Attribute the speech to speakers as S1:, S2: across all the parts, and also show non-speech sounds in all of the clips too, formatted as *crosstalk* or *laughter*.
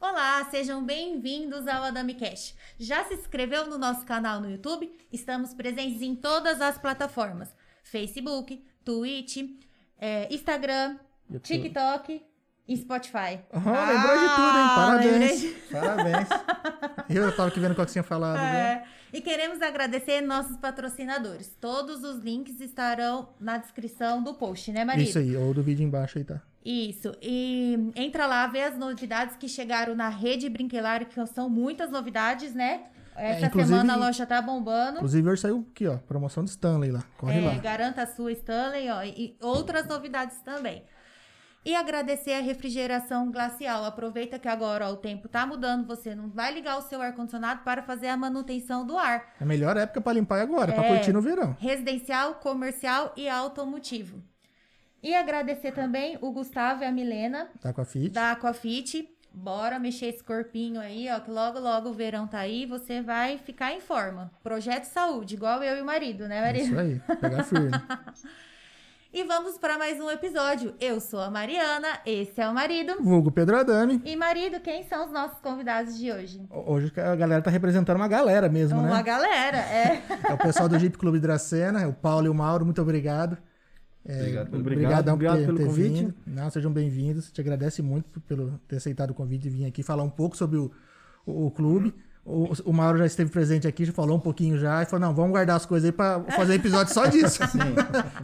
S1: Olá, sejam bem-vindos ao Adami Cash. Já se inscreveu no nosso canal no YouTube? Estamos presentes em todas as plataformas: Facebook, Twitch, eh, Instagram,
S2: YouTube.
S1: TikTok e Spotify. Ah,
S2: Oh, lembrou de tudo, hein?
S1: lembrei
S2: Parabéns.
S1: de-
S2: Parabéns. Eu tava aqui vendo o que você tinha falado. viu?
S1: É, E queremos agradecer nossos patrocinadores. Todos os links estarão na descrição do post, né, Maria?
S2: Isso aí, ou do vídeo embaixo aí, tá?
S1: Isso. E entra lá, vê as novidades que chegaram na rede Brinquelar, que são muitas novidades, né? Essa
S2: É, inclusive-
S1: semana a loja tá bombando.
S2: Inclusive, hoje saiu aqui, ó. Promoção de Stanley lá. Corre
S1: É,
S2: lá.
S1: garanta a sua Stanley, ó, e outras novidades também. E agradecer a refrigeração glacial. Aproveita que agora ó, o tempo tá mudando, você não vai ligar o seu ar-condicionado para fazer a manutenção do ar.
S2: A melhor época pra limpar é agora, pra
S1: É.
S2: curtir no verão.
S1: residencial, comercial e automotivo. E agradecer também o Gustavo e a Milena
S2: Tá com a Fit.
S1: da Aquafit. Bora mexer esse corpinho aí, ó, que logo logo o verão tá aí, você vai ficar em forma. Projeto saúde, igual eu e o marido, né,
S2: É Isso
S1: marido?
S2: aí,
S1: *laughs*
S2: pegar firme.
S1: E vamos para mais um episódio. Eu sou a Mariana, esse é o marido.
S2: Vulgo Pedro Adami.
S1: E marido, quem são os nossos convidados de hoje?
S2: Hoje a galera tá representando uma galera mesmo,
S1: Uma
S2: né?
S1: galera,
S3: *laughs*
S1: é.
S2: É o pessoal do Jeep Clube de Dracena, é o Paulo e o Mauro, muito obrigado.
S3: Obrigado. pelo-
S2: É, Obrigadão por
S4: obrigado
S2: ter,
S4: pelo
S2: ter
S4: convite.
S2: vindo. Não, sejam bem-vindos. Te agradece muito por- pelo ter aceitado o convite e vir aqui falar um pouco sobre o, o, o clube. O, o Mauro já esteve presente aqui, já falou um pouquinho já e falou: não, vamos guardar as coisas aí pra fazer episódio só
S4: *laughs*
S2: disso.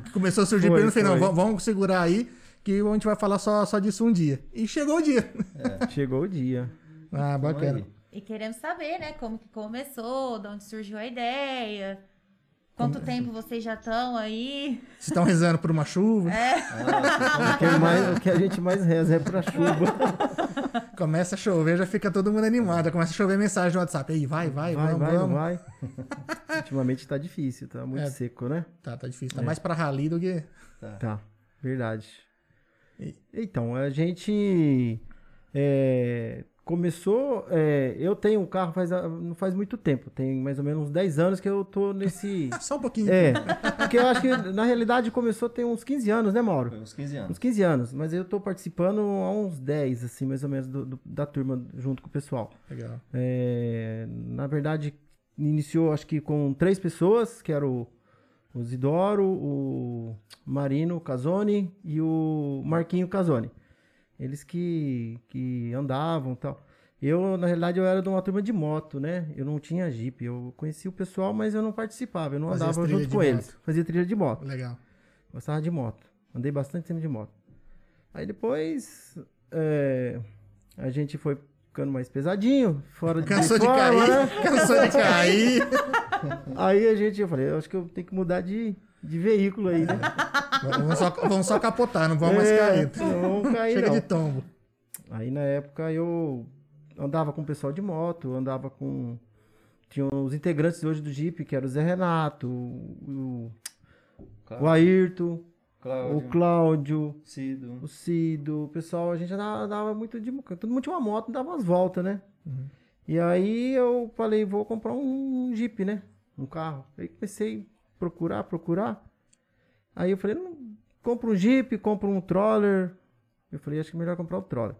S2: Que *laughs* Começou a surgir
S4: Foi,
S2: pra ele, eu falei, não,
S4: foi.
S2: vamos- vamos segurar aí, que a gente vai falar só, só disso um dia. E chegou o dia. *laughs*
S4: Chegou o dia.
S2: Ah, bacana.
S3: Então, aí.
S1: E queremos saber, né, como que começou, de onde surgiu a ideia, quanto tempo vocês já estão aí.
S2: Vocês estão rezando por uma chuva,
S4: O que, é mais- o que a gente mais reza é pra chuva.
S2: começa a chover, já fica todo mundo animado. Já começa a chover mensagem no WhatsApp. Aí, vai, vai,
S4: Vai,
S2: vamos,
S4: vai, não
S2: vamos.
S4: vai. Ultimamente tá difícil, tá muito
S2: É.
S4: seco, né?
S2: Tá, tá difícil. Tá mais pra rali do que. *laughs*
S4: Tá, verdade. Então, a gente é, começou. é, eu tenho um carro faz, a- não faz muito tempo, tem mais ou menos uns 10 anos que eu tô nesse.
S2: Só um pouquinho.
S4: É, porque eu acho que na realidade começou tem uns 15 anos, né, Mauro?
S3: Foi uns 15 anos.
S4: Uns 15 anos, mas eu tô participando há uns 10, assim, mais ou menos, do- do- da turma junto com o pessoal.
S2: Legal.
S4: É, na verdade, iniciou acho que com três pessoas, que era o, o Zidoro, o Marino Casoni e o Marquinho Casoni. Eles que, que andavam e tal. Eu, na realidade, eu era de uma turma de moto, né? Eu não tinha Jeep. Eu conhecia o pessoal, mas eu não participava. Eu não
S2: Fazia as
S4: andava
S2: trilhas
S4: junto
S2: de
S4: com eles.
S2: moto.
S4: Fazia trilha de moto.
S2: Legal.
S4: Gostava de moto. Andei bastante tempo de moto. Aí depois é, a gente foi ficando mais pesadinho, fora de
S2: Cansou de
S4: forma,
S2: cair.
S4: né?
S2: Cansou de cair.
S4: Aí a gente, eu falei, eu acho que eu tenho que mudar de, de veículo aí, né?
S2: vamos, só, vamos só capotar, não vamos mais
S4: É,
S2: cair.
S4: Não vamos cair,
S2: Chega
S4: não.
S2: de tombo.
S4: Aí na época eu andava com o pessoal de moto, andava com. Tinha os integrantes hoje do Jeep, que era o Zé Renato, o, o, o
S3: Clá-
S4: Ayrton, o
S3: Cláudio,
S4: Cláudio,
S3: Cido.
S4: O Cido, o pessoal, a gente andava, andava muito de. Todo mundo tinha uma moto, dava umas voltas, né? E aí eu falei, vou comprar um, Jeep, né? Um carro. Aí comecei a procurar, procurar. Aí eu falei, não, compro um Jeep, compro um Troller. Eu falei, acho que é melhor comprar o Troller.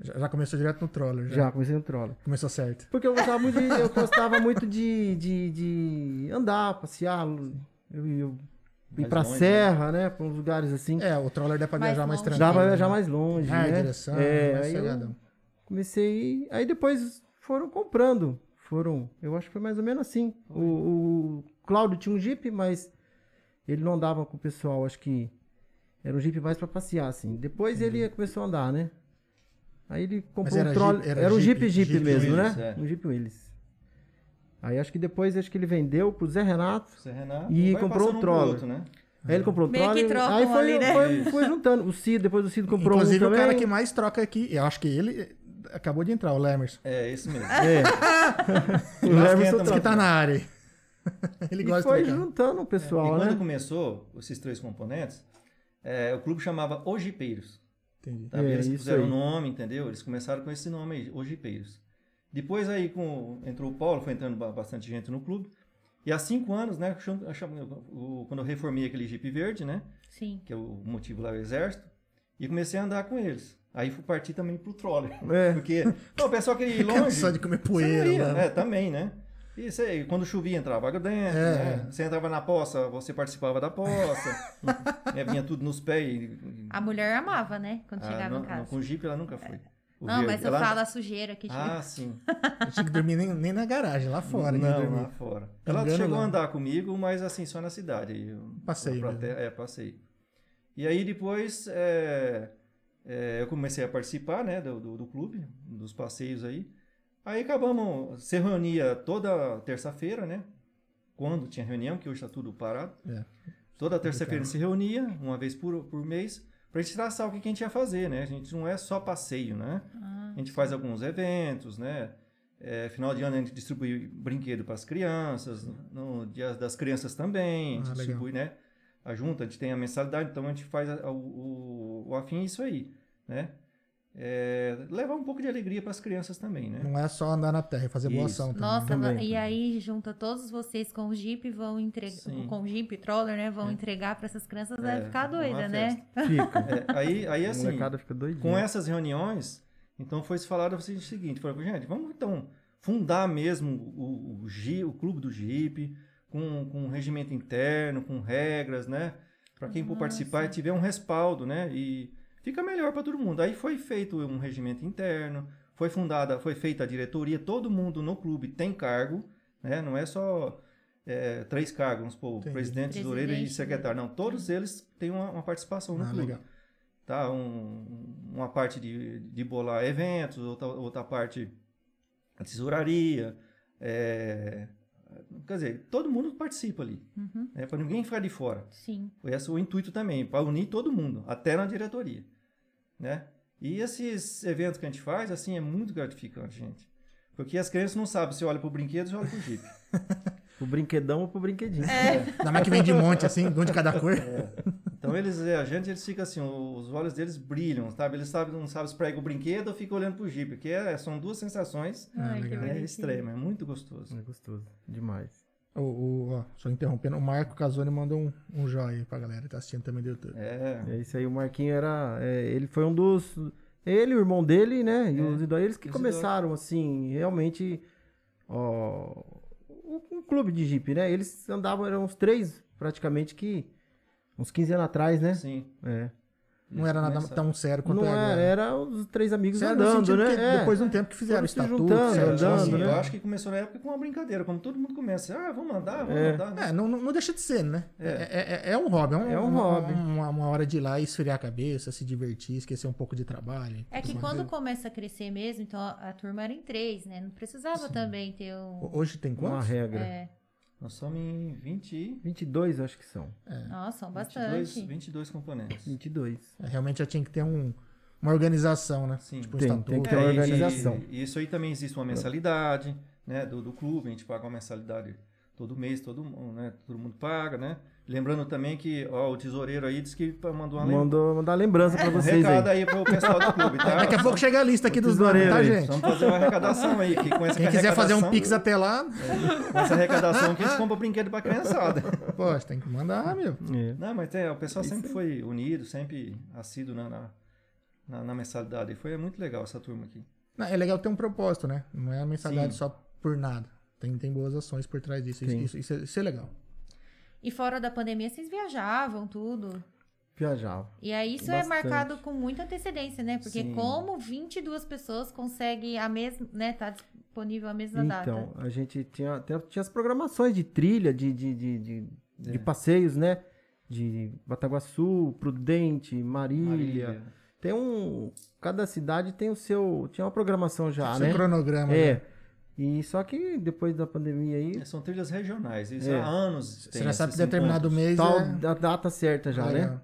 S2: Já, já começou direto no troller. Já.
S4: É. Já, comecei no Troller.
S2: Começou certo.
S4: Porque eu gostava muito de, eu gostava muito de, de, de andar, passear, eu, eu ir
S3: Mais
S4: pra
S3: longe, né?
S4: serra, né? Pra uns lugares assim.
S2: É, o troller dá pra
S1: Mais
S2: viajar mais
S1: longe.
S2: tranquilo.
S4: Dá pra viajar mais longe,
S2: Ah,
S4: É, né?
S2: direção,
S4: É,
S2: mais
S4: aí eu-
S2: cegadão.
S4: comecei. Aí depois foram comprando. Foram. Eu acho que foi mais ou menos assim. O, o Cláudio tinha um Jeep, mas ele não andava com o pessoal, acho que. Era um Jeep mais pra passear, assim. Depois ele começou a andar, né? Aí ele comprou
S2: era
S4: um troll.
S2: Jeep-
S4: Era,
S2: era
S4: um Jeep
S2: Jeep-
S4: Jeep,
S2: Jeep
S4: mesmo,
S3: Willys,
S4: né?
S3: é.
S4: Um Jeep Willys. Aí acho que depois acho que ele vendeu pro Zé Renato.
S3: Zé Renato.
S4: E
S3: vai
S4: comprou
S3: passando
S4: um
S3: pro
S4: Troller.
S3: outro, né?
S4: Aí
S2: Ah.
S4: ele comprou o
S1: Meio que
S4: troller.
S1: trocam
S4: Aí foi,
S1: ali, né?
S4: foi, foi juntando. O Cid, depois o Cid comprou
S2: Inclusive,
S4: um
S2: o
S4: também.
S2: cara que mais troca aqui, eu acho que ele eh, acabou de entrar, o Lemers.
S3: É, esse mesmo.
S4: É. o
S3: Nós
S4: Leverson
S3: tentamos
S2: Diz que tá na área. aí. *laughs* Ele
S4: E
S2: gosta né, É,
S4: foi
S2: de trocar.
S4: juntando o
S3: e
S4: pessoal,
S3: quando
S4: né?
S3: começou esses três componentes, é, o clube chamava Os Jipeiros.
S2: Entendi.
S3: Tá?
S4: É,
S3: eles
S4: isso
S3: fizeram o
S4: aí.
S3: nome, entendeu? Eles começaram com esse nome aí, Os Jipeiros. Depois aí com, entrou o Paulo, foi entrando ba- bastante gente no clube. E há cinco anos, né, cham- cham- o- quando eu reformei aquele Jeep Verde, né,
S1: Sim.
S3: que é o motivo lá do exército, e comecei a andar com eles. Aí fui partir também pro troller.
S4: É.
S3: *laughs* Porque, pô, o pessoal queria ir
S2: *laughs*
S4: Tá
S3: longe.
S2: Só de comer
S3: Você não ia,
S2: poeira. lá.
S3: É, também, né? E você, quando chovia, entrava água dentro,
S2: É.
S3: né? Você entrava na poça, você participava da poça. *laughs* né? Vinha tudo nos pés. e-
S1: A mulher amava, né? Quando
S3: Ah,
S1: chegava
S3: não-
S1: em casa.
S3: não,
S1: Não,
S3: com Jeep ela nunca foi. O verde,
S1: mas eu
S3: ela...
S1: falo a sujeira que tinha.
S3: Ah, sim.
S2: Eu tinha que dormir nem, nem na garagem, lá fora. que eu
S3: não,
S2: dormia.
S3: lá fora.
S2: Tá
S3: Ela
S2: ligando
S3: chegou
S2: lá?
S3: a andar comigo, mas assim, só na cidade. aí eu-
S2: Passeio
S3: pra
S2: mesmo.
S3: terra- é, passeio. E aí depois é, é, eu comecei a participar, né, do, do- do clube, dos passeios aí. Aí acabamos, se reunia toda terça-feira, né? Quando tinha reunião, que hoje está tudo parado.
S2: É.
S3: Toda terça-feira se reunia, uma vez por, por mês, para gente traçar o que que a gente ia fazer, né? A gente não é só passeio, né?
S1: Ah,
S3: A gente faz alguns eventos, né? É, final de ano a gente distribui brinquedo para as crianças, no dia das crianças também, a gente
S2: Ah, legal.
S3: distribui, né? A junta, a gente tem a mensalidade, então a gente faz a- o, o, o afim é isso aí, né? É, levar um pouco de alegria para as crianças também, né?
S2: Não é só andar na terra, é fazer boa
S3: Isso.
S2: ação. também.
S1: Nossa,
S4: também,
S1: va- e
S4: também.
S1: aí junta todos vocês com o Jeep, vão entregar.
S3: Sim.
S1: Com o Jeep troller, né? Vão
S3: É.
S1: entregar pra essas crianças, vai
S3: É,
S1: ficar
S3: uma
S1: doida, né?
S4: *laughs* Fica.
S3: É, aí, aí
S4: A
S3: assim,
S4: molecada fica doidinha.
S3: com essas reuniões, então foi se falado o seguinte, falou, gente, vamos então fundar mesmo o, o, Ji- o clube do Jeep, com, com um regimento interno, com regras, né? Para quem for
S1: Nossa.
S3: participar e tiver um respaldo, né? E fica melhor para todo mundo. Aí foi feito um regimento interno, foi fundada, foi feita a diretoria, todo mundo no clube tem cargo, né? Não é só é, três cargos, vamos supor,
S2: Entendi.
S3: presidente, tesoureiro e
S1: Presidente,
S3: secretário. Não, todos eles têm uma, uma participação no
S2: Ah,
S3: clube
S2: legal.
S3: tá? Um, uma parte de, de bolar eventos, outra, outra parte a tesouraria. é, quer dizer, todo mundo participa ali,
S1: Uhum,
S3: né? para ninguém ficar de fora.
S1: sim.
S3: Foi esse o intuito também, para unir todo mundo, até na diretoria, né? E esses eventos que a gente faz, assim, é muito gratificante, gente. Porque as crianças não sabem se olha pro brinquedo ou se olha pro jeep.
S4: Pro brinquedão ou pro brinquedinho.
S2: É. Ainda mais que vem de monte, assim, um de cada cor.
S3: Então eles, é, a gente, eles ficam assim, os olhos deles brilham, sabe? Eles sabem, não sabem se prega o brinquedo ou fica olhando pro jeep, que é- são duas sensações
S2: Ah,
S1: Ai, que
S2: legal.
S3: É
S1: bonitinho.
S3: extremo, é muito gostoso.
S4: É gostoso. Demais.
S2: O, o, ó, só interrompendo, o Marco Casoni mandou um, um joinha aí pra galera que tá assistindo também do YouTube.
S3: É,
S4: É isso aí, o Marquinho era. é, ele foi um dos. Ele, o irmão dele, né? E
S3: É,
S4: os idólatras, eles que
S3: os
S4: começaram, assim, realmente. Ó, um, um clube de Jeep, né? Eles andavam, eram uns três, praticamente, que. Uns 15 anos atrás, né?
S3: sim.
S4: É.
S2: Não era nada
S3: Começa-
S2: tão sério quanto
S4: Não
S2: é
S4: era,
S2: agora.
S4: era os três amigos
S2: Sério no
S4: andando,
S2: sentido
S4: né?
S2: que
S4: É.
S2: Depois de um tempo que fizeram
S4: Todos se
S2: estatuto,
S4: juntando,
S2: fizeram
S3: Então,
S4: andando,
S2: assim,
S3: assim,
S4: né?
S3: Eu acho que começou na época com uma brincadeira, como todo mundo começa. Ah, vamos andar, vamos
S4: É.
S3: andar. né?
S2: É, não, não não deixa de ser, né? É,
S3: É.
S2: é, é- é um hobby. É um,
S4: É um
S2: uma-
S4: hobby.
S2: Uma, uma hora de ir lá e esfriar a cabeça, se divertir, esquecer um pouco de trabalho. e
S1: É
S2: tudo
S1: que
S2: mais.
S1: quando começa a crescer mesmo, então a, a turma era em três, né? Não precisava também ter um.
S2: Ho- Hoje tem
S4: Uma
S2: quantos?
S4: regra.
S1: É.
S3: Nós somos em 20,
S4: 22, acho que são.
S3: é.
S1: Nossa, são
S3: 22,
S1: bastante.
S3: 22 componentes.
S4: 22.
S2: É, Realmente já tinha que ter um, uma organização, né?
S3: Sim.
S2: Tipo, um
S4: Tem-
S2: estatuto.
S4: tem que ter uma
S3: É, e-
S4: organização.
S3: E, isso aí também existe uma mensalidade, né, do, do clube, a gente paga uma mensalidade todo mês, todo, mu- né, todo mundo paga, né? Lembrando também que, ó, o tesoureiro aí disse que mandou uma lembrança.
S4: Mandou mandar lembrança
S2: *laughs*
S4: pra
S3: Um
S4: vocês aí.
S3: recado aí pro pessoal do clube, tá?
S2: Daqui a pouco chega a lista aqui dos nomes,
S4: tesoureiro
S2: tá,
S4: aí. né?
S2: gente?
S3: Vamos fazer uma arrecadação aí. Que com essa
S2: Quem quiser fazer um
S3: arrecadação-
S2: pix até lá,
S3: Com essa arrecadação que
S2: *laughs*
S3: eles compram brinquedo pra criançada.
S2: pô, tem que mandar, meu.
S4: É.
S3: Não, mas é, o pessoal sempre foi unido, sempre assíduo na, na, na, na mensalidade. E foi muito legal essa turma aqui.
S2: Não, é legal ter um propósito, né? Não é a mensalidade
S3: Sim.
S2: só por nada. Tem, tem boas ações por trás disso. Isso,
S4: Sim.
S2: isso- isso é, isso é legal.
S1: E fora da pandemia, vocês viajavam, tudo.
S4: Viajava.
S1: E aí isso é
S4: Bastante.
S1: marcado com muita antecedência, né? Porque
S3: Sim.
S1: como 22 pessoas conseguem a mesma, né? Tá disponível a mesma data.
S4: Então, a gente tinha, até- tinha as programações de trilha, de, de, de, de- de
S3: É.
S4: passeios, né? De Bataguaçu, Prudente, Marília. Tem um. Cada cidade tem o seu. Tinha uma programação já,
S2: Seu
S4: né?
S2: cronograma. né?
S4: É. E só que depois da pandemia aí,
S3: É, São trilhas regionais. Isso
S4: É.
S3: há anos.
S2: Você
S3: tem
S2: já sabe que
S3: esses
S2: determinado
S3: encontros.
S2: mês.
S4: tal
S2: é- Ah,
S4: da data certa Tá já,
S2: legal.
S4: né?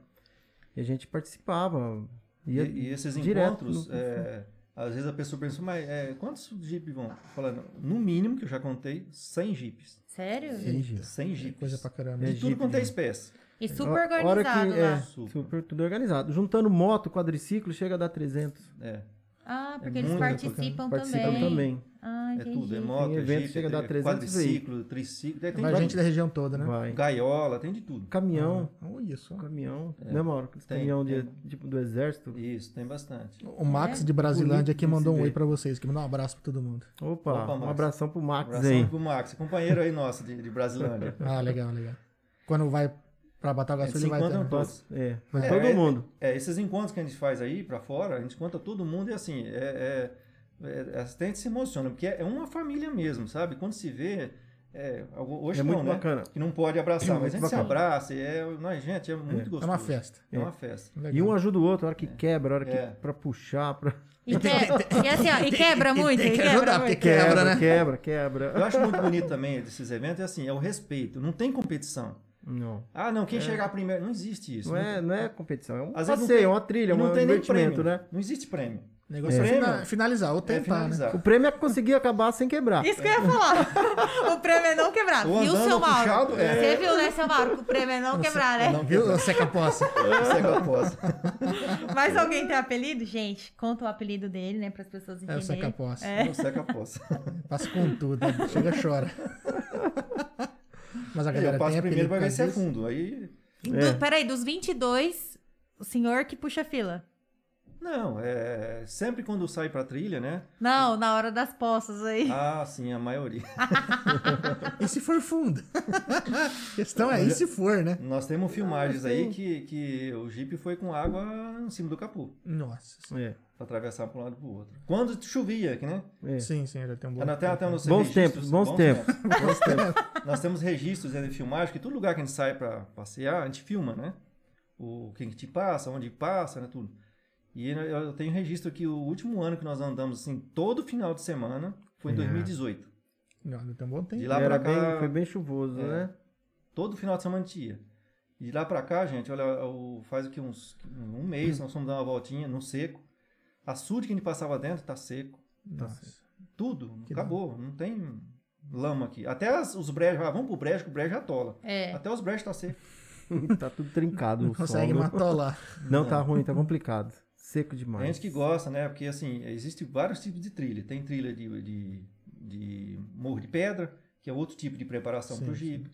S4: E a gente participava.
S3: E,
S4: Ia
S3: e esses
S4: direto
S3: encontros,
S4: no-
S3: é, às vezes a pessoa pensa, mas é, quantos jipes vão? Falando, no mínimo, que eu já contei, 100 jipes.
S1: Sério?
S4: Sim, gente.
S3: 100 jipes.
S2: Coisa pra caramba.
S4: É,
S3: De tudo
S4: Jeep,
S3: quanto é
S4: né?
S3: espécie.
S1: E super
S4: A- a hora que-
S1: organizado né?
S4: é,
S1: lá.
S3: Super.
S4: super tudo organizado. Juntando moto, quadriciclo, chega a dar 300.
S3: É.
S1: Ah,
S3: É
S1: porque eles
S3: muito
S1: participam,
S4: Participam
S1: Então também.
S4: também.
S1: Ah, Ah,
S3: É tudo,
S1: entendi.
S3: é moto,
S4: Tem
S3: é
S4: evento
S3: jeep,
S4: chega a
S3: é
S4: dar 300
S3: quadriciclo, triciclo, é, tem, tem
S2: Vai gente
S3: vários-
S2: da região toda, né?
S4: Vai.
S3: gaiola, tem de tudo.
S4: Caminhão.
S2: Ah, Olha só.
S4: Caminhão. Né, Mauro? Aqueles
S3: É. Tem,
S4: caminhão de,
S3: tem.
S4: tipo do exército.
S3: Isso, tem bastante.
S2: O Max
S4: É,
S2: de Brasilândia aqui
S4: Bonito
S2: mandou
S4: de
S2: um
S4: se
S2: oi
S4: ver.
S2: pra vocês, que mandou um abraço pra todo mundo.
S4: Opa,
S3: Opa,
S4: um
S3: Max.
S4: abração pro Max,
S3: Abração
S4: hein?
S3: pro Max, companheiro aí nosso de, de Brasilândia.
S2: Ah, legal, legal. Quando vai pra Bataguaçu,
S3: Eles
S2: ele
S3: se
S2: vai ter.
S3: encontram
S2: né?
S3: todos.
S4: É,
S2: Vai.
S4: *laughs* todo
S3: É,
S4: mundo.
S3: É, esses encontros que a gente faz aí pra fora, a gente conta todo mundo e assim, é, é, é, até a gente se emociona, porque é é uma família mesmo, sabe? Quando se vê, é, algo- hoje
S4: É
S3: não,
S4: muito
S3: né?
S4: bacana.
S3: Que não pode abraçar,
S4: É
S3: mas a gente
S4: muito
S3: se
S4: bacana.
S3: abraça, e é, nós, gente, é muito
S2: É
S3: gostoso.
S2: uma festa.
S3: É uma festa.
S2: Legal.
S4: E um ajuda o outro, a hora que quebra, a hora que
S3: É.
S4: pra puxar,
S3: *laughs*
S4: pra...
S1: E, que- e assim, ó, e quebra muito.
S2: Tem
S1: e
S2: que
S1: quebra
S2: ajudar,
S1: muito.
S2: porque quebra, né?
S4: Quebra, quebra.
S3: Eu acho muito bonito também desses eventos, é assim, é o respeito, não tem competição.
S4: Não.
S3: Ah, não, quem chegar primeiro, não existe isso.
S4: É. Não é, não é competição, é um
S3: Às vezes não
S4: passeio,
S3: tem-
S4: é uma trilha, é
S3: não
S4: um
S3: tem nem
S4: divertimento,
S3: prêmio,
S4: né?
S3: Não existe prêmio.
S2: O negócio é,
S3: É.
S2: fina- finalizar ou tentar,
S3: é finalizar.
S4: O prêmio é conseguir acabar sem quebrar.
S1: Isso que eu ia falar.
S3: *laughs*
S1: O prêmio é não quebrar.
S3: Ou
S1: Viu,
S3: andando
S1: seu
S3: ou
S1: Mauro?
S3: puxado, é.
S1: Você viu, né, seu Mauro? que O prêmio é não quebrar, né?
S2: né? Viu? Seca a posse.
S3: *laughs* Isso é que eu posso.
S1: Mas alguém tem apelido? Gente, conta o apelido dele, né? Para as pessoas
S2: É o
S1: entenderem.
S2: seca a posse.
S1: É.
S3: Não seca a poça.
S2: Passa com tudo. né? Chega e chora. Mas a galera tem
S3: Eu passo primeiro
S2: apelido
S3: pra
S2: por
S3: ver
S2: causa
S3: se é
S2: disso.
S3: fundo. Aí. é.
S1: Do- Peraí, dos 22, o senhor que puxa fila.
S3: Não, é. Sempre quando sai pra trilha, né?
S1: Não, na hora das postas aí.
S3: Ah, sim, a maioria.
S2: E se for fundo? a questão é, e se for, né?
S3: Nós temos filmagens aí que, que o Jeep foi com água em cima do capô.
S2: Nossa.
S4: É,
S3: Pra atravessar pra um lado e pro outro. Quando chovia, que né?
S4: é.
S2: Sim, sim, já tem um bom.
S3: Até, Ah, até nos
S4: Bons
S3: registros-
S4: tempos, bons tempos.
S3: *laughs*
S2: Bons tempos.
S3: Nós temos registros né, de filmagem, que todo lugar que a gente sai para passear, a gente filma, né? O quem que te passa, onde passa, né, tudo. E eu- eu tenho registro que o último ano que nós andamos assim, todo final de semana, foi em
S4: É.
S3: 2018.
S2: Não, não tem um bom tempo.
S3: De lá
S4: Era
S3: para
S4: bem,
S3: cá,
S4: foi bem chuvoso,
S3: É.
S4: né?
S3: todo final de semana a gente ia. E de lá para cá, gente, olha, o- faz o que uns um mês, nós fomos dar uma voltinha no seco. Açude que a gente passava dentro tá seco.
S2: Nossa.
S3: Tudo,
S2: Que
S3: acabou, não tem lama aqui. Até as- os brejos, ah, vamos pro brejo, que o brejo atola.
S1: É.
S3: Até os brejos tá seco.
S4: tá tudo
S3: *laughs*
S4: trincado. o
S2: Consegue
S4: solo.
S2: matolar.
S4: Não, tá ruim, tá complicado. Seco
S3: Tem
S4: demais.
S3: gente que gosta, né? Porque assim, existe vários tipos de trilha. Tem trilha de, de, de morro de pedra, que é outro tipo de preparação
S2: Sim,
S3: para o jipe.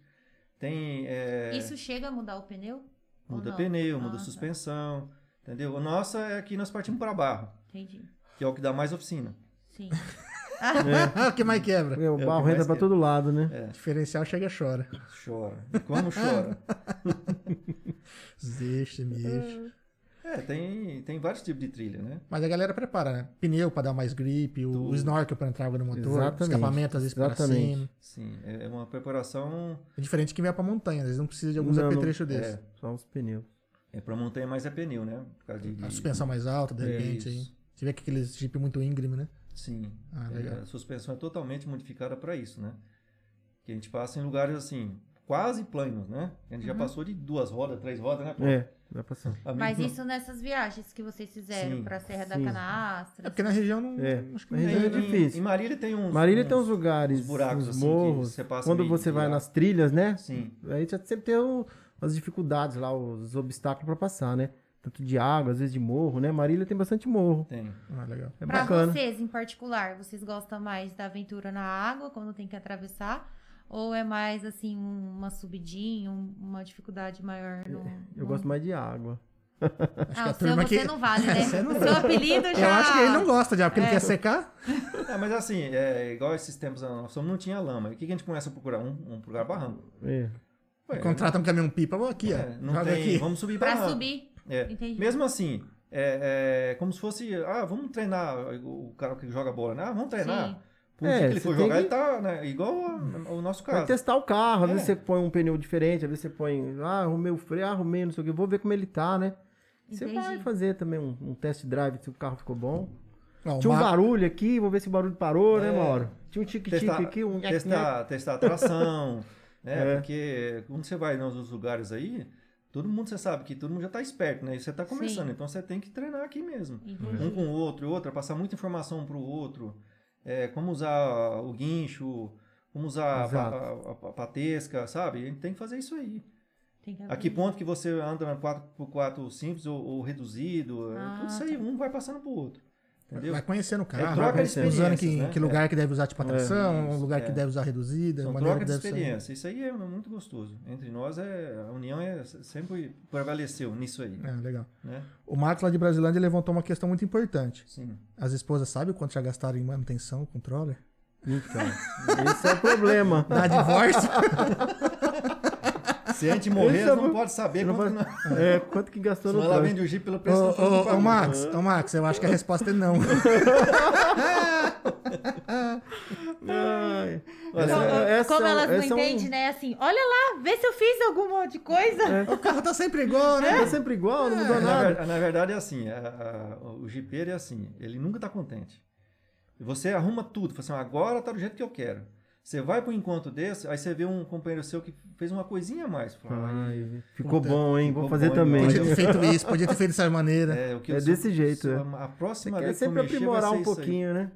S3: Tem. é,
S1: Isso chega a mudar o pneu? Ou
S3: muda
S1: não?
S3: pneu,
S1: Ah,
S3: muda
S1: tá.
S3: suspensão. Entendeu? A nossa é que nós partimos para barro,
S1: Entendi.
S3: que é o que dá mais oficina.
S1: Sim.
S2: *laughs* o que mais quebra?
S4: É, o
S3: que
S4: barro
S3: mais É.
S4: entra pra
S3: quebra.
S4: todo lado, né?
S2: Diferencial chega e chora.
S3: Chora. E Como chora?
S4: *laughs*
S2: Deixa, bicho.
S3: É, tem, tem vários tipos de trilha, né?
S2: Mas a galera prepara, né? Pneu pra dar mais gripe, o, o snorkel pra entrar água no motor,
S4: Exatamente.
S2: escapamento às vezes
S4: Exatamente.
S2: pra cima.
S3: Sim, é é uma preparação
S2: É diferente que vier pra montanha, às vezes não precisa de alguns
S4: Não, não-
S2: apetrechos desses.
S3: é,
S4: Só uns pneus.
S3: é para montanha, mas é pneu, né? Por causa de, de...
S2: A suspensão mais alta, de
S3: É,
S2: repente. aí.
S3: isso.
S2: Se tiver aqueles Jeep muito íngreme, né?
S3: Sim.
S2: Ah,
S3: É,
S2: legal.
S3: A suspensão é totalmente modificada para isso, né? Que a gente passa em lugares assim, quase planos, né? A
S4: Uhum.
S3: gente já passou de duas rodas, três rodas, né?
S4: É, dá pra cima.
S3: A
S1: Mas
S3: mesma-
S1: isso nessas viagens que vocês fizeram
S3: Sim,
S1: para Serra da
S4: sim.
S2: É
S1: Canastra.
S2: porque na região não.
S4: É,
S2: Acho que
S4: na
S2: não
S4: região é
S2: tem, né?
S4: difícil.
S3: Em Marília tem uns.
S4: Marília tem
S3: uns-
S4: uns lugares,
S3: uns buracos,
S4: uns
S3: assim, que
S4: morros.
S3: você passa
S4: Quando
S3: meio
S4: você
S3: de
S4: vai
S3: lá.
S4: nas trilhas, né?
S3: Sim.
S4: Aí já sempre tem o- as dificuldades lá, os obstáculos pra passar, né? Tanto de água, às vezes de morro, né? Marília tem bastante morro.
S3: Tem.
S2: Ah, legal.
S4: É
S1: Pra
S4: bacana.
S1: vocês, em particular, vocês gostam mais da aventura na água, quando tem que atravessar? Ou é mais, assim, um- uma subidinha, um- uma dificuldade maior? No,
S4: Eu gosto mais de água.
S2: Acho
S1: Ah,
S2: que a
S1: o seu
S2: turma
S1: você
S2: que.
S1: não vale, né?
S2: Você não
S1: Seu apelido já...
S2: Eu acho que ele não gosta de água, porque ele quer secar.
S3: É, mas assim, é igual esses tempos, nós não tinha lama. E o que que a gente começa a procurar? Um, um lugar barranco.
S4: É.
S3: Ué,
S2: Contrata um caminhão pipa, vou aqui,
S3: é,
S2: ó.
S3: não
S2: Joga
S3: tem.
S2: aqui.
S3: Vamos subir
S1: Pra
S3: barranco.
S1: subir.
S3: É.
S1: Entendi.
S3: Mesmo assim, é, é como se fosse, ah, vamos treinar o o cara que joga bola, né? Ah, vamos treinar.
S1: Sim.
S3: Por
S4: É,
S3: dia que
S4: você
S3: ele for
S4: tem
S3: jogar,
S4: que-
S3: ele tá, né? Igual a- o nosso
S4: Vai
S3: caso.
S4: testar o carro, às
S3: É.
S4: vezes você põe um pneu diferente, às vezes você põe, ah, arrumei o freio, ah, arrumei não sei o que, vou ver como ele tá, né? Você
S1: Entendi.
S4: vai fazer também um, um test drive se o carro ficou bom.
S2: Ó, o
S4: Tinha um
S2: Ma-
S4: barulho aqui, vou ver se o barulho parou, né,
S3: É.
S4: Mauro? Tinha um tique-tique
S3: testar,
S4: aqui, um nhec-nhec.
S1: né?
S3: testar, testar a
S4: *laughs*
S3: tração,
S4: É.
S3: né? Porque quando você vai nos outros lugares aí, todo mundo, você sabe que todo mundo já tá esperto, né? E você tá começando, então você tem que treinar aqui mesmo.
S1: Entendi.
S3: Um com o outro, o outro, passar muita informação um pro outro, é, como usar o guincho, como usar a,
S4: Exato.
S3: pa- a- a- a patesca, sabe? A gente tem que fazer isso aí.
S1: Tem que
S3: A que
S1: abrir.
S3: ponto que você anda 4x4 simples ou, ou reduzido, é
S1: Ah,
S3: tudo isso aí, um vai passando pro outro. Entendeu?
S2: Vai conhecendo o carro,
S3: troca
S2: vai
S3: de
S2: usando
S3: experiências,
S2: que,
S3: né?
S2: que lugar que deve usar tipo a tração,
S3: isso,
S2: um lugar que
S3: é.
S2: deve usar reduzida,
S3: São
S2: maneira
S3: troca
S2: que
S3: de
S2: deve
S4: né?
S2: ser.
S3: experiência. Isso aí é muito gostoso. Entre nós, é, a união é, sempre prevaleceu nisso aí.
S2: É, legal.
S3: Né?
S2: O Marcos lá de Brasilândia levantou uma questão muito importante.
S4: *laughs*
S3: Sim.
S2: As esposas sabem quanto já gastaram em manutenção, controller?
S4: Então, *laughs* esse é o
S3: *laughs*
S4: problema.
S2: Dá divórcio?
S3: Se a gente morrer,
S4: Esse
S3: ela
S4: é
S3: não
S4: bom.
S3: pode saber
S4: Não
S3: quanto
S4: vai-
S3: não.
S4: É, quanto que gastou no
S3: Senão ela
S4: trânsito?
S3: vende o Jeep pelo
S2: ô,
S3: preço do
S2: ô, ô,
S3: do-
S2: Max, ô, Max, eu acho que a resposta é não.
S4: Ai,
S3: Olha,
S1: Então,
S4: essa- essa-
S1: como elas não
S4: essa é um-
S1: entendem, né? Assim, olha lá, vê se eu fiz alguma de coisa.
S2: o carro tá sempre igual, né?
S4: Tá sempre igual, não mudou
S3: Na,
S4: nada.
S3: ver- na verdade é assim, a- a- o jipeiro é assim, ele nunca está contente. Você arruma tudo, fala assim, agora tá do jeito que eu quero. Você vai para um encontro desse, aí você vê um companheiro seu que fez uma coisinha a mais. Fala, "Ai,
S4: Ai, ficou bom, hein? Vou
S3: Ficou
S4: fazer
S3: bom,
S4: também.
S3: hein?
S2: Podia ter feito isso, podia ter feito dessa maneira.
S3: é, o que
S4: É
S3: eu-
S4: desse
S3: se-
S4: jeito,
S3: se-
S4: é.
S3: A próxima
S4: Quer
S3: vez que eu
S4: sempre
S3: mexer vai
S4: aprimorar
S3: ser
S4: um
S3: isso aí.
S4: pouquinho, né?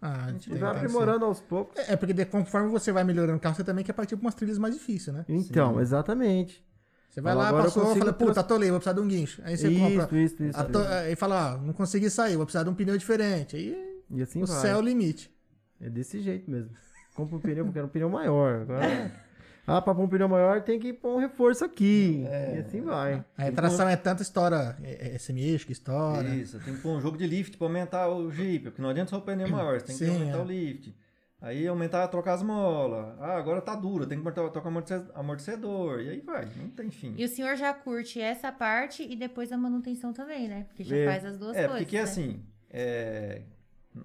S2: Ah,
S3: gente
S2: tem,
S4: Vai
S2: tem,
S4: aprimorando aos poucos.
S2: sim. É, porque de- conforme você vai melhorando o carro, você também quer partir pra umas trilhas mais difíceis, né?
S4: Então, exatamente.
S2: Você vai
S4: Fala,
S2: lá,
S4: agora eu
S2: passou,
S4: consigo
S2: fala, puta,
S4: trans-
S2: atolei, vou precisar de um guincho. Aí você
S4: Isso,
S2: compra.
S4: isso, isso.
S2: ato- Aí fala, ó, não consegui sair, vou precisar de um pneu diferente. Aí
S4: E assim
S2: o
S4: vai.
S2: céu é o limite.
S4: É desse jeito mesmo. Compra um pneu, porque era um pneu maior. *laughs* Agora, ah, pra pôr um pneu maior tem que pôr um reforço aqui. E assim vai.
S2: Aí a tração é tanta história, é, é SMX que estoura.
S3: Isso, tem que pôr um jogo de lift para aumentar o Jeep, porque não adianta só o pneu maior, você tem que
S2: Sim,
S3: aumentar
S2: é.
S3: o lift. Aí aumentar, trocar as molas. Ah, agora tá duro, tem que botar- trocar o amortece- amortecedor. E aí vai, não tem fim.
S1: E o senhor já curte essa parte e depois a manutenção também, né? Porque já
S4: É.
S1: faz as duas
S3: É,
S1: coisas.
S3: porque
S1: né?
S3: assim, é,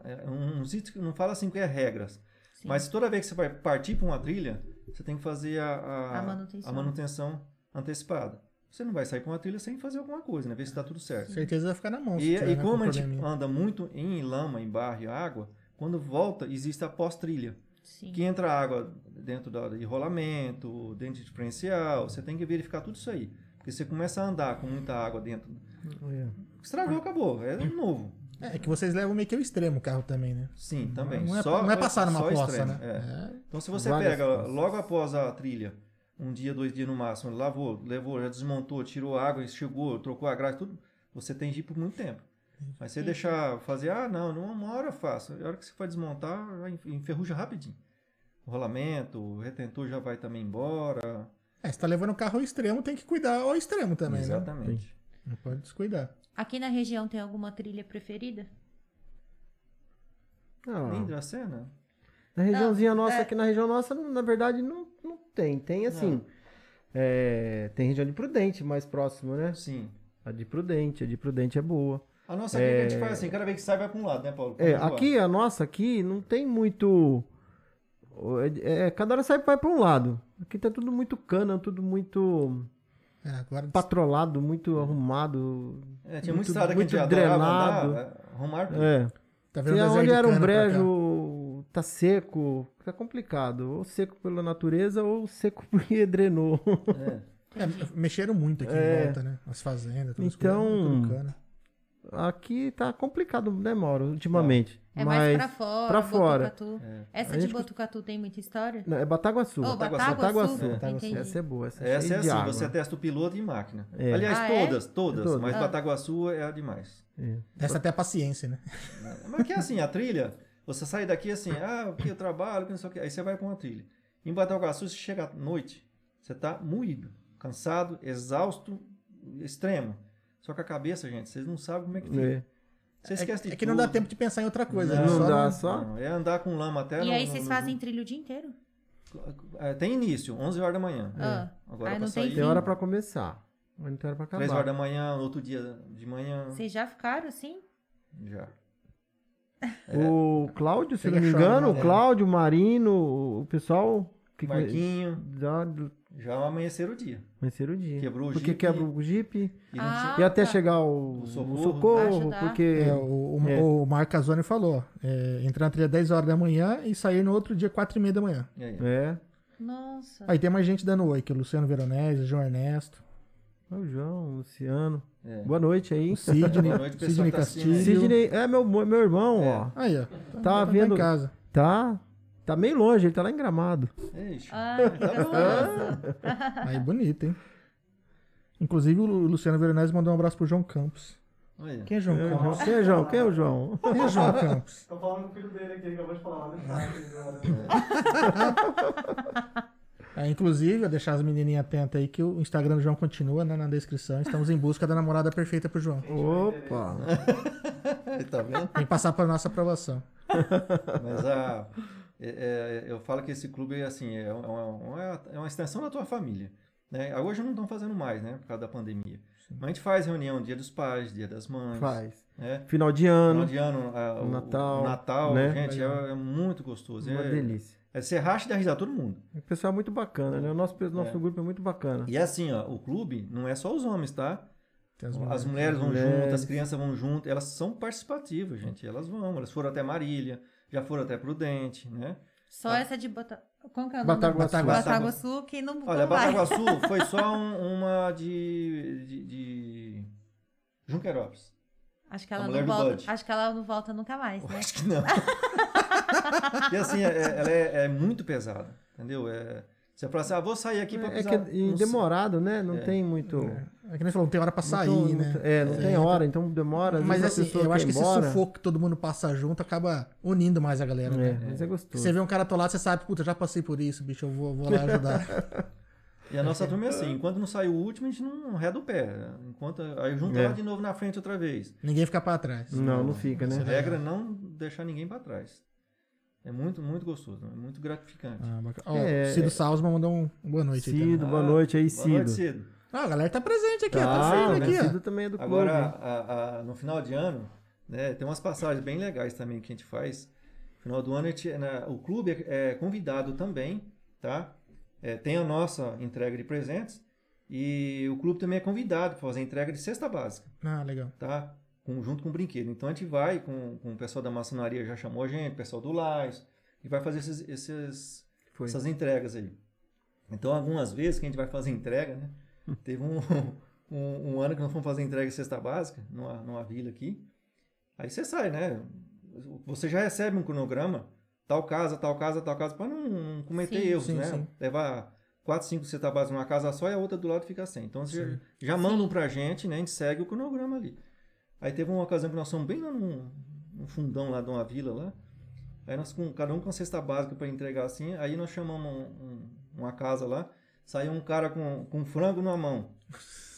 S3: é um, um sítio que não fala assim que é regras,
S1: Sim.
S3: mas toda vez que você vai partir para uma trilha, você tem que fazer a, a,
S1: A manutenção.
S3: a manutenção antecipada. Você não vai sair para uma trilha sem fazer alguma coisa, né? Ver se está tudo certo.
S2: Certeza vai ficar na mão. se
S3: E,
S2: tiver, né,
S3: e
S2: com
S3: como a gente
S2: probleminha.
S3: anda muito em lama, em barro e água, quando volta, existe a pós-trilha.
S1: Sim.
S3: Que entra água dentro da- de rolamento, dentro de diferencial, você tem que verificar tudo isso aí. Porque você começa a andar com muita água dentro.
S4: É.
S2: Hum.
S3: Estragou, acabou. É novo.
S2: É que vocês levam meio que ao extremo o carro também, né?
S3: Sim, também.
S2: Não é,
S3: só,
S2: não é passar numa
S3: só
S2: poça,
S3: extremo,
S2: né?
S3: é.
S2: É.
S3: Então, se você
S4: Várias
S3: pega
S4: poças.
S3: logo após a trilha, um dia, dois dias no máximo, lavou, levou, já desmontou, tirou a água, enxugou, trocou a graxa, tudo, você tem Jeep por muito tempo. Mas você
S1: Sim.
S3: deixar fazer, ah, não, numa hora eu faço. A hora que você for desmontar, já en- enferruja rapidinho. O rolamento, o retentor já vai também embora.
S2: É, você tá levando o carro ao extremo, tem que cuidar ao extremo também, né?
S3: Exatamente.
S2: Não pode descuidar.
S1: Aqui na região tem alguma trilha preferida?
S4: Não,
S3: Lindo a cena?
S4: na regiãozinha nossa,
S1: é.
S4: aqui na região nossa, não- na verdade, não, não tem. Tem assim. é, tem região de Prudente mais próximo, né?
S3: Sim.
S4: A de Prudente, a de Prudente é boa.
S3: A nossa aqui que a gente faz assim, cada vez que sai vai para um lado, né, Paulo?
S4: É,
S3: Pra um
S4: aqui, a nossa aqui, não tem muito. é, é, cada hora sai vai pra um lado. Aqui tá tudo muito cana, tudo muito
S2: É, agora
S4: patrolado, muito arrumado.
S3: lado. É,
S4: muito-
S3: tinha muita estrada que a gente
S4: muito
S3: adorava
S4: drenado.
S3: andar, é, arrumar tudo.
S4: É.
S2: tá vendo
S4: Se
S2: o
S4: é
S2: deserto
S4: onde
S2: de
S4: era um
S2: cana pra cá.
S4: brejo, tá seco, tá complicado. Ou seco pela natureza, ou seco *laughs* porque drenou.
S3: É.
S2: É, mexeram muito aqui
S4: É.
S2: em volta, né? As fazendas, tudo
S4: Então-
S2: escuro, tudo cana.
S4: Aqui tá complicado, né, Mauro, ultimamente.
S1: É mais
S4: Mas
S1: pra fora.
S4: pra fora.
S1: Botucatu.
S3: É.
S1: Essa
S4: A
S1: de
S4: gente-
S1: Botucatu tem muita história?
S4: Não, é Bataguaçu.
S1: Ô,
S3: Bataguaçu.
S1: Bataguaçu.
S4: Bataguaçu.
S2: Bataguaçu.
S1: Entendi.
S4: Essa é boa, essa é
S3: Essa é
S4: cheia
S3: assim,
S4: de água.
S3: você testa o piloto e máquina.
S4: É.
S3: Aliás,
S1: Ah, é?
S3: todas, todas,
S4: Todas.
S3: mas
S1: Ah.
S3: Bataguaçu é a demais.
S4: É.
S2: Testa até a paciência, né?
S3: Mas que é assim, a trilha, você sai daqui assim, ah, porque eu trabalho, que não sei o que, aí você vai pra uma trilha. Em Bataguaçu, você chega à noite, você tá moído, cansado, exausto, extremo. Só que a cabeça, gente, vocês não sabem como é que fica.
S4: É.
S3: Você esquece
S2: É,
S3: de
S2: é que não dá
S3: tudo.
S2: tempo de pensar em outra coisa.
S4: Não,
S2: né?
S4: dá,
S2: no-
S4: só.
S3: Não, é andar com lama até
S1: E
S3: no-
S1: aí
S4: é
S3: no-
S1: vocês
S3: no-
S1: fazem trilho o dia inteiro?
S3: É, Tem início, 11 horas da manhã.
S1: Ah.
S3: Agora
S1: Aí não
S3: pra
S1: tem
S3: sair,
S1: fim.
S4: Tem hora pra começar, mas não tem hora pra acabar.
S3: 3 horas da manhã, no outro dia de manhã,
S1: Vocês já ficaram assim?
S3: já.
S4: O Cláudio, se
S2: Ele
S4: não me
S2: chora,
S4: engano,
S2: né?
S4: o Cláudio, o Marino, o pessoal que
S3: Marquinho,
S4: já do-
S3: já é um amanhecer o dia.
S4: venceram o dia.
S3: Quebrou o
S4: porque
S3: Jeep.
S4: quebra o Jeep
S3: E não
S1: Ah.
S4: e até chegar o,
S3: O
S4: o
S3: socorro.
S4: socorro,
S1: Ajudar.
S4: porque
S2: É, o, o,
S4: É.
S2: o Marco Casoni falou: é, entrar na trilha 10 horas da manhã e sair no outro dia 4 e meia da manhã.
S3: E aí?
S4: é,
S1: Nossa.
S2: Aí tem mais gente dando oi, que é o Luciano Veronese, o João Ernesto,
S4: é o João, o Luciano.
S3: É.
S4: Boa noite aí.
S2: o Sidney,
S3: *laughs* Boa noite, pessoal,
S2: Sidney
S3: tá assistindo aí.
S2: Castilho.
S4: Sidney é meu meu irmão,
S3: É.
S4: ó.
S2: Aí, ó.
S4: Tá
S2: em
S4: vendo-
S2: casa.
S4: Tá tá meio longe, ele tá lá em Gramado.
S3: Ixi.
S1: Ai,
S3: Tá
S1: que gostoso.
S2: é Aí bonito, hein? Inclusive o Lu- Luciano Veronese mandou um abraço pro João Campos.
S3: Olha.
S2: Quem é João Campos?
S4: Quem é João? Quem é o João?
S2: Quem é João Campos?
S5: Tô falando com o filho dele aqui, acabou de falar né? lá no *laughs* chat agora.
S2: Ah, inclusive, eu deixar as menininhas atentas aí que o Instagram do João continua né, na descrição. Estamos em busca da namorada perfeita pro João.
S4: Opa!
S3: tá vendo?
S2: Tem que passar pra nossa aprovação.
S3: Mas a, é- é, eu falo que esse clube é assim, é uma, uma- é uma extensão da tua família. Né? Ah, Hoje não estão fazendo mais, né? Por causa da pandemia. Mas a gente faz reunião dia dos pais, dia das mães.
S4: Faz.
S3: Né?
S4: Final de
S3: Final
S4: ano.
S3: de ano, ah, o-
S4: Natal,
S3: o Natal,
S4: né?
S3: gente, é, é muito gostoso.
S4: Uma
S3: é,
S4: delícia.
S3: é, você racha e dá risada todo mundo.
S4: O pessoal é muito bacana, né? O nosso, nosso grupo é muito bacana.
S3: E é assim, ó, o clube não é só os homens, tá?
S2: Tem as
S3: As mulheres vão
S4: mulheres.
S3: junto, as crianças vão junto, elas são participativas, gente. Elas vão, elas foram até Marília, já foram até Prudente, né?
S1: Só
S3: Ah.
S1: essa de Bota... Como que é o nome?
S4: Bataguaçu.
S2: Bataguaçu.
S1: Bataguaçu, que não,
S3: Olha,
S1: não vai.
S3: Bataguaçu foi só um- uma de, de, de Junqueirópolis.
S1: Acho que ela
S3: a
S1: não
S3: mulher do
S1: volta.
S3: Bud.
S1: Acho que ela não volta nunca mais,
S3: Eu
S1: né?
S3: acho que não. *laughs* e assim, é- é- ela é, é muito pesada, entendeu? É, você fala assim, ah, vou sair aqui pra
S4: É
S3: pisar.
S4: que é e
S3: Não sei.
S4: demorado, né? Não
S3: É.
S4: tem muito.
S2: É que nem falou, não tem hora pra sair,
S4: muito-
S2: né?
S4: muito- É, não tem hora, então demora. às
S2: Mas
S4: vezes a
S2: assim,
S4: pessoa
S2: eu
S4: quer
S2: acho
S4: ir
S2: que esse
S4: embora.
S2: sufoco que todo mundo passa junto acaba unindo mais a galera,
S4: É,
S2: né?
S4: mas é gostoso.
S2: Você vê um cara atolado, você sabe, puta, já passei por isso, bicho, eu vou, vou lá
S4: *laughs*
S2: ajudar.
S3: E a nossa turma é assim, enquanto não sai o último, a gente não reda o pé. Enquanto, aí junta
S4: É.
S3: lá de novo na frente outra vez.
S2: Ninguém fica pra trás.
S4: Não, não fica, né?
S3: A regra é não deixar ninguém pra trás. É muito, muito gostoso, é muito gratificante.
S2: Ah, bacana. Ó,
S4: É,
S2: Cido
S4: é.
S2: Salzman mandou um um boa noite aí também.
S4: Cido, boa noite aí, Cido.
S3: Boa noite, Cido.
S2: Ah, a galera tá presente aqui, ó.
S4: Tá,
S2: Tá
S4: né?
S2: saindo aqui,
S4: Cido também é do clube.
S3: Agora, a- a- no final de ano, né, tem umas passagens bem legais também que a gente faz. No final do ano, a gente- na- o clube é, é convidado também, tá? É, tem a nossa entrega de presentes e o clube também é convidado para fazer a entrega de cesta básica,
S2: ó. Ah, legal.
S3: tá? Com- junto com o brinquedo. Então a gente vai com, com o pessoal da maçonaria, já chamou a gente, o pessoal do Lais, e vai fazer esses- esses,
S4: Foi.
S3: essas entregas aí. Então, algumas vezes que a gente vai fazer entrega, né? Teve um, *laughs* um, um ano que nós fomos fazer entrega em cesta básica, numa, numa vila aqui. Aí você sai, né? Você já recebe um cronograma, tal casa, tal casa, tal casa, para não, não cometer
S1: Sim,
S3: erros,
S2: sim,
S3: né?
S2: sim.
S3: Levar quatro, cinco cesta básicas numa casa só e a outra do lado fica sem. Então, você
S2: Sim.
S3: já, já mandam pra gente, né? A gente segue o cronograma ali. Aí teve uma ocasião que nós fomos bem lá num, num fundão lá de uma vila lá. Aí nós com cada um com a cesta básica para entregar assim. Aí nós chamamos um- um- uma casa lá, saiu um cara com, com um frango na mão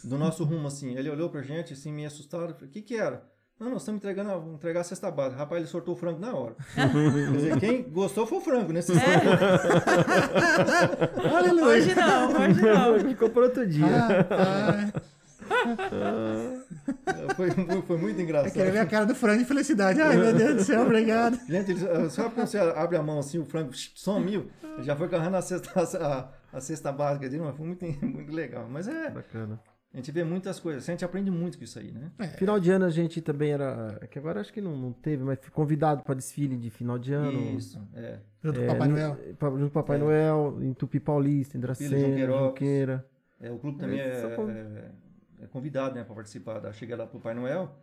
S3: do nosso rumo assim. Ele olhou pra gente assim meio assustado, falei: "O que que era?" Não, nós estamos entregando, a- vamos entregar a cesta básica. Rapaz, ele sortou o frango na
S2: *laughs*
S3: hora. Quer dizer, quem gostou foi o frango, né? Vocês sabem.
S2: Aleluia.
S1: Hoje não, hoje não.
S4: Ficou para outro
S2: *laughs*
S4: dia.
S2: Ah, ah,
S3: Foi, mu- foi muito
S2: eu
S4: é.
S3: engraçado.
S2: quero ver a cara do Frank de felicidade. Ai, meu Deus do céu, obrigado.
S3: Gente, eles, ah, sabe quando você abre a mão assim, o frango sumiu? Ele Já foi carregando a cesta, a, a cesta básica dele, mas foi muito, muito legal. Mas é,
S4: Ah, Bacana.
S3: a gente vê muitas coisas, a gente aprende muito com isso aí, né?
S4: Final de ano a gente também era. é Que agora acho que não, não teve, mas fui convidado para desfile de final de ano.
S3: Isso, é.
S2: Junto
S4: É,
S2: com o Papai
S4: no-
S2: Noel.
S4: pa- Junto com o Papai Noel, em Tupi Paulista, em
S3: Vila
S4: Dracena,
S3: Junqueiroz.
S4: Junqueira.
S3: É, o clube também
S4: É,
S3: é,
S4: só pra-
S3: é- é convidado né, para participar da chegada lá pro Pai Noel.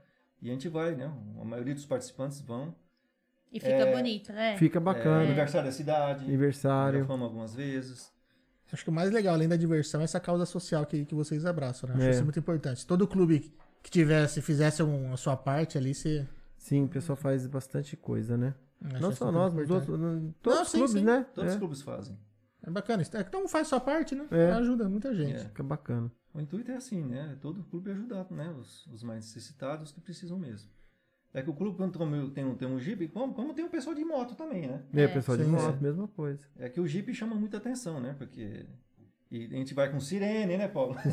S3: E a gente vai, né? A maioria dos participantes vão.
S1: E fica bonito, né?
S4: Fica
S3: É,
S4: bacana.
S3: aniversário da cidade, É. já
S4: Aniversário.
S3: fomos algumas vezes.
S2: Acho que o mais legal, além da diversão, é essa causa social que, que vocês abraçam, né? Acho
S4: É.
S2: isso muito importante. Todo clube que tivesse, fizesse um- a sua parte ali, se.
S4: Sim, o pessoal faz bastante coisa, né?
S2: acho
S4: não
S2: isso
S4: só
S2: muito
S4: nós, mas
S2: importante.
S4: outros, no- todos
S2: Não,
S4: os
S2: sim,
S4: clubes,
S2: sim.
S4: né?
S3: Todos os
S4: é,
S3: clubes fazem.
S2: É bacana. isso. É, Cada um faz sua parte, né?
S4: É.
S2: Ajuda muita gente.
S3: É.
S4: fica bacana.
S3: O intuito é assim, né? Todo clube ajudar né? os, os mais necessitados, os que precisam mesmo. É que o clube, quando tem um- tem um, tem um jipe, como, como tem o pessoal de moto também, né?
S4: É,
S1: É.
S4: pessoal de
S2: Sim,
S4: moto,
S2: sim.
S4: mesma coisa.
S3: É que o jipe chama muita atenção, né? Porque. E a gente vai com sirene, né,
S2: *laughs*
S3: Paulo?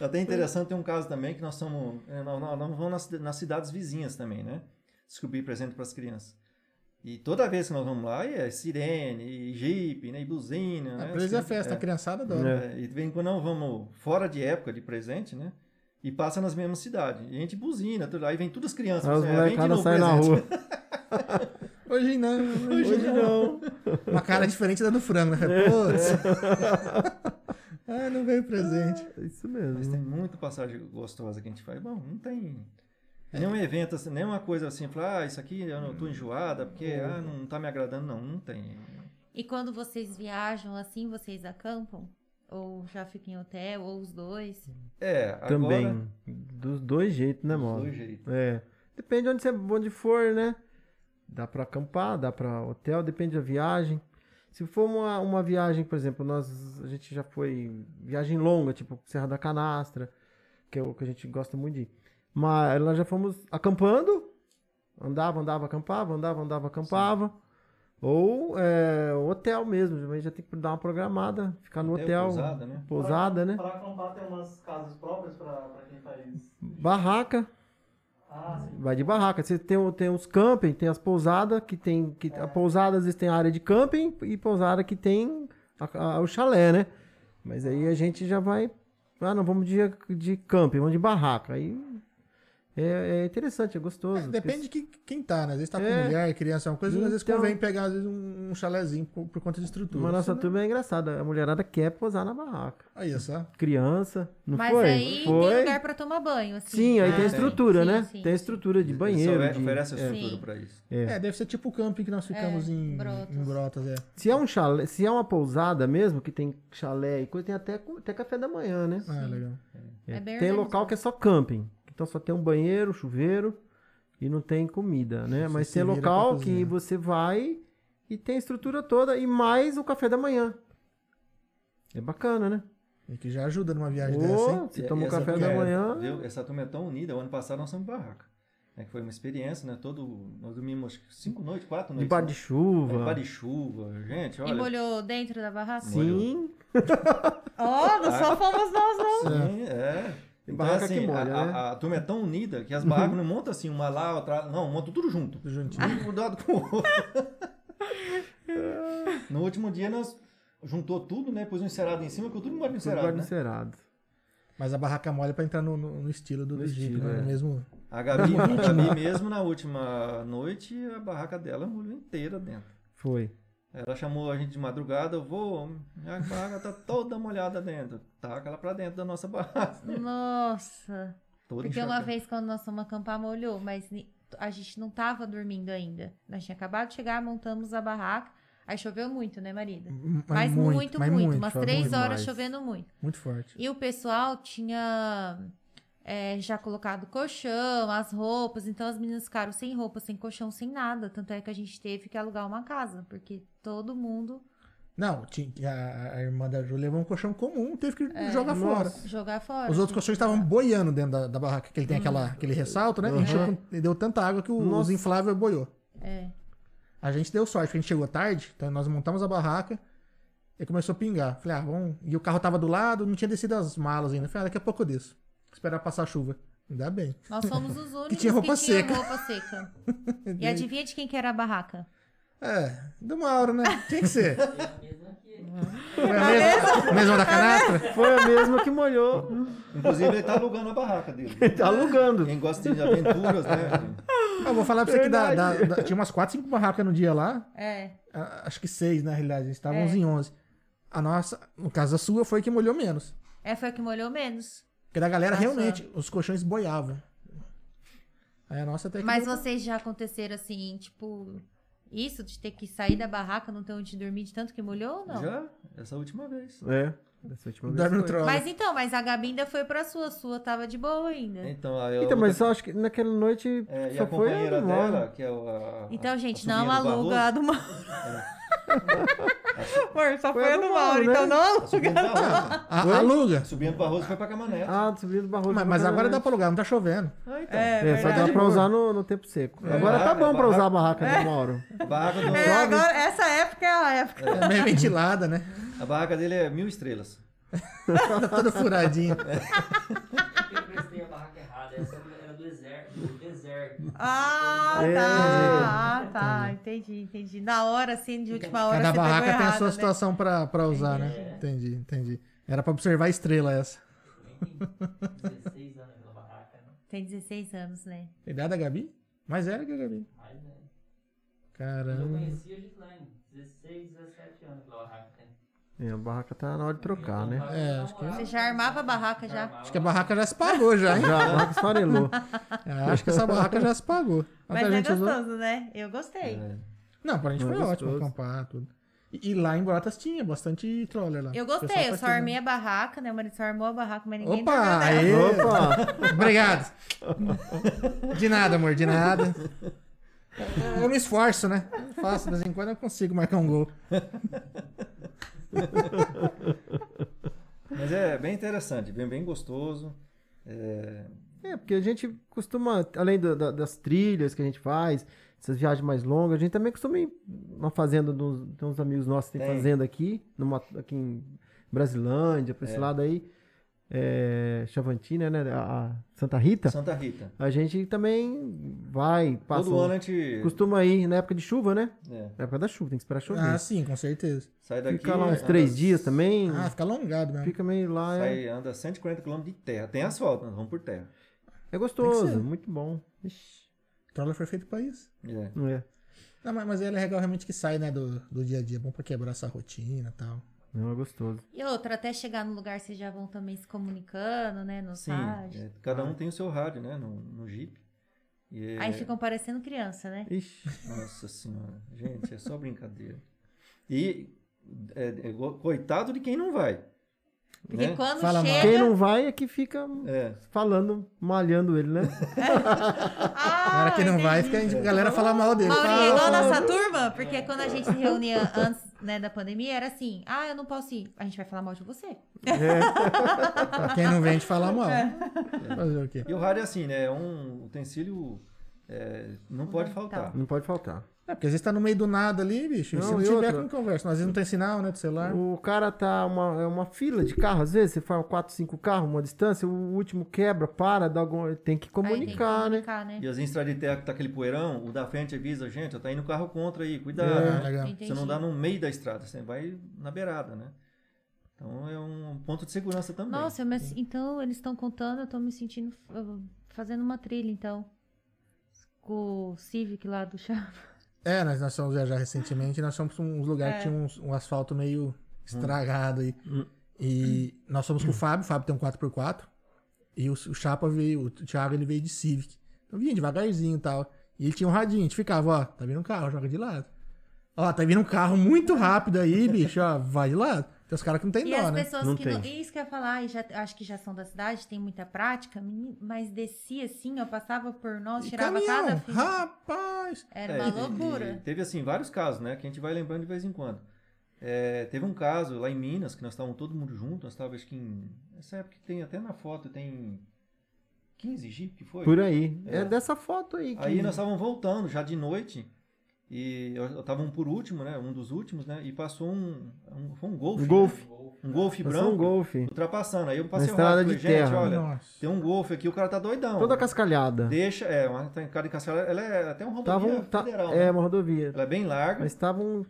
S3: Até interessante, tem um caso também que nós somos. é, Nós, nós- nós vamos nas, cida- nas cidades vizinhas também, né? Descobrir presente para as crianças. E toda vez que nós vamos lá, é sirene, e jipe, né? E buzina.
S2: Ah,
S3: né?
S2: pra eles é
S3: As crianças-
S2: festa, a
S3: é.
S2: criançada adora.
S3: É, e de vez em quando não vamos fora de época de presente, né? E passa nas mesmas cidades. E a gente buzina, tudo. aí vem todas as crianças.
S4: Aí os
S3: assim, "Ah, vem de
S4: molecadas
S3: novo
S4: saem na
S3: presente."
S4: rua.
S3: *laughs*
S2: Hoje não, né? hoje,
S4: Hoje não. É.
S2: não. Uma cara diferente da do frango, né? Putz. *laughs* ah, não veio presente.
S4: É Isso
S3: Mas
S4: mesmo.
S3: tem muita passagem gostosa que a gente faz. Bom, não tem nenhum evento, assim, nenhuma coisa assim, falar, ah, isso aqui eu não tô enjoada, porque ah, não tá me agradando, não. Não tem.
S1: E quando vocês viajam assim, vocês acampam? Ou já fica em hotel, ou os dois.
S3: É, agora...
S4: Também. Dos dois jeitos, né,
S3: Dos
S4: mano?
S3: dois jeitos.
S4: É. Depende de onde você onde for, né? Dá pra acampar, dá pra hotel, depende da viagem. Se for uma, uma viagem, por exemplo, nós a gente já foi viagem longa, tipo Serra da Canastra, que é o que a gente gosta muito de ir. Mas nós já fomos acampando, andava, andava, acampava, andava, andava, acampava. Ou é, hotel mesmo, mas já tem que dar uma programada, ficar no
S3: Hotel,
S4: hotel,
S3: pousada, né?
S4: pousada, né?
S5: Pra acampar tem umas casas próprias pra, pra quem faz.
S4: Barraca,
S5: Ah, sim.
S4: Vai de barraca. Você tem, o- tem os camping, tem as pousadas, que tem. Que,
S1: É.
S4: A pousada às vezes tem a área de camping e pousada que tem a- a- o chalé, né? Mas aí a gente já vai. Ah, não, vamos de, de camping, vamos de barraca. Aí é, é interessante, é gostoso.
S2: Depende de que, quem tá, né? Às vezes tá com
S4: É.
S2: mulher, criança, uma coisa, às vezes
S4: Então-
S2: convém pegar às vezes, um, um chalézinho por, por conta de estrutura.
S4: Mas nossa
S2: Senão-
S4: turma é engraçada. A mulherada quer pousar na barraca.
S2: Aí, só.
S4: Criança, não
S1: Mas
S4: foi?
S1: aí tem
S4: foi?
S1: lugar pra tomar banho, assim.
S4: Sim, aí
S1: Ah,
S4: tem estrutura,
S1: sim,
S4: né?
S1: sim,
S4: tem
S1: sim.
S4: estrutura de
S3: Eles
S4: banheiro.
S3: só
S4: de-
S3: oferece estrutura
S1: Sim.
S3: pra isso.
S4: É.
S2: É. deve ser tipo o camping que nós ficamos em,
S1: É, Brotas.
S2: em Brotas, é.
S4: Se é um chalé, se é uma pousada mesmo, que tem chalé e coisa, tem até, co- até café da manhã, né?
S2: Ah, legal.
S1: É
S4: É,
S1: bem
S4: tem
S1: organizado.
S4: local que é só camping. Então só tem um banheiro, chuveiro e não tem comida, né?
S2: Você
S4: Mas
S2: se
S4: tem
S2: vira pra
S4: local que
S2: cozinhar.
S4: você vai e tem a estrutura toda e mais o café da manhã. É bacana, né?
S2: E que já ajuda numa viagem dessa, hein?
S4: Ou você
S3: E-
S4: toma
S3: e
S4: o
S3: essa
S4: café
S3: turma
S4: da
S3: é-
S4: manhã.
S3: viu? Essa turma é tão unida. O ano passado nós fomos em barraca. né, que foi uma experiência, né? Todo, nós dormimos acho que cinco noites, quatro noites.
S4: De bar de
S3: né?
S4: chuva.
S3: Debaixo de chuva. Gente,
S1: E
S3: olha.
S1: molhou dentro da barraca?
S4: *laughs* Sim.
S1: Ó, não só fomos nós, não.
S3: Sim, é.
S4: Tem
S3: Então,
S4: barraca
S3: assim,
S4: que molha,
S3: a,
S4: né?
S3: a- a turma é tão unida que as barracas não montam assim, uma lá, outra lá. Não, montam tudo junto.
S2: Tudo
S1: Ah.
S2: juntinho.
S3: Um do lado com o outro. no último dia nós juntou tudo, né? Pôs um encerado em cima, porque tudo mora no
S4: Tudo
S3: encerado,
S4: bar
S3: né?
S4: de cerado.
S2: Mas a barraca mole é pra entrar no, no- no estilo do,
S4: No
S2: do Jeep,
S4: estilo,
S2: né?
S4: é.
S2: Mesmo.
S3: A Gabi, a Gabi mesmo, na última noite, a barraca dela molhou inteira dentro.
S4: Foi.
S3: Ela chamou a gente de madrugada, eu vou, minha barraca tá toda molhada dentro. Taca ela pra dentro da nossa barraca. *laughs*
S1: Nossa.
S3: Toda
S1: Porque uma
S3: encharcada.
S1: vez quando nós fomos acampar, molhou, mas ni- a gente não tava dormindo ainda. Nós tinha acabado de chegar, montamos a barraca. Aí choveu muito, né, marido?
S2: m-
S1: Mas muito, muito.
S2: mas
S1: umas
S2: foi
S1: três
S2: muito,
S1: horas
S4: demais.
S1: chovendo muito.
S2: Muito forte.
S1: E o pessoal tinha é, já colocado colchão, as roupas. Então as meninas ficaram sem roupa, sem colchão, sem nada. Tanto é que a gente teve que alugar uma casa, porque todo mundo
S2: Não, tinha, a, a irmã da Ju levou um colchão comum, teve que jogar fora.
S1: jogar fora. assim.
S2: Os outros colchões estavam boiando dentro da, da barraca, que ele tem aquela, aquele ressalto, né? Encheu com- e deu tanta água que o, os infláveis boiou.
S1: É.
S2: A gente deu sorte, porque a gente chegou tarde, então nós montamos a barraca e começou a pingar. Falei, ah, vamos. E o carro tava do lado, não tinha descido as malas ainda. Falei, ah, daqui a pouco eu desço. Esperar passar a chuva. Ainda bem.
S1: Nós somos os
S2: *laughs*
S1: únicos que tinha
S2: tinha roupa
S1: roupa
S2: seca. *laughs*
S1: seca. E adivinha de quem que era a barraca?
S2: É, do Mauro, né? Tinha que ser. é Foi a mesma, a mesma da canastra?
S4: Foi a mesma que molhou.
S3: Inclusive, ele tá alugando a
S4: *laughs*
S3: barraca dele.
S4: tá alugando.
S3: Quem gosta de aventuras, né?
S2: Eu vou falar pra você que da, da- da- tinha umas 4, 5 barracas no dia lá.
S1: É.
S2: Ah, Acho que 6, na realidade. A gente tava 11 em 11. A nossa, no caso a sua, foi que molhou menos.
S1: É, foi a que molhou menos.
S2: Porque da galera,
S1: Passou.
S2: realmente, os colchões boiavam. Aí a nossa até É que...
S1: Mas vocês já aconteceram assim, tipo, isso de ter que sair da barraca, não ter onde dormir de tanto que molhou ou não?
S3: Já, essa última vez.
S4: É. Dessa última vez
S2: Dorme no
S4: foi.
S2: trono.
S1: Mas então, mas a Gabi ainda foi pra sua, sua tava de boa ainda.
S3: Então, aí eu
S4: Então, mas
S3: outra-
S4: eu acho que naquela noite
S3: é, e
S4: só
S3: a
S4: foi a
S3: companheira
S4: do Mauro.
S3: dela, que é o- a, a-
S1: Então, gente,
S3: a
S1: não
S3: sobrinha do
S1: aluga a
S3: Barroso-
S1: do mal. *laughs* Amor, só
S4: Foi
S1: É. foi,
S4: a
S1: a
S4: do
S1: do
S4: Mauro,
S1: Mauro,
S4: né?
S1: então não
S3: a sobrinha do Barroso.
S2: A- aluga.
S3: A sobrinha do Barroso foi pra Camané.
S4: Ah, do sobrinho do Barroso.
S2: Mas, mas
S4: bacana,
S2: agora
S4: né?
S2: dá pra alugar, não tá chovendo.
S3: Ah, então.
S4: É, só dá pra usar no, no tempo seco. Agora tá
S3: Ah,
S4: bom
S3: é
S4: pra usar a barraca, né, Mauro?
S3: A barraca, do-
S1: É, agora, essa época é a época.
S2: É meio ventilada, né? *laughs*
S3: a barraca dele é mil estrelas.
S2: Tá toda furadinha.
S6: Eu prestei a barraca errada, essa era do exército. Do deserto.
S1: Ah,
S4: É,
S1: tá. Ah, tá. Entendi, entendi. Na hora, assim, de última hora,
S2: Cada
S1: você pegou
S2: barraca tem a
S1: errado,
S2: sua
S1: né? É.
S2: situação pra, pra usar, né? Entendi, entendi. Era pra observar a estrela essa.
S6: Tem 16 anos aquela barraca, né?
S1: Tem 16 anos, né?
S2: A idade da Gabi? Mais velha que a Gabi.
S6: Mas né? Quando eu
S2: Caramba.
S6: conheci a Gislaine, 16, 17 anos aquela barraca. né?
S4: É, a barraca tá na hora de trocar, né?
S2: É, acho que-
S1: Você já armava a barraca já?
S2: Acho que a barraca já se pagou
S1: *laughs*
S3: É.
S2: já, hein?
S4: Já, a barraca esfarelou.
S2: Ah, Acho que essa barraca já se pagou.
S1: Mas
S2: Até a
S1: é
S2: gente usou-
S1: gostoso, né? Eu gostei.
S2: Não, pra gente
S4: Não,
S2: foi
S4: é
S2: ótimo
S4: gostoso.
S2: acampar, tudo. E, e lá em Boratas tinha bastante troller lá.
S1: Eu
S2: O pessoal
S1: gostei, eu só
S2: fazia.
S1: armei a barraca, né? O marido só armou a barraca, mas ninguém dormiu
S2: Opa,
S1: nela.
S3: É.
S2: aê. *laughs*
S4: Opa!
S2: Obrigado. De nada, amor, de nada. Eu me esforço, né? Faço, de vez em quando eu consigo marcar um gol.
S3: Mas é bem interessante, bem, bem gostoso. É,
S4: É, porque a gente costuma, além da- da- das trilhas que a gente faz, essas viagens mais longas, a gente também costuma ir numa fazenda de uns, de uns amigos nossos que tem
S3: Tem.
S4: fazenda aqui, numa, aqui em Brasilândia, pra esse lado aí. É, Chavantina, né? A, a Santa Rita.
S3: Santa Rita.
S4: A gente também vai, passa.
S3: Todo
S4: um-
S3: ano né? a gente
S4: Costuma ir na época de chuva, né?
S3: é,
S4: Na época da chuva, tem que esperar chover.
S2: Ah, sim, com certeza.
S3: sai daqui. né?
S4: Fica lá uns
S3: anda-
S4: três dias também.
S2: Ah, fica alongado mesmo.
S4: fica meio lá. É,
S3: Sai, anda 140 km de terra. Tem asfalto, nós vamos por terra.
S4: é
S2: Tem que ser.
S4: gostoso, muito bom. Ixi,
S2: Troller foi feito pra isso.
S3: É.
S4: não é.
S2: Não, mas, mas ele é legal realmente que sai, né, do, do dia a dia. É bom pra quebrar essa rotina e tal.
S4: Não é gostoso.
S1: E outra, até chegar no lugar, vocês já vão também se comunicando, né? Nos
S3: Sim,
S1: rádios.
S3: é, cada um tem o seu rádio, né? No, no Jeep. E é-
S1: Aí ficam parecendo criança, né?
S4: Ixi.
S3: Nossa senhora, gente, é só brincadeira. E é, é, go- coitado de quem não vai.
S1: Porque
S3: né?
S1: quando
S2: Fala mal.
S1: chega.
S4: Quem não vai é que fica
S3: É,
S4: falando, malhando ele, né?
S1: Ah,
S2: O cara que não vai,
S1: entendi.
S2: fica, a galera fala mal dele.
S1: Maurinho, é
S2: Fala,
S1: igual a
S2: fala.
S1: nossa turma, porque quando a gente se reunia antes né, da pandemia, era assim: ah, eu não posso ir. A gente vai falar mal de você.
S2: Quem não vem te falar mal.
S1: É.
S2: Fazer o quê?
S3: E o rádio é assim, né? É um utensível. é, não pode faltar.
S4: Não pode faltar.
S2: É, porque às vezes tá no meio do nada ali, bicho. e se
S4: Não,
S2: não
S4: e
S2: tiver,
S4: outra?
S2: não conversa. Às vezes não tem sinal, né, do celular.
S4: O cara tá uma, é uma fila de carro, às vezes você faz um quatro, cinco carros, uma distância, o último quebra, para, dá algum, tem que
S1: Aí tem que
S4: comunicar, né?
S1: comunicar, né?
S3: E as estradas de terra que tá aquele poeirão, o da frente avisa, gente, ó, tá indo carro contra aí, cuidado.
S2: É,
S3: né?
S2: legal.
S1: Entendi.
S3: Você não dá no meio da estrada, você vai na beirada, né? Então é um ponto de segurança também.
S1: Nossa, mas então eles estão contando, eu tô me sentindo. eu- fazendo uma trilha, então. Com o Civic lá do chá.
S2: É, nós, nós fomos viajar recentemente e nós fomos pra uns lugares
S1: É.
S2: que tinha uns- um asfalto meio estragado aí.
S4: Hum.
S2: E nós fomos com o Fábio, o Fábio tem um 4x4. E o, o Chapa veio, o Thiago ele veio de Civic. Então vinha devagarzinho e tal. E ele tinha um radinho, a gente ficava, ó, tá vindo um carro, joga de lado. Ó, tá vindo um carro muito rápido aí, *laughs* bicho, ó, vai de lado. Tem os caras que não tem
S1: E
S2: dó,
S1: as
S2: né?
S1: pessoas
S4: Não
S1: que
S4: tem.
S1: não. Isso que eu ia falar, e já, acho que já são da cidade, tem muita prática, meni- mas descia assim, ó, passava por nós,
S2: E
S1: tirava cada
S2: caminhão,
S1: fita.
S2: rapaz!
S1: Era
S3: É,
S1: uma
S3: e- e
S1: loucura.
S3: teve assim vários casos, né? Que a gente vai lembrando de vez em quando. É, teve um caso lá em Minas que nós estávamos todo mundo junto, nós estávamos acho que em. Essa época que tem até na foto, tem 15 Jeep que foi?
S4: Por aí. É,
S3: É.
S4: dessa foto aí. Que...
S3: Aí nós estávamos voltando já de noite. E eu eu tava um por último, né? Um dos últimos, né? E passou um. um foi um golfe.
S4: Um
S3: né?
S4: golfe.
S3: Um golfe
S4: Passou
S3: branco.
S4: um golfe.
S3: Ultrapassando. Aí eu passei
S4: Na
S3: o
S4: estrada
S3: rádio.
S4: de
S3: falei, Gente,
S4: terra. né?"
S3: olha,
S2: Nossa.
S3: tem um golfe aqui, o cara tá doidão.
S4: Toda cascalhada.
S3: Deixa. É, uma cara de cascalho. Ela é até um
S4: Tava
S3: rodovia
S4: um, ta-
S3: federal.
S4: É,
S3: né?
S4: uma rodovia.
S3: Ela é bem larga.
S4: Mas tava um...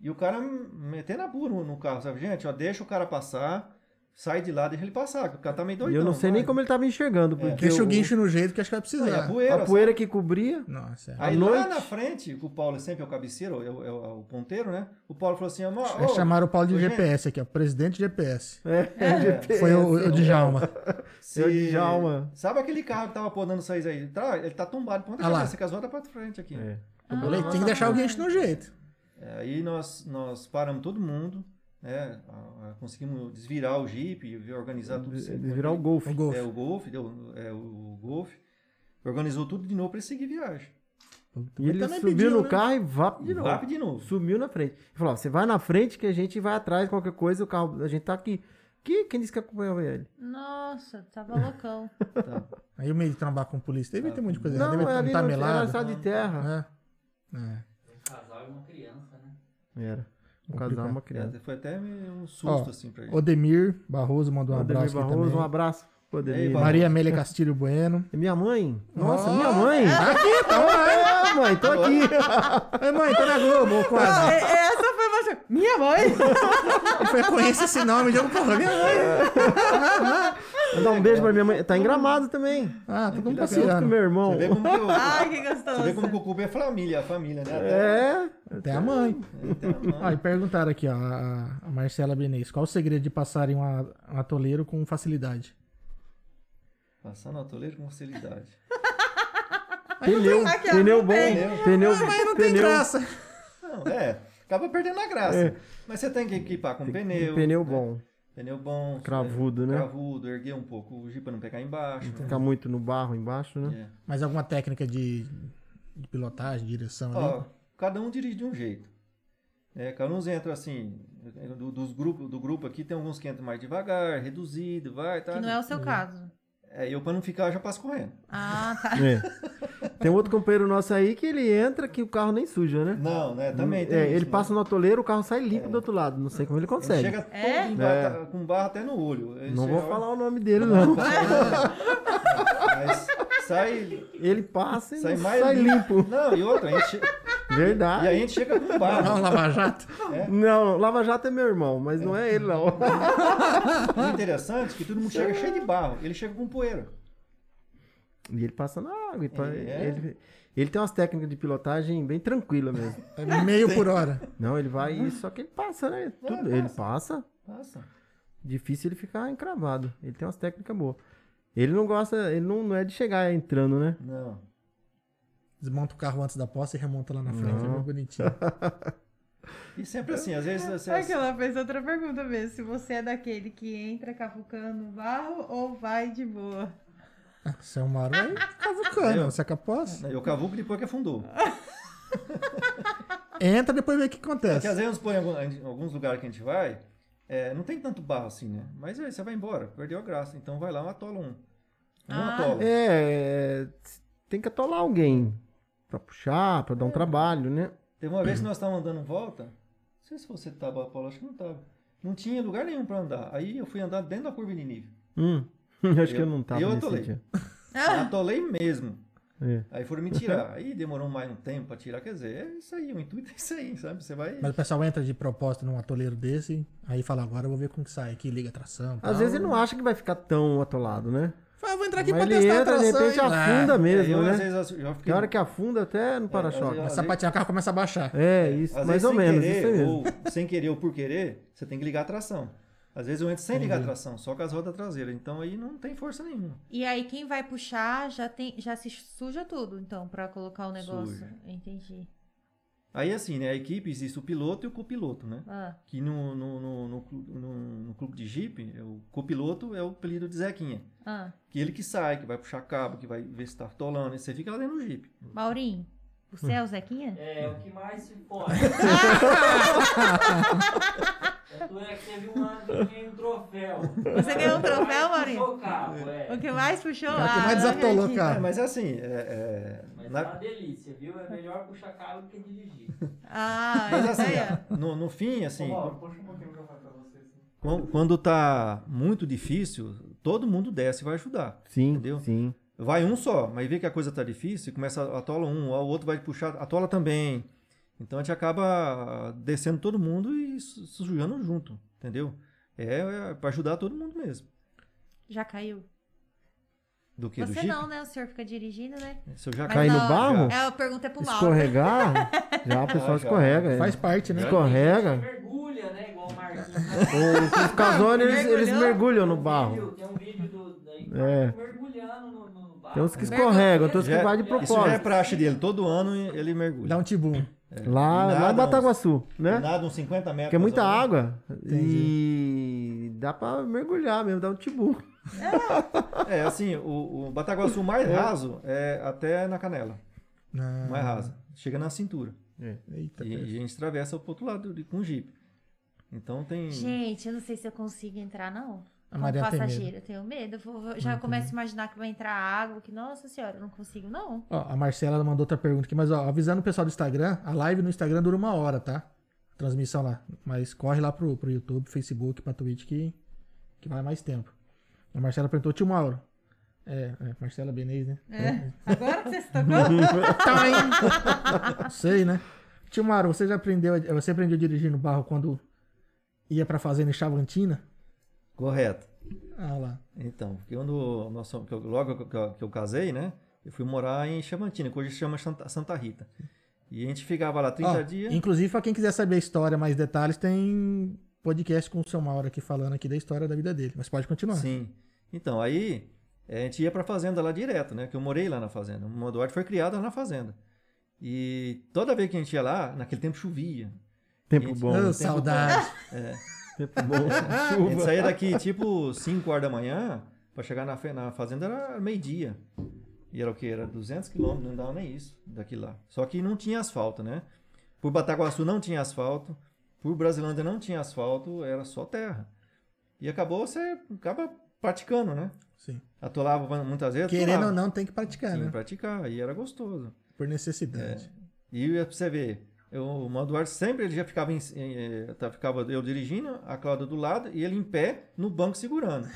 S3: E o cara metendo a burro no carro, sabe? Gente, ó, deixa o cara passar, sai de lá, deixa ele passar, que o cara tá meio
S4: e
S3: doidão.
S4: eu não sei nem
S3: vai.
S4: como ele tava enxergando, porque
S2: Então, Deixa o
S4: o-
S2: guincho no jeito que acho que vai
S3: Não, é a
S2: precisar.
S3: poeira,
S4: a poeira que cobria...
S2: Nossa, é.
S3: sabe? Aí
S4: à
S3: lá
S4: noite-
S3: na frente, que o Paulo sempre é o cabeceiro, é o, é o- é o ponteiro, né? O Paulo falou assim, ó,
S2: Aí
S3: ó,
S2: Chamaram o Paulo de
S3: Ô, gente.
S2: GPS aqui, ó. Presidente GPS.
S4: *laughs* É, GPS.
S2: Foi o, o Djalma.
S3: se-
S4: eu de Djalma.
S3: Sabe aquele carro que tava podando sair aí? Tá, ele tá tombado, ponta
S2: Ah lá.
S3: cabeça, com as rodas pra frente aqui.
S4: É.
S1: Ah.
S2: Falei, tem que deixar o guincho no jeito.
S3: É, Aí nós, nós paramos todo mundo, né? A- a- Conseguimos desvirar o Jeep, organizar tudo. certo.
S4: Virar o golfe.
S2: O golfe.
S3: É, o Golf, deu, é, o Golf. Organizou tudo de novo pra ele seguir viagem.
S4: E ele
S2: Também
S4: subiu
S2: pediu,
S4: no
S2: né?
S4: carro e vá de novo.
S3: Rápido de novo.
S4: Sumiu na frente. Ele falou: ó, você vai na frente que a gente vai atrás, qualquer coisa, o carro. A gente tá aqui. Que, quem disse que acompanhava ele?
S1: Nossa,
S7: *laughs*
S1: tava loucão.
S3: Tá.
S2: Aí o meio de trombar com a polícia. Deve ter muita coisa.
S4: não,
S2: Deve
S4: era
S2: ter
S4: ali
S2: um
S4: não, era na
S2: tamelado.
S4: estrada de terra.
S2: É. É.
S6: Um casal e uma criança, né?
S4: Era. Um
S2: Complicado.
S4: casal, uma
S3: É,
S4: criança.
S3: foi até meio um susto,
S2: Ó,
S3: assim, pra ele.
S2: Odemir Barroso mandou um
S4: Ademir
S2: abraço aqui
S4: Barroso, um
S2: também.
S4: abraço. Pô, Ademir.
S3: Ei, Barroso.
S2: Maria Amélia Castilho
S4: *laughs*
S2: Bueno.
S4: É Minha mãe. Nossa,
S2: Ó.
S4: minha mãe.
S2: Aqui, tá lá.
S4: É, mãe, tô aqui.
S2: Oi,
S4: É,
S2: mãe, tô na Globo,
S7: É,
S1: Ah.
S2: quase.
S1: Essa foi uma. Minha mãe!
S2: Eu falei, conheço esse nome, jogo porra, minha mãe.
S4: Vou dar um beijo pra minha mãe. Tá engramado também.
S2: Ah, todo mundo
S4: Junto com
S2: passeando.
S4: meu irmão.
S3: Você vê como que,
S1: *laughs*
S3: o,
S1: Ai, que
S3: você vê como
S1: gostoso.
S3: que o Cuba é família, a família, né?
S4: É.
S2: Até a mãe.
S3: Até- até a mãe.
S2: Ah, e perguntaram aqui, ó, a a Marcela Benês. Qual o segredo de passar em um a- um atoleiro com facilidade?
S3: Passar no atoleiro com facilidade.
S4: Pneu.
S1: Aqui, ó,
S4: Pneu
S1: não
S4: bom.
S1: tem.
S4: Pneu.
S2: Mas não tem
S4: Pneu.
S2: graça.
S3: Não, é. acaba perdendo a graça.
S4: É.
S3: Mas você tem que equipar com
S4: Tem que-
S3: pneu.
S4: um pneu
S3: né?
S4: bom.
S3: Pneu bom.
S4: Cravudo,
S3: é,
S4: né?
S3: Cravudo, erguer um pouco o Jeep para não pegar embaixo.
S4: Não Ficar muito no barro embaixo, né?
S3: É.
S2: Mas alguma técnica de, de pilotagem, direção ali?
S3: Ó, cada um dirige de um jeito. É, cada um entra assim, do, dos grupo, do grupo aqui tem alguns que entram mais devagar, reduzido, vai, tá.
S1: Que não é o seu caso.
S3: É, eu para não ficar eu já passo correndo.
S1: Ah, tá.
S4: É. Tem outro companheiro nosso aí que ele entra que o carro nem suja, né?
S3: Não, né? Também tem
S4: É,
S3: isso,
S4: ele
S3: né?
S4: passa no atoleiro, o carro sai limpo do outro lado. Não sei como ele
S3: Ele
S4: consegue.
S3: chega todo
S1: É?
S3: embaixo, tá- com barra até no olho. Ele
S4: Não
S3: chega-
S4: vou falar o nome dele, não.
S3: Mas sai,
S4: Ele passa e
S3: sai
S4: não
S3: mais
S4: sai limpo.
S3: Não, e outra, a gente che-
S4: Verdade.
S3: e a gente
S4: *laughs*
S3: chega com
S2: Não,
S3: barra.
S2: Lava Jato?
S4: Não, Lava Jato é meu irmão, mas não é ele, não.
S3: O interessante é que todo mundo chega cheio de barro. Ele chega com poeira.
S4: *laughs* E ele passa na água. Ele, pa-
S3: É.
S4: ele- ele tem umas técnicas de pilotagem bem tranquila mesmo.
S2: É meio por hora.
S4: Não, ele vai e só que ele passa, né? Tudo-
S3: passa.
S4: Ele passa.
S3: Nossa.
S4: Difícil ele ficar encravado. Ele tem umas técnicas boas. Ele não gosta, ele não, não é de chegar entrando, né?
S3: Não.
S2: Desmonta o carro antes da posse e remonta lá na frente.
S4: Não.
S2: É bem bonitinho.
S3: E sempre assim, às vezes você.
S7: É que ela fez outra pergunta mesmo. Se você é daquele que entra cavucando o barro ou vai de boa.
S2: Você é um Mauro aí, cavucando. Você é capaz?
S3: Eu cavuco depois que afundou.
S2: Entra depois vê o que
S3: Porque É às
S2: acontece.
S3: vezes põe em algum- em alguns lugares que a gente vai, é, não tem tanto barro assim, né? Mas aí você vai embora, perdeu a graça. Então vai lá, um atola um. Não
S1: Ah.
S3: atola.
S4: É, é, tem que atolar alguém pra puxar, pra dar um trabalho, né?
S3: Teve uma vez que nós estávamos andando em volta, não sei se você estava, Paulo, acho que não estava. Não tinha lugar nenhum para andar. Aí eu fui andar dentro da curva de nível.
S4: Hum, *laughs* acho que eu não tava
S3: eu
S4: nesse
S3: atolei.
S4: dia.
S1: Ah.
S3: Atolei mesmo.
S4: É.
S3: Aí foram me tirar. Aí demorou mais um tempo para tirar. Quer dizer, é isso aí, o intuito é isso aí, sabe? Você vai. É,
S2: Mas o pessoal entra de propósito num atoleiro desse, aí fala, agora eu vou ver como que sai aqui, liga a tração.
S4: Às vezes ele não acha que vai ficar tão atolado, né?
S2: Fala, eu vou entrar aqui
S4: Mas
S2: pra
S4: ele
S2: testar a
S4: entra, de
S2: tração.
S4: repente
S2: hein?
S4: afunda
S3: É, eu,
S4: mesmo,
S3: às
S4: né?
S3: vezes, eu já fiquei.
S4: Tem hora que afunda até no para-choque.
S2: Ah, sapatinho, o carro começa a baixar.
S4: É, isso,
S3: Às
S4: mais
S3: É, vezes,
S4: ou
S3: sem
S4: menos,
S3: querer,
S4: isso aí mesmo.
S3: Ou, sem querer ou por querer, você tem que ligar a tração. Às vezes eu entro sem ligar a tração, só com as rodas traseiras. Então aí não tem força nenhuma.
S1: E aí, quem vai puxar já, tem, já se suja tudo, então, pra colocar o negócio.
S3: Suja.
S1: Entendi.
S3: Aí assim, né? A equipe existe o piloto e o copiloto, né?
S1: Ah,
S3: Que no, no, no, no, clu- no- no clube de Jeep, é o copiloto é o apelido de Zequinha.
S1: ah.
S3: Que ele que sai, que vai puxar cabo, que vai ver se tá tolando. E você fica lá dentro do Jeep.
S1: Maurinho, você é o Zequinha?
S6: É, o que mais se pode. Tanto é que teve um ano que ganhei um troféu.
S1: Você ganhou um troféu,
S6: Mas
S1: Maurinho?
S6: puxou o carro,
S1: O
S6: é.
S1: que mais puxou?
S2: O que
S1: Ah,
S2: mais
S1: não
S2: desatolou,
S1: acredito.
S2: cara.
S3: É, mas assim, é, é,
S6: Mas
S3: na-
S6: é uma delícia, viu? É melhor puxar carro do que dirigir.
S1: Ah,
S2: é
S3: mas
S1: isso aí,
S3: assim,
S1: ó.
S3: no, no fim, assim,
S5: Ô, Mauro, puxa um pouquinho o microfone pra vocês.
S3: quan- quando tá muito difícil, todo mundo desce e vai ajudar.
S4: Sim,
S3: Entendeu?
S4: sim.
S3: Vai um só, mas vê que a coisa tá difícil, começa a atola um, ó, o outro vai puxar, atola também. Então a gente acaba descendo todo mundo e su- sujando junto, entendeu? É, é para ajudar todo mundo mesmo.
S1: Já caiu.
S3: Do que do
S1: Você
S3: Jeep?
S1: não, né? O senhor fica dirigindo, né?
S3: Se eu já
S1: Mas
S4: Cai no
S1: não,
S4: barro?
S1: É, a pergunta é pro Mauro.
S4: Escorregar? já, o pessoal
S3: já.
S4: escorrega. é.
S2: Faz parte, né?
S6: Tem
S4: Escorrega.
S6: gente que Mergulha, né? Igual o Marquinhos.
S4: Os casones, eles, eles
S1: Mergulhou?
S4: mergulham no
S6: Tem um
S4: barro.
S6: vídeo- Tem um vídeo do, da equipe
S4: É.
S6: mergulhando no, no barro.
S4: Tem uns que
S1: Mergulha.
S4: escorregam, tem uns que
S3: Já-
S4: vai de
S3: Isso já é
S4: propósito.
S3: praxe dele, todo ano ele
S4: é?
S3: mergulha.
S2: Dá um tibum.
S4: Lá,
S3: Nada,
S4: lá em
S3: uns-
S4: Bataguaçu, né?
S3: Nada, uns 50 metros.
S4: Porque é muita
S3: ali.
S4: água e dá pra mergulhar mesmo, dá um tibu.
S3: É, assim, o, o
S4: *laughs*
S3: Bataguaçu mais raso é até na canela.
S2: Não.
S3: Mais raso. Chega na cintura.
S2: Eita,
S3: E,
S2: pera.
S3: e a gente atravessa pro outro lado de- com o Jeep. Então tem.
S1: Gente, eu não sei se eu consigo entrar, não.
S2: A Maria
S1: Como
S2: tem medo.
S1: passageira, eu tenho medo. Eu vou- já começo a imaginar que vai entrar água, que, nossa senhora, eu não consigo, não.
S2: Ó, a Marcela mandou outra pergunta aqui, mas ó, avisando o pessoal do Instagram, a live no Instagram dura uma hora, tá? Transmissão lá. Mas corre lá pro, pro YouTube, Facebook, pra Twitch que, que vai mais tempo. A Marcela perguntou, tio Mauro. É, é Marcela Benez, né? Tá,
S7: É. Agora que você se tocou?
S2: *laughs* Sei, né? Tio Mauro, você já aprendeu, a- você aprendeu a dirigir no barro quando ia pra fazenda em Chavantina?
S3: Correto.
S2: Ah lá.
S3: Então, porque quando nós, somos- que eu- logo que eu, que eu casei, né? Eu fui morar em Chamantina, que hoje se chama Santa, Santa Rita. E a gente ficava lá 30
S2: Ó,
S3: dias.
S2: Inclusive, pra quem quiser saber a história, mais detalhes, tem podcast com o seu Mauro aqui falando aqui da história da vida dele. Mas pode continuar.
S3: Sim. Então, aí eh, a gente ia pra fazenda lá direto, né? Que eu morei lá na fazenda. O Modoarte foi criado lá na fazenda. E toda vez que a gente ia lá, naquele tempo chovia.
S4: Tempo bom.
S2: Ah, saudade.
S4: Tempo bom.
S3: A gente
S4: Chuva.
S3: saía daqui tipo 5 horas da manhã, pra chegar na, fe- na fazenda era meio-dia. E era o que? Era 200 quilômetros, não dava nem isso daqui lá. Só que não tinha asfalto, né? Por Bataguaçu não tinha asfalto, por Brasilândia não tinha asfalto, era só terra. E acabou, você acaba praticando, né?
S2: *laughs* Sim.
S3: Atolava muitas vezes.
S2: Querendo
S3: atolava.
S2: ou não, tem que praticar,
S3: Tinha que
S2: né?
S3: praticar, e era gostoso.
S2: Por necessidade.
S3: E pra você ver, eu, o Mano Duarte sempre ele já ficava, em, em- eh, tá- ficava eu dirigindo, a Cláudia do lado e ele em pé no banco segurando.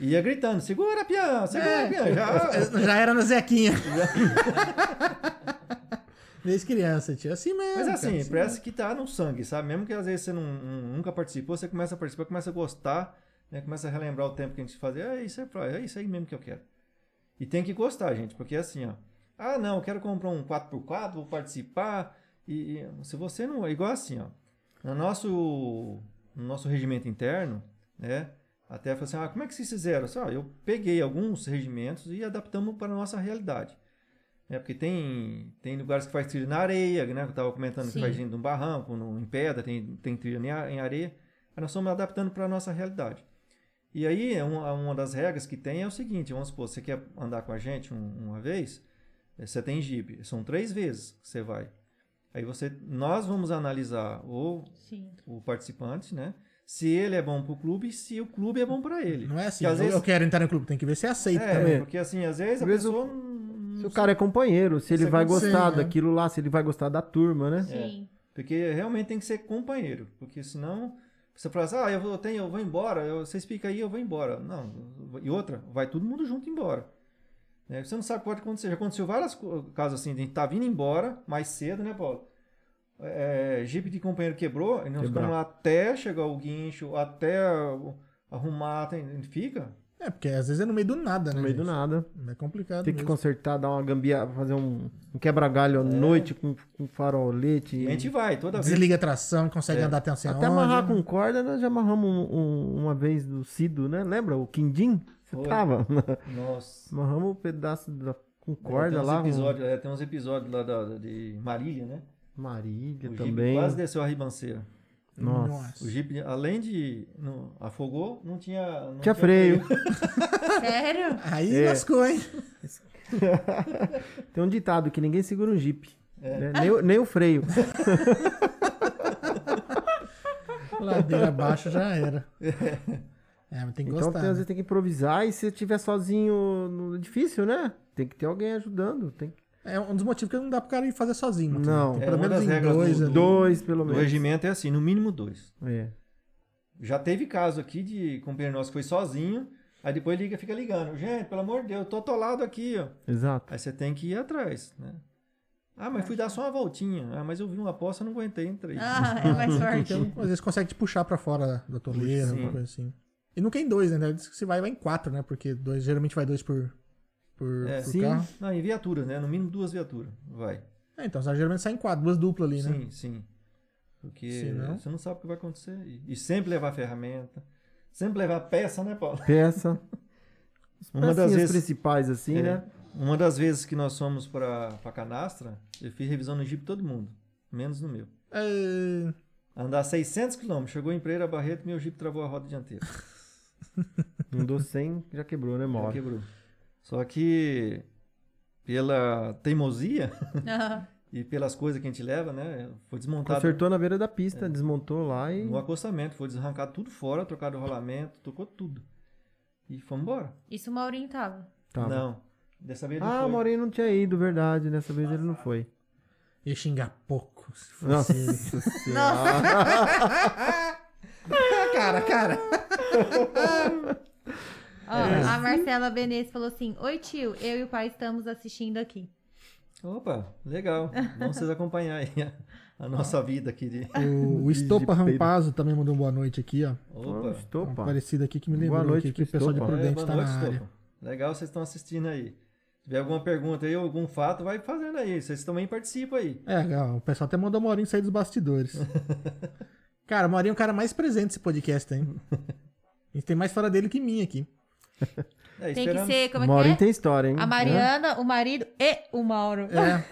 S3: E Ia gritando: segura, pião, segura, pião.
S2: *laughs*
S3: Já,
S2: É. Já era no Zequinha. *laughs* Desde criança, tio. Assim mesmo.
S3: mas
S2: cara,
S3: assim,
S2: assim
S3: parece que tá no sangue, sabe? Mesmo que às vezes você não, não- nunca participou, você começa a participar, começa a gostar, né? começa a relembrar o tempo que a gente fazia. É isso, aí, pra- é isso aí mesmo que eu quero. E tem que gostar, gente, porque é assim, ó. Ah, não, eu quero comprar um 4x4, vou participar. E, e se você não. É igual assim, ó. No nosso, no nosso regimento interno, né? Até falou assim: ah, como é que vocês fizeram? Eu, disse, "Ah, eu peguei alguns regimentos e adaptamos para a nossa realidade. Né? Porque tem, tem lugares que faz trilha na areia, né? Eu estava comentando
S1: Sim.
S3: que faz dentro de um barranco, no, em pedra, tem, tem trilha em a- em areia. Aí nós estamos adaptando para a nossa realidade. E aí, é uma, uma das regras que tem é o seguinte: vamos supor, você quer andar com a gente um- uma vez, eh, você tem jipe. São três vezes que você vai. Aí você, nós vamos analisar ou
S1: Sim.
S3: o participante, né? Se ele é bom pro clube e se o clube é bom pra ele.
S2: Não é assim.
S3: Que às
S2: eu,
S3: vezes-
S2: eu quero entrar no clube, tem que ver se aceita
S3: É,
S2: também.
S3: porque assim, às vezes a
S4: Às vezes
S3: pessoa.
S4: Se
S3: não-
S4: o cara é companheiro, se ele
S2: Isso
S4: vai
S2: acontece,
S4: gostar
S2: né?
S4: daquilo lá, se ele vai gostar da turma, né?
S3: *laughs*
S1: Sim.
S3: Porque realmente tem que ser companheiro. Porque senão. Você fala assim, ah, eu vou, eu tenho, eu vou embora, eu- vocês ficam aí, eu vou embora. Não, e outra, vai todo mundo junto embora. Né? Você não sabe o que pode acontecer. Já aconteceu vários casos assim, de gente tá vindo embora mais cedo, né, Paulo? É, Jeep de companheiro quebrou, e nós
S4: Quebrar.
S3: ficamos lá até chegar o guincho, até arrumar, tem- fica.
S2: É. porque às vezes é no meio do nada, né?
S4: No meio do
S2: gente?
S4: nada.
S2: É
S3: Tá
S2: complicado.
S4: Tem que
S2: mesmo.
S4: consertar, dar uma gambiarra, fazer um, um quebra-galho à noite com, com farolete.
S3: E É. a gente né? vai, toda vez.
S2: Desliga a tração, consegue
S3: É.
S2: andar até não sei
S4: Até
S2: aonde.
S4: amarrar com corda, nós já amarramos um- um- uma vez do Cido, né? Lembra? O Quindim? Você
S3: Foi.
S4: tava? *laughs*
S3: Nossa.
S4: amarramos um pedaço da- com
S3: tem
S4: corda
S3: uns
S4: lá. um com
S3: Episódios, é, tem uns episódios lá da, da- de Marília, né?
S4: Marília
S3: o
S4: também.
S3: Jeep quase desceu a ribanceira.
S4: Nossa.
S3: O Jeep, além de. não- afogou, não tinha. Não
S4: Tinha freio.
S3: É.
S1: Sério?
S2: Aí
S4: É.
S2: lascou, hein?
S4: Tem um ditado que ninguém segura um Jeep.
S3: É.
S4: né? Nem, o- nem o
S3: *laughs*
S4: freio. Então,
S2: Ladeira abaixo já era. É, mas tem que
S4: Então,
S2: gostar.
S4: tem- às
S2: né?
S4: vezes tem que improvisar e se estiver sozinho no é difícil, né? Tem que ter alguém ajudando. Tem que-
S2: É um dos motivos que não dá pro cara ir fazer sozinho. mano.
S4: Não.
S2: Tem
S3: É,
S2: pelo
S3: uma
S2: menos
S3: das
S2: em
S3: regras
S2: dois.
S3: do-
S2: ali.
S4: Dois, pelo
S3: O
S4: menos.
S3: regimento é assim, no mínimo dois.
S4: um, É.
S3: Já teve caso aqui de companheiro nosso que foi sozinho, aí depois liga, fica ligando. Gente, pelo amor de Deus, tô atolado aqui, ó.
S4: Exato.
S3: Aí você tem que ir atrás, né? Ah, mas fui dar só uma voltinha. Ah, mas eu vi uma aposta, não aguentei, entrei.
S1: Ah, é mais forte.
S2: Então, às vezes consegue te puxar pra fora da toleira,
S3: Sim.
S2: alguma coisa assim. E nunca em dois, né? Deve dizer que se vai, vai em quatro, né? Porque dois, geralmente vai dois por, por,
S3: É,
S2: por
S4: sim.
S2: carro.
S3: Não, em viatura, né? No mínimo duas viaturas. Vai.
S2: É, então, só geralmente sai em quatro, duas duplas ali, né?
S3: Sim, sim. Porque
S2: Se não-
S3: você não sabe o que vai acontecer. E- E sempre levar ferramenta. Sempre levar peça, né, Paulo?
S4: Peça. As
S3: *laughs* Uma das
S4: pecinhas
S3: vezes-
S4: principais, assim,
S3: É.
S4: né?
S3: Uma das vezes que nós fomos pra, pra Canastra, eu fiz revisão no Jeep todo mundo. Menos no meu.
S2: É,
S3: Andar 600 km, chegou em Pereira Barreto, meu Jeep travou a roda dianteira.
S4: Andou 100, já quebrou, né,
S3: Ela
S4: Mauro?
S3: quebrou. Só que pela teimosia
S1: Aham.
S3: e pelas coisas que a gente leva, né? Foi desmontado
S4: Consertou na beira da
S3: É.
S4: pista, desmontou lá e...
S3: no acostamento, foi desarrancado tudo fora, trocado o rolamento, tocou tudo. E fomos embora.
S1: Isso o Maurinho tava.
S4: Tava.
S3: Não. Dessa vez não
S4: Ah,
S3: foi.
S4: o Maurinho não tinha ido, verdade. Dessa vez ele não foi.
S2: ia xingar pouco. se fosse
S4: Nossa
S3: *laughs*
S2: ele.
S4: Senhora.
S2: cara, cara.
S1: Ó,
S3: É.
S1: a Marcela Benes falou assim: Oi, tio, eu e o pai estamos assistindo aqui.
S3: Opa, legal. Vamos vocês acompanhar aí a, a nossa vida aqui de.
S2: O, o Estopa
S4: Pedro.
S2: Rampazo também mandou um boa noite aqui, ó.
S3: Opa.
S4: Estou,
S2: Um
S4: pá.
S1: é
S2: parecido aqui que me
S4: Boa
S2: lembrou
S4: noite,
S2: aqui, que o pessoal de
S4: Estopa.
S2: Prudente
S3: É, boa
S2: tá
S3: noite,
S2: na área.
S3: Topo. Legal, vocês estão assistindo aí. Se tiver alguma pergunta aí, algum fato, vai fazendo aí. Vocês também participam aí.
S2: É, ó, o pessoal até mandou o Maurinho sair dos
S4: *laughs*
S2: bastidores. cara, o Maurinho é o cara mais presente nesse podcast,
S4: *laughs*
S2: hein? A gente tem mais fora dele que minha aqui.
S3: É,
S1: Tem que
S3: esperamos.
S1: ser, como é
S4: Maurinho
S3: né?
S1: que é?
S4: Né? tem história, hein? *laughs*
S1: A Mariana, o marido e o Mauro.
S2: É.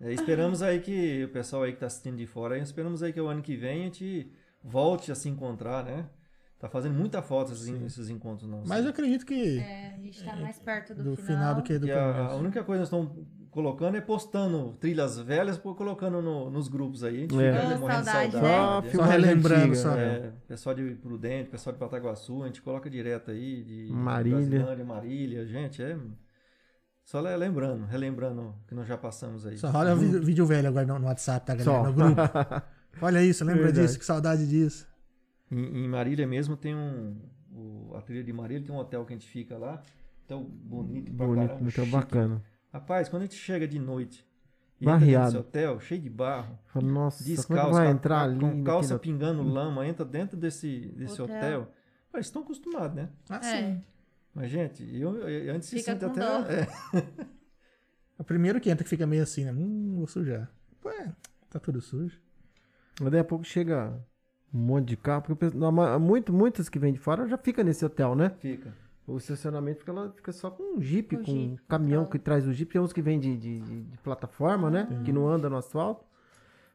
S3: É, esperamos aí que o pessoal aí que tá assistindo de fora, aí, esperamos aí que o ano que vem a gente volte a se encontrar, né? Tá fazendo muita falta esses, en- esses encontros nossos.
S2: Mas eu acredito que
S1: É, a gente tá mais perto do,
S2: do
S1: final.
S2: final do que do
S3: E a, a
S2: começo.
S3: única coisa que nós estamos colocando é postando trilhas velhas, pô, colocando no- nos grupos aí. A gente
S4: É. Ah,
S3: fica
S1: Ô,
S3: morrendo de
S1: saudade,
S4: Só
S3: saudade.
S2: Só
S4: filmagem
S2: relembrando,
S4: antiga,
S2: só.
S4: né?
S3: É, pessoal de Prudente, pessoal de Pataguaçu, a gente coloca direto aí de
S4: Marília.
S3: Brasilândia, Marília, gente, é só le- lembrando, relembrando o que nós já passamos aí.
S2: Só olha o vídeo, vídeo velho agora no, no WhatsApp,
S3: É.
S2: tá, galera?
S4: Uhum. Só.
S2: No grupo. Olha isso, lembra
S4: Verdade.
S2: disso, que saudade disso.
S3: Em, em Marília mesmo tem um o- a trilha de Marília tem um hotel que a gente fica lá, tão bonito, pra
S4: *laughs* Bonito,
S3: caramba,
S4: muito
S3: chique.
S4: bacana.
S3: Rapaz, quando a gente chega de noite e entra
S4: Barreado.
S3: nesse hotel cheio de barro,
S4: Fala, nossa, como é
S3: descalço,
S4: que vai
S3: com-
S4: entrar né? ali?
S3: com calça
S4: naquele-
S3: pingando lama, entra dentro desse, desse
S1: Hotel.
S3: hotel. Ah, Eles estão acostumados, né?
S2: Ah,
S1: É.
S2: sim.
S3: Mas, gente, eu, eu- antes se
S1: Fica
S3: sinta
S1: com
S3: até.
S1: dó.
S3: é,
S2: O primeiro que entra que fica meio assim, né? Hum, vou sujar. Pô, é, tá tudo sujo.
S4: Mas daí a pouco chega um monte de carro, porque o pessoal- na ma- muito, muitas que vêm de fora já fica nesse hotel, né?
S3: Fica.
S4: O estacionamento fica, lá, fica só com um jeep,
S1: Com
S4: com um
S1: jipe,
S4: caminhão
S1: tá.
S4: que traz o jeep. Tem uns que vêm de, de- de- de plataforma, né? Que não anda no asfalto.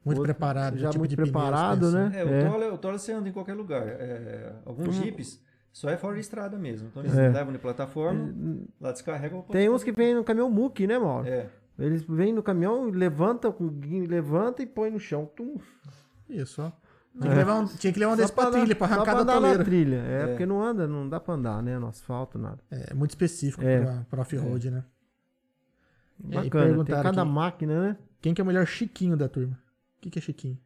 S2: Muito
S4: Outro-
S2: preparado.
S4: já
S2: tipo
S4: muito
S2: de pneu,
S4: preparado,
S2: suspensão.
S4: né?
S3: É, o
S4: É. Uhum.
S3: Toller, o Toller você anda em qualquer lugar. É, alguns jipes só é fora de estrada mesmo. Então eles
S4: É.
S3: levam de plataforma, lá descarregam.
S4: Tem uns que vêm no caminhão muque, né, Mauro?
S3: É,
S4: Eles vêm no caminhão, levantam, com o guinho, levanta e põe no chão. Tum,
S2: Isso, ó. Tinha que levar um, tinha que levar um
S4: É. Só
S2: desse pra
S4: andar-
S2: trilha, pra
S4: só
S2: arrancar da
S4: andar na
S2: toleira.
S4: trilha. É,
S3: É.
S4: porque não anda, não dá pra andar, né? No asfalto, nada.
S2: É muito específico
S4: É.
S2: pra, pra off-road, né? E aí
S4: Bacana, tem
S2: perguntaram
S4: cada
S2: quem-
S4: máquina, né?
S2: Quem que é o melhor Chiquinho da turma? O que, que é Chiquinho?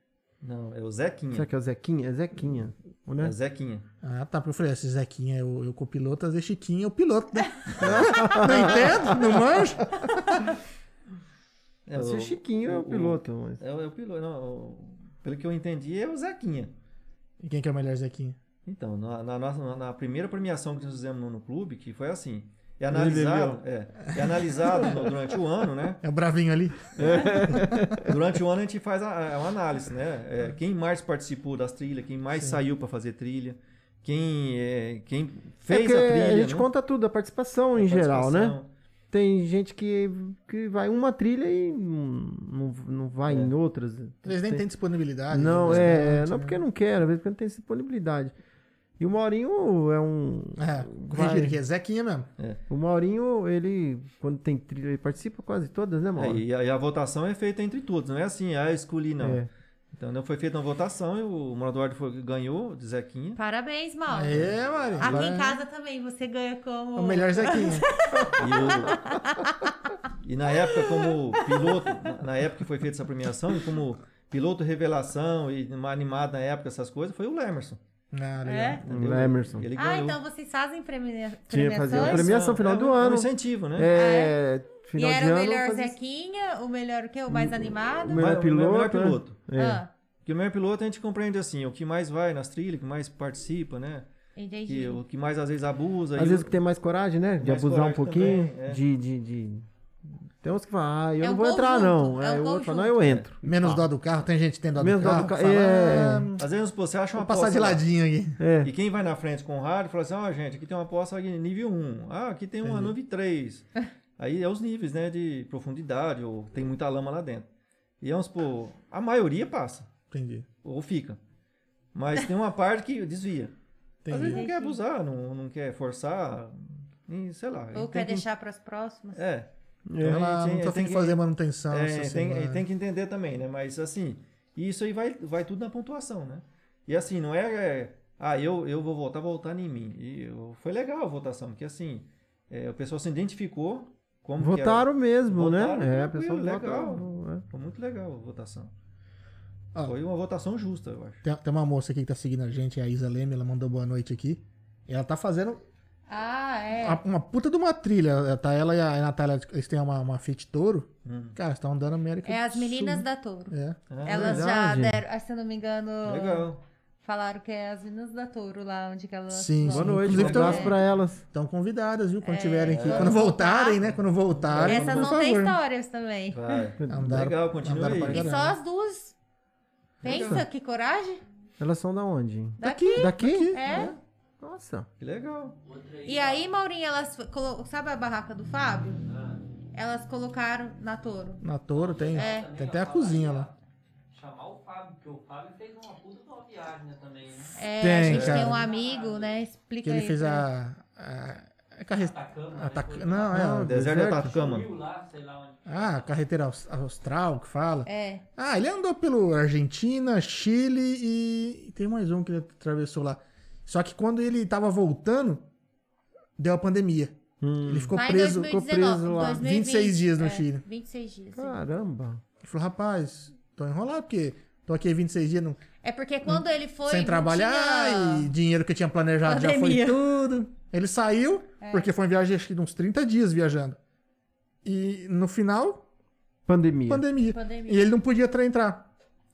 S3: não, é o Zequinha.
S4: Será que é o Zequinha? É Zequinha, né?
S3: É o Zequinha.
S2: Ah, tá. Porque eu falei, esse Zequinha é o, é o copiloto, às vezes Chiquinho é o piloto,
S3: *laughs*
S2: né? não entendo, não manjo.
S3: É
S4: Esse Chiquinho é o piloto. mas-
S3: É, o- é o piloto. não, o- pelo que eu entendi, é o Zequinha.
S2: E quem que é o melhor Zequinho?
S3: Então, na, na nossa- na- na primeira premiação que nós fizemos no, no clube, que foi assim. É analisado, é, é analisado no- durante o ano, né?
S2: É o bravinho ali?
S3: Durante o ano a gente faz a, a- uma análise, né? É, quem mais participou das trilhas, quem mais saiu para fazer trilha, quem, é, quem
S4: É
S3: fez
S4: porque
S3: a trilha.
S4: a gente
S3: né?
S4: conta tudo, a participação em
S3: A
S4: geral, né?
S3: participação.
S4: Tem gente que, que vai uma trilha e não, não- não vai
S3: É.
S4: em outras.
S2: Eles nem
S4: Tem-
S2: têm disponibilidade.
S4: Não, é, não
S2: né?
S4: porque não quer, às vezes porque não tem disponibilidade. E o Maurinho é um.
S2: É, corrigir aqui, é Zequinha mesmo.
S4: O Maurinho, ele, quando tem trilha, ele participa quase todas, né,
S3: É,
S4: Mauro?
S3: e, a, e a votação é feita entre todos, não é assim, ah, eu escolhi não.
S4: É.
S3: Então não foi feita uma votação e o Mano Eduardo foi- ganhou de Zequinha.
S1: Parabéns, Mauro.
S2: É, Mari.
S1: Aqui
S2: vai.
S1: em casa também, você ganha como...
S2: É O melhor
S1: *laughs*
S2: Zequinha.
S3: E, o- e na época, como piloto, na- na época que foi feita essa premiação, e como piloto revelação e animado na época, essas coisas, foi o Lemerson.
S2: Ah,
S7: É?
S2: legal.
S3: entendeu?
S4: Lemerson.
S3: né? Ele
S1: Ah,
S3: ganhou.
S1: então vocês fazem premia-
S4: Tinha que fazer uma
S1: premiações?
S4: premiação final
S3: É,
S4: do
S3: um- É um
S4: ano.
S3: incentivo, né?
S4: É,
S1: Ah, E
S4: final
S1: era
S4: de
S1: o
S4: ano.
S1: melhor
S4: fazer-
S1: Zequinha, o melhor o quê? O mais animado?
S4: o melhor
S3: Mas
S4: piloto,
S3: melhor
S4: é.
S3: piloto.
S4: É.
S1: Ah,
S3: Porque o melhor piloto a gente compreende assim, o que mais vai nas trilhas, o que mais participa, né?
S1: entendi.
S3: Que, o que mais às vezes abusa.
S4: Às
S3: e
S4: vezes
S3: o-
S4: que tem mais coragem, né? De
S3: Mais
S4: abusar um
S3: coragem
S4: pouquinho.
S3: também, é.
S4: de, de, de- Tem uns que falam, ah, eu
S1: É
S4: não
S1: um
S4: vou entrar,
S1: conjunto,
S4: não.
S1: é
S4: É,
S1: um
S4: o outro fala, não,
S1: conjunto.
S4: eu entro.
S2: Menos
S4: Ah.
S2: dó do carro, tem gente que tem dó
S4: Menos
S2: Tá do
S4: dó
S2: carro.
S4: do
S2: fala,
S4: carro, é.
S2: "Ah,
S3: Às vezes você acha uma
S2: Vou passar
S3: aposta
S2: de
S3: lá.
S2: ladinho aqui.
S4: É.
S3: E quem vai na frente com o rádio fala assim, ó, gente, aqui tem uma aposta aqui nível 1. Ah, aqui tem uma nuvem 3. Aí é os níveis, né, de profundidade, ou tem muita lama lá dentro. E vamos supor, a maioria passa,
S2: Entendi.
S3: ou fica. Mas tem uma parte que desvia. Às vezes
S2: Entendi.
S3: não quer abusar, não, não quer forçar, e sei lá.
S1: Ou
S3: tem
S1: quer
S3: que-
S1: deixar para as próximas?
S3: É. Então,
S2: Ela
S3: a gente-
S2: não tá
S3: tem
S2: tem que fazer manutenção.
S3: é,
S2: essa
S3: tem,
S2: semana.
S3: tem que entender também, né? Mas assim, isso aí vai, vai tudo na pontuação, né? E assim, não é. é, ah, eu, eu vou votar voltando em mim. E eu- foi legal a votação, porque assim, é, o pessoal se identificou como. que era.
S4: Votaram mesmo,
S3: Votaram,
S4: né? É, a
S3: tranquilo,
S4: pessoa
S3: legal.
S4: vota.
S3: Foi muito legal a votação.
S2: Ah.
S3: Foi uma votação justa, eu acho.
S2: Tem, tem uma moça aqui que tá seguindo a gente, a Isa Leme, ela mandou boa noite aqui. Ela tá fazendo
S1: Ah, é.
S2: a- uma puta de uma trilha. Tá ela e a, a Natália, eles têm uma, uma Fit Touro.
S3: Hum.
S2: Cara, estão andando América.
S1: É
S2: do
S1: as meninas
S2: Sul.
S1: da Touro.
S2: É.
S3: Ah,
S1: Elas
S4: verdade.
S1: já deram, ah, se eu não me engano,
S3: Legal.
S1: falaram que é as meninas da Touro lá onde que elas
S2: Sim,
S1: vão.
S4: Boa
S2: sim.
S4: noite, um
S2: Inclusive,
S4: abraço
S1: também-
S4: pra elas.
S2: Estão convidadas, viu? Quando
S1: É.
S2: tiverem aqui.
S3: É.
S2: Quando voltarem, né? Quando voltarem.
S1: Essas
S2: por
S1: não têm
S2: favor. É
S1: histórias também.
S3: *laughs* Vai.
S2: Andaram-
S3: legal, continua
S2: andaram
S3: aí.
S2: pra
S1: E
S2: caramba.
S1: só as duas. Pensa, que coragem.
S4: Elas são da onde?
S1: Daqui.
S4: Daqui?
S1: É.
S4: Nossa.
S3: Que legal.
S6: Outra ah,
S1: E aí, Maurinha, elas colo- sabe a barraca do Fábio? elas colocaram na Toro.
S2: Na Toro tem,
S1: É.
S6: Também
S2: tem
S6: já
S2: até a
S6: falar,
S2: cozinha
S6: já.
S2: lá.
S6: Chamar o Fábio, porque o Fábio fez uma puta de uma viagem né, também, né?
S1: É, a
S2: Tem,
S1: gente
S2: cara.
S1: tem um amigo, né? Explica
S2: Que ele
S1: aí né?
S2: fez
S1: pra
S2: a. a, a é carre-
S6: Atacama. né,
S2: a ta-
S6: foi
S2: Não, é.
S4: Não,
S2: o
S3: Deserto da Atacama.
S6: Rio lá, sei lá onde.
S1: É.
S2: Ah, a carreteira aus- austral que fala.
S1: ele. É,
S2: Ah, ele andou pelo Argentina, Chile e. e Tem mais um que ele atravessou lá. Só que quando ele tava voltando, deu a pandemia. Ele ficou
S1: lá em
S2: preso.
S1: 2019,
S4: ficou preso lá.
S1: 2020,
S2: 26 dias no
S1: é,
S2: Chile.
S1: 26 dias. sim.
S4: Caramba.
S2: Ele falou, rapaz, tô enrolado porque tô aqui 26 dias não-
S1: É porque quando ele foi.
S2: sem
S1: não
S2: trabalhar e
S1: tinha-
S2: dinheiro que eu tinha planejado
S1: Pandemia.
S2: já foi tudo. Ele saiu,
S1: É.
S2: porque foi em viagem acho que de uns 30 dias viajando. E no final,
S4: Pandemia.
S2: pandemia.
S1: Pandemia.
S2: E ele não podia tra- entrar.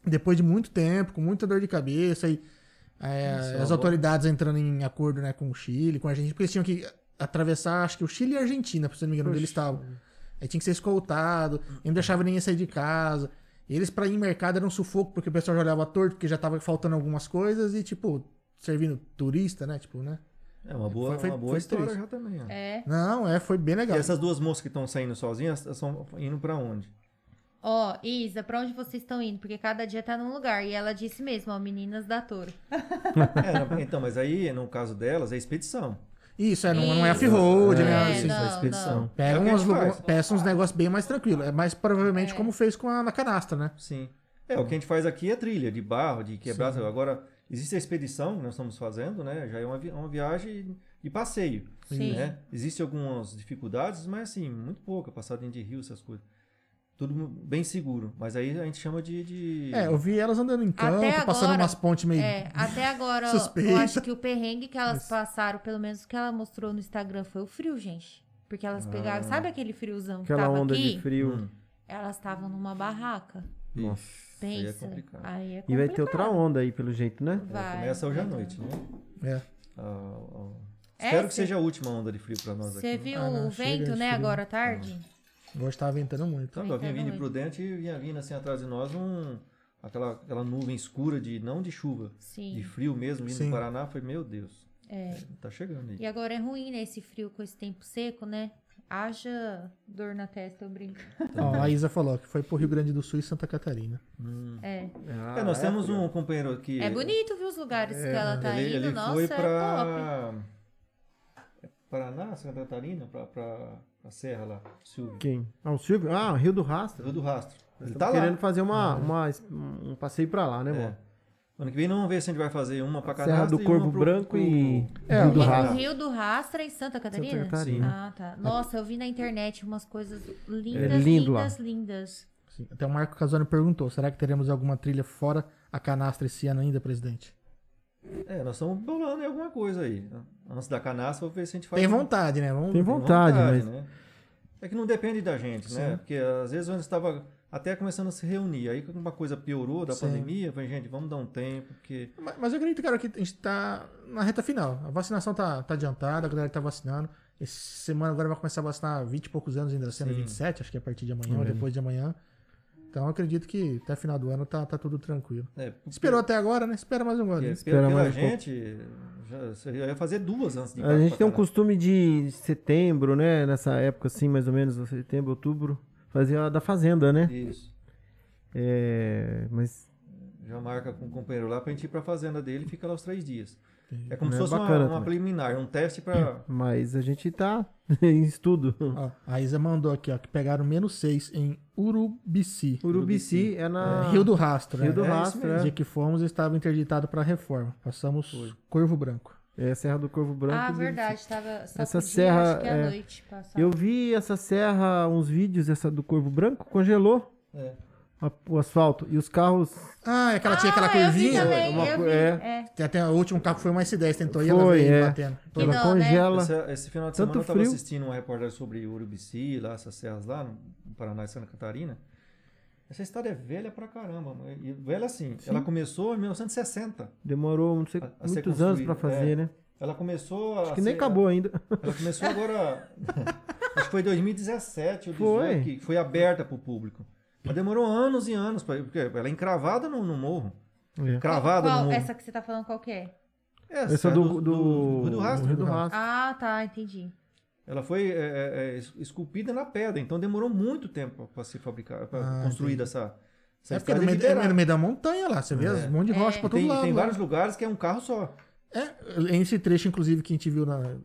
S2: Depois de muito tempo, com muita dor de cabeça, e é, as autoridades entrando em acordo né, com o Chile, com a Argentina, porque eles tinham que atravessar, acho que o Chile e a Argentina, se não me engano, onde eles estavam. Aí tinha que ser escoltado, e não deixava ninguém sair de casa. E eles, pra ir em mercado, era um sufoco, porque o pessoal já olhava torto, porque já tava faltando algumas coisas, e tipo, servindo turista, né? Tipo, né?
S3: É uma boa,
S2: Foi- foi-
S3: uma boa
S2: foi
S3: história
S2: triste.
S3: já também. ó.
S1: É.
S2: Não, é, foi bem
S3: E
S2: legal.
S3: essas duas moças que estão saindo sozinhas estão indo pra *laughs* onde?
S1: Ó, Isa, pra onde vocês estão indo? Porque cada dia tá num lugar. E ela disse mesmo, ó, meninas da Toro.
S3: É, então, mas aí, no caso delas, é expedição.
S2: Isso, é, não, não é off-road,
S3: Road,
S2: né?
S1: É,
S2: Assim,
S1: não,
S3: é expedição.
S1: não.
S2: Pega
S3: é o que a
S2: umas
S3: gente
S2: lugar-
S3: faz.
S2: peça uns negócios bem mais tranquilo. É mais provavelmente como fez com a na canastra, né?
S3: Sim. É, o que a gente faz aqui é trilha, de barro, de quebrar. Agora, existe a expedição que nós estamos fazendo, né? Já é uma, vi- uma viagem de passeio.
S1: Sim.
S3: Né? Existem algumas dificuldades, mas assim, muito pouca. Passagem de rio, essas coisas. Tudo mu- bem seguro. Mas aí a gente chama de. de-
S2: É, eu vi elas andando em campo,
S1: agora-
S2: passando umas pontes meio.
S1: É, até agora,
S2: Suspeita.
S1: eu acho que o perrengue que elas
S2: Isso.
S1: passaram, pelo menos que ela mostrou no Instagram, foi o frio, gente. Porque elas pegaram,
S2: Ah.
S1: sabe aquele friozão que
S4: Aquela
S1: tava
S4: onda
S1: aqui?
S4: de frio.
S3: Hum.
S1: Elas estavam numa barraca.
S4: Nossa.
S3: Aí é
S1: Pensa.
S3: complicado. É,
S1: Aí é complicado.
S4: E vai ter outra onda aí, pelo jeito, né?
S1: Vai.
S3: Começa hoje à noite, né?
S2: É.
S3: Ah, ah.
S1: É,
S3: Espero que
S1: cê-
S3: seja a última onda de frio pra nós aqui.
S1: Você
S3: né?
S1: viu
S2: Ah, não,
S1: o
S2: chega
S1: vento,
S2: de
S1: né,
S2: frio.
S3: Ah,
S1: agora à tarde?
S2: Hoje tava ventando muito. *laughs*
S3: Sabe, ó, vinha
S1: Então,
S3: vindo
S1: é.
S3: imprudente e vinha vindo assim atrás de nós um, aquela, aquela nuvem escura de não de chuva, de
S1: Sim.
S3: frio mesmo, vindo
S2: Sim.
S3: do Paraná. Foi, meu Deus,
S1: É.
S3: tá chegando aí.
S1: E agora é ruim, né, esse frio com esse tempo seco, né? Haja dor na testa, eu brinco.
S2: Ó, a Isa falou que foi pro Rio Grande do Sul e Santa Catarina.
S1: É.
S3: É,
S4: Ah,
S3: nós temos um companheiro aqui.
S1: É bonito, viu, os lugares que ela tá
S3: É, Ele,
S1: indo.
S3: ele
S1: Nossa,
S3: foi
S1: é top.
S3: pra. é Paraná, Santa Catarina, pra, pra, pra Serra lá, Silvio.
S4: Quem? Ah, o Silvio? Ah, o Rio do Rastro.
S3: Rio do Rastro. Ele
S4: Estamos
S3: tá lá.
S4: querendo fazer uma, uma- um passeio pra lá, né,
S3: É.
S4: mano?
S3: Ano que vem não vamos ver se a gente vai fazer uma pra
S4: Serra
S3: Canastra
S4: do
S3: e
S4: Corvo
S3: uma pro-
S4: Branco e
S2: É,
S4: Rio do
S1: E no
S4: Rastro.
S1: Rio do Rastra, em Santa Catarina?
S4: Santa Catarina.
S1: Ah, tá. Nossa, eu vi na internet umas coisas lindas,
S4: É lindo lá.
S1: lindas, lindas.
S2: Sim. Até o Marco Casoni perguntou: será que teremos alguma trilha fora a canastra esse ano ainda, presidente?
S3: É, nós estamos bolando em alguma coisa aí. Antes da Canastra, vou ver se a gente faz. um
S2: Tem
S3: uma-
S2: vontade, né? Vamos...
S4: Tem
S3: Tem
S4: vontade, mas
S3: né? É que não depende da gente, né? Porque às vezes nós estava até começando a se reunir. Aí quando uma coisa piorou da
S2: Sim.
S3: pandemia, eu falei, gente, vamos dar um tempo, porque.
S2: Ma- Mas eu acredito, cara, que a gente tá na reta final. A vacinação tá, tá adiantada, a galera tá vacinando. Essa semana agora vai começar a vacinar 20 e poucos anos, ainda sendo
S3: Sim.
S2: 27, acho que é a partir de amanhã ou depois de amanhã. Então eu acredito que até final do ano tá, tá tudo tranquilo.
S3: né,
S2: Esperou até agora, né? Espera mais um
S3: Porque,
S2: ano.
S3: pela,
S4: Espera
S3: pela
S4: mais um pouco.
S3: gente, já, você já ia fazer duas antes de ir
S4: A
S3: pra-
S4: gente
S3: pra
S4: tem um
S3: Canadá.
S4: costume de setembro, né? Nessa época assim, mais ou menos, setembro, outubro, fazer a da fazenda, né?
S3: Isso.
S4: É, mas
S3: Já marca com o companheiro lá pra gente ir pra fazenda dele e fica lá os três dias. É como
S4: É
S3: se fosse uma-
S4: bacana
S3: uma,
S4: também.
S3: preliminar, um teste
S4: *clears throat*
S3: pra.
S4: mas a gente tá *laughs* em estudo.
S2: Ó, a Isa mandou aqui, ó, que pegaram menos 6 em Urubici.
S4: Urubici é na
S2: É, Rio do Rastro,
S4: Rio do
S2: né?
S3: isso
S4: Rastro,
S2: O
S4: é,
S2: dia que fomos estava interditado para reforma. Passamos Corvo Branco.
S4: É, Serra do Corvo Branco.
S1: ah,
S4: Urubici.
S1: verdade. Tava só
S4: Essa
S1: podia,
S4: serra,
S1: acho que à
S4: é,
S1: noite. Passar.
S4: Eu vi essa serra, uns vídeos essa do Corvo Branco congelou
S3: É.
S4: a- o asfalto e os carros
S2: Ah, é aquela tinha aquela
S1: ah,
S2: curvinha.
S1: Eu vi também,
S4: uma
S1: eu
S4: cu-
S1: vi.
S4: é.
S1: É.
S2: Tem até o último carro que foi um S10, tentou e ela
S4: Foi,
S2: veio
S4: é.
S2: batendo.
S1: Que
S4: ela
S1: dó, né?
S4: congela.
S3: Essa- esse final de
S4: Tanto
S3: semana eu estava
S4: frio.
S3: assistindo uma reportagem sobre Urubici, lá, essas serras lá, no Paraná e Santa Catarina. Essa história é velha pra caramba. mano. E velha assim, ela começou em 1960.
S4: Demorou não sei
S3: A- a ser
S4: muitos anos
S3: construída,
S4: pra fazer,
S3: é.
S4: né?
S3: Ela começou.
S4: Acho
S3: a
S4: que nem
S3: ser-
S4: acabou ainda.
S3: Ela começou
S4: *laughs*
S3: agora. acho que foi 2017 ou
S4: Foi.
S3: 2018 que foi aberta pro público. Mas demorou anos e anos, pra, porque ela é encravada no, no morro.
S4: É.
S3: Cravada
S1: Qual-
S3: no morro.
S1: essa que você tá falando qual que é?
S3: Essa
S4: Essa
S3: é
S4: do, do,
S3: do, do Rastro. né?
S4: Rio do Rastro.
S1: Ah, tá, entendi.
S3: Ela foi é, é, é, es- esculpida na pedra, então demorou muito tempo para ser fabricada, para
S2: Ah,
S3: construída essa, essa
S2: É porque é no,
S3: estrada de
S2: meio,
S3: Ribeirão.
S2: é no meio da montanha lá, você vê um monte de rocha pra todo
S3: É. Tem,
S2: lado. né?
S3: tem
S2: lá.
S3: vários lugares que é um carro só.
S2: É, esse trecho, inclusive, que a gente viu na.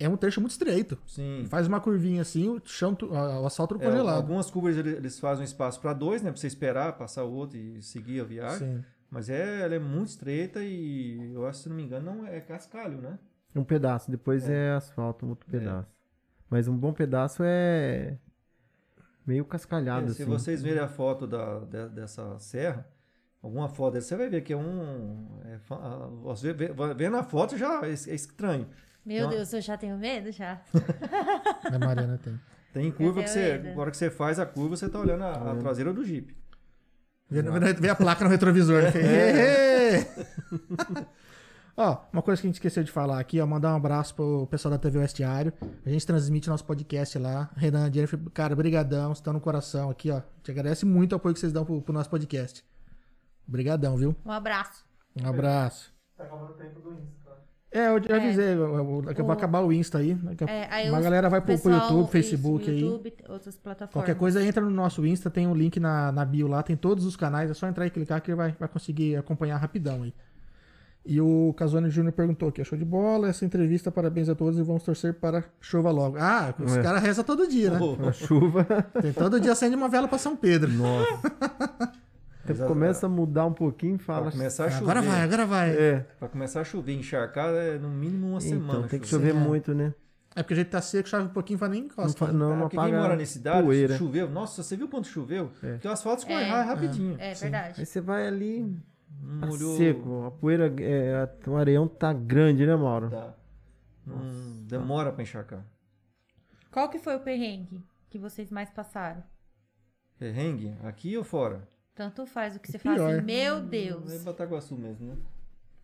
S2: É um trecho muito estreito.
S3: Sim.
S2: Faz uma curvinha assim, o chão, tu- a- o asfalto
S3: É,
S2: congelado.
S3: algumas curvas ele- eles fazem um espaço para dois, né? Para você esperar, passar o outro e seguir a viagem.
S2: Sim.
S3: Mas é, ela é muito estreita e eu acho, se não me engano, não é cascalho, né?
S4: Um pedaço, depois é, asfalto, um outro
S3: É.
S4: pedaço. Mas um bom pedaço é meio cascalhado,
S3: É, se
S4: assim.
S3: vocês verem a foto da, de- dessa serra, alguma foto dessa, você vai ver que é um. é fa- ah, você vê- vê- vendo a foto já é, es- é estranho.
S1: Meu
S3: Não.
S1: Deus, eu já tenho medo
S2: *laughs*
S1: já.
S2: Na Mariana tem.
S3: Tem curva que você.
S1: medo.
S3: Agora que você faz a curva, você tá olhando
S4: É.
S3: a, a traseira do Jeep.
S2: Vê, vê- vê a placa no retrovisor. né?
S3: *laughs* É.
S2: Ê, ê. *laughs* ó, uma coisa que a gente esqueceu de falar aqui, ó, mandar um abraço pro pessoal da TV Oeste Diário. A gente transmite nosso podcast lá. Renan, Jennifer, cara, brigadão, você tá no coração aqui, ó. Te agradece muito o apoio que vocês dão pro, pro nosso podcast. Obrigadão, viu?
S1: Um abraço.
S2: Um abraço.
S5: Tá acabando o tempo do Insta. tá?
S2: É, eu já avisei, eu- eu- eu- vai acabar o Insta aí. daqui a-
S1: É, aí
S2: uma
S1: os
S2: galera vai pro, pro
S1: pessoal-
S2: YouTube,
S1: isso,
S2: Facebook aí.
S1: YouTube, outras plataformas.
S2: Qualquer coisa, entra no nosso Insta, tem um link na, na bio lá, tem todos os canais, é só entrar e clicar que vai, vai conseguir acompanhar rapidão aí. E o Casone Júnior perguntou aqui, show de bola, essa entrevista, parabéns a todos e vamos torcer para chuva logo. Ah, os
S4: É.
S2: caras rezam todo dia, né?
S3: Oh, *laughs*
S4: A chuva.
S2: Tem, todo dia acende uma vela para São Pedro. Nossa.
S4: Então começa a mudar um pouquinho, fala.
S3: Pra começar a chover.
S2: agora vai, agora vai. É.
S4: É.
S3: Pra começar a chover, encharcar é no mínimo uma semana.
S4: Então tem que
S3: chovendo.
S4: chover
S2: É.
S4: muito, né?
S2: porque a gente tá seco, chove um pouquinho, vai nem
S4: Não,
S2: encosta.
S4: fa- não, não
S3: Porque quem
S4: apaga
S3: mora na
S4: a
S3: cidade,
S4: poeira.
S3: choveu. Nossa, você viu quanto choveu?
S4: É.
S3: Porque o asfalto escorre
S1: É.
S3: rapidinho.
S1: É
S2: Sim.
S1: verdade.
S4: Aí você vai ali,
S3: Não
S4: tá
S3: molhou-
S4: seco. A poeira, é, a- o areião tá grande, né, Mauro?
S3: Tá. Não demora pra encharcar.
S1: Qual que foi o perrengue que vocês mais passaram?
S3: Perrengue, aqui ou fora?
S1: Tanto faz o que você
S2: Pior.
S1: fala assim, meu
S3: É
S1: Deus.
S3: Bataguaçu mesmo, né?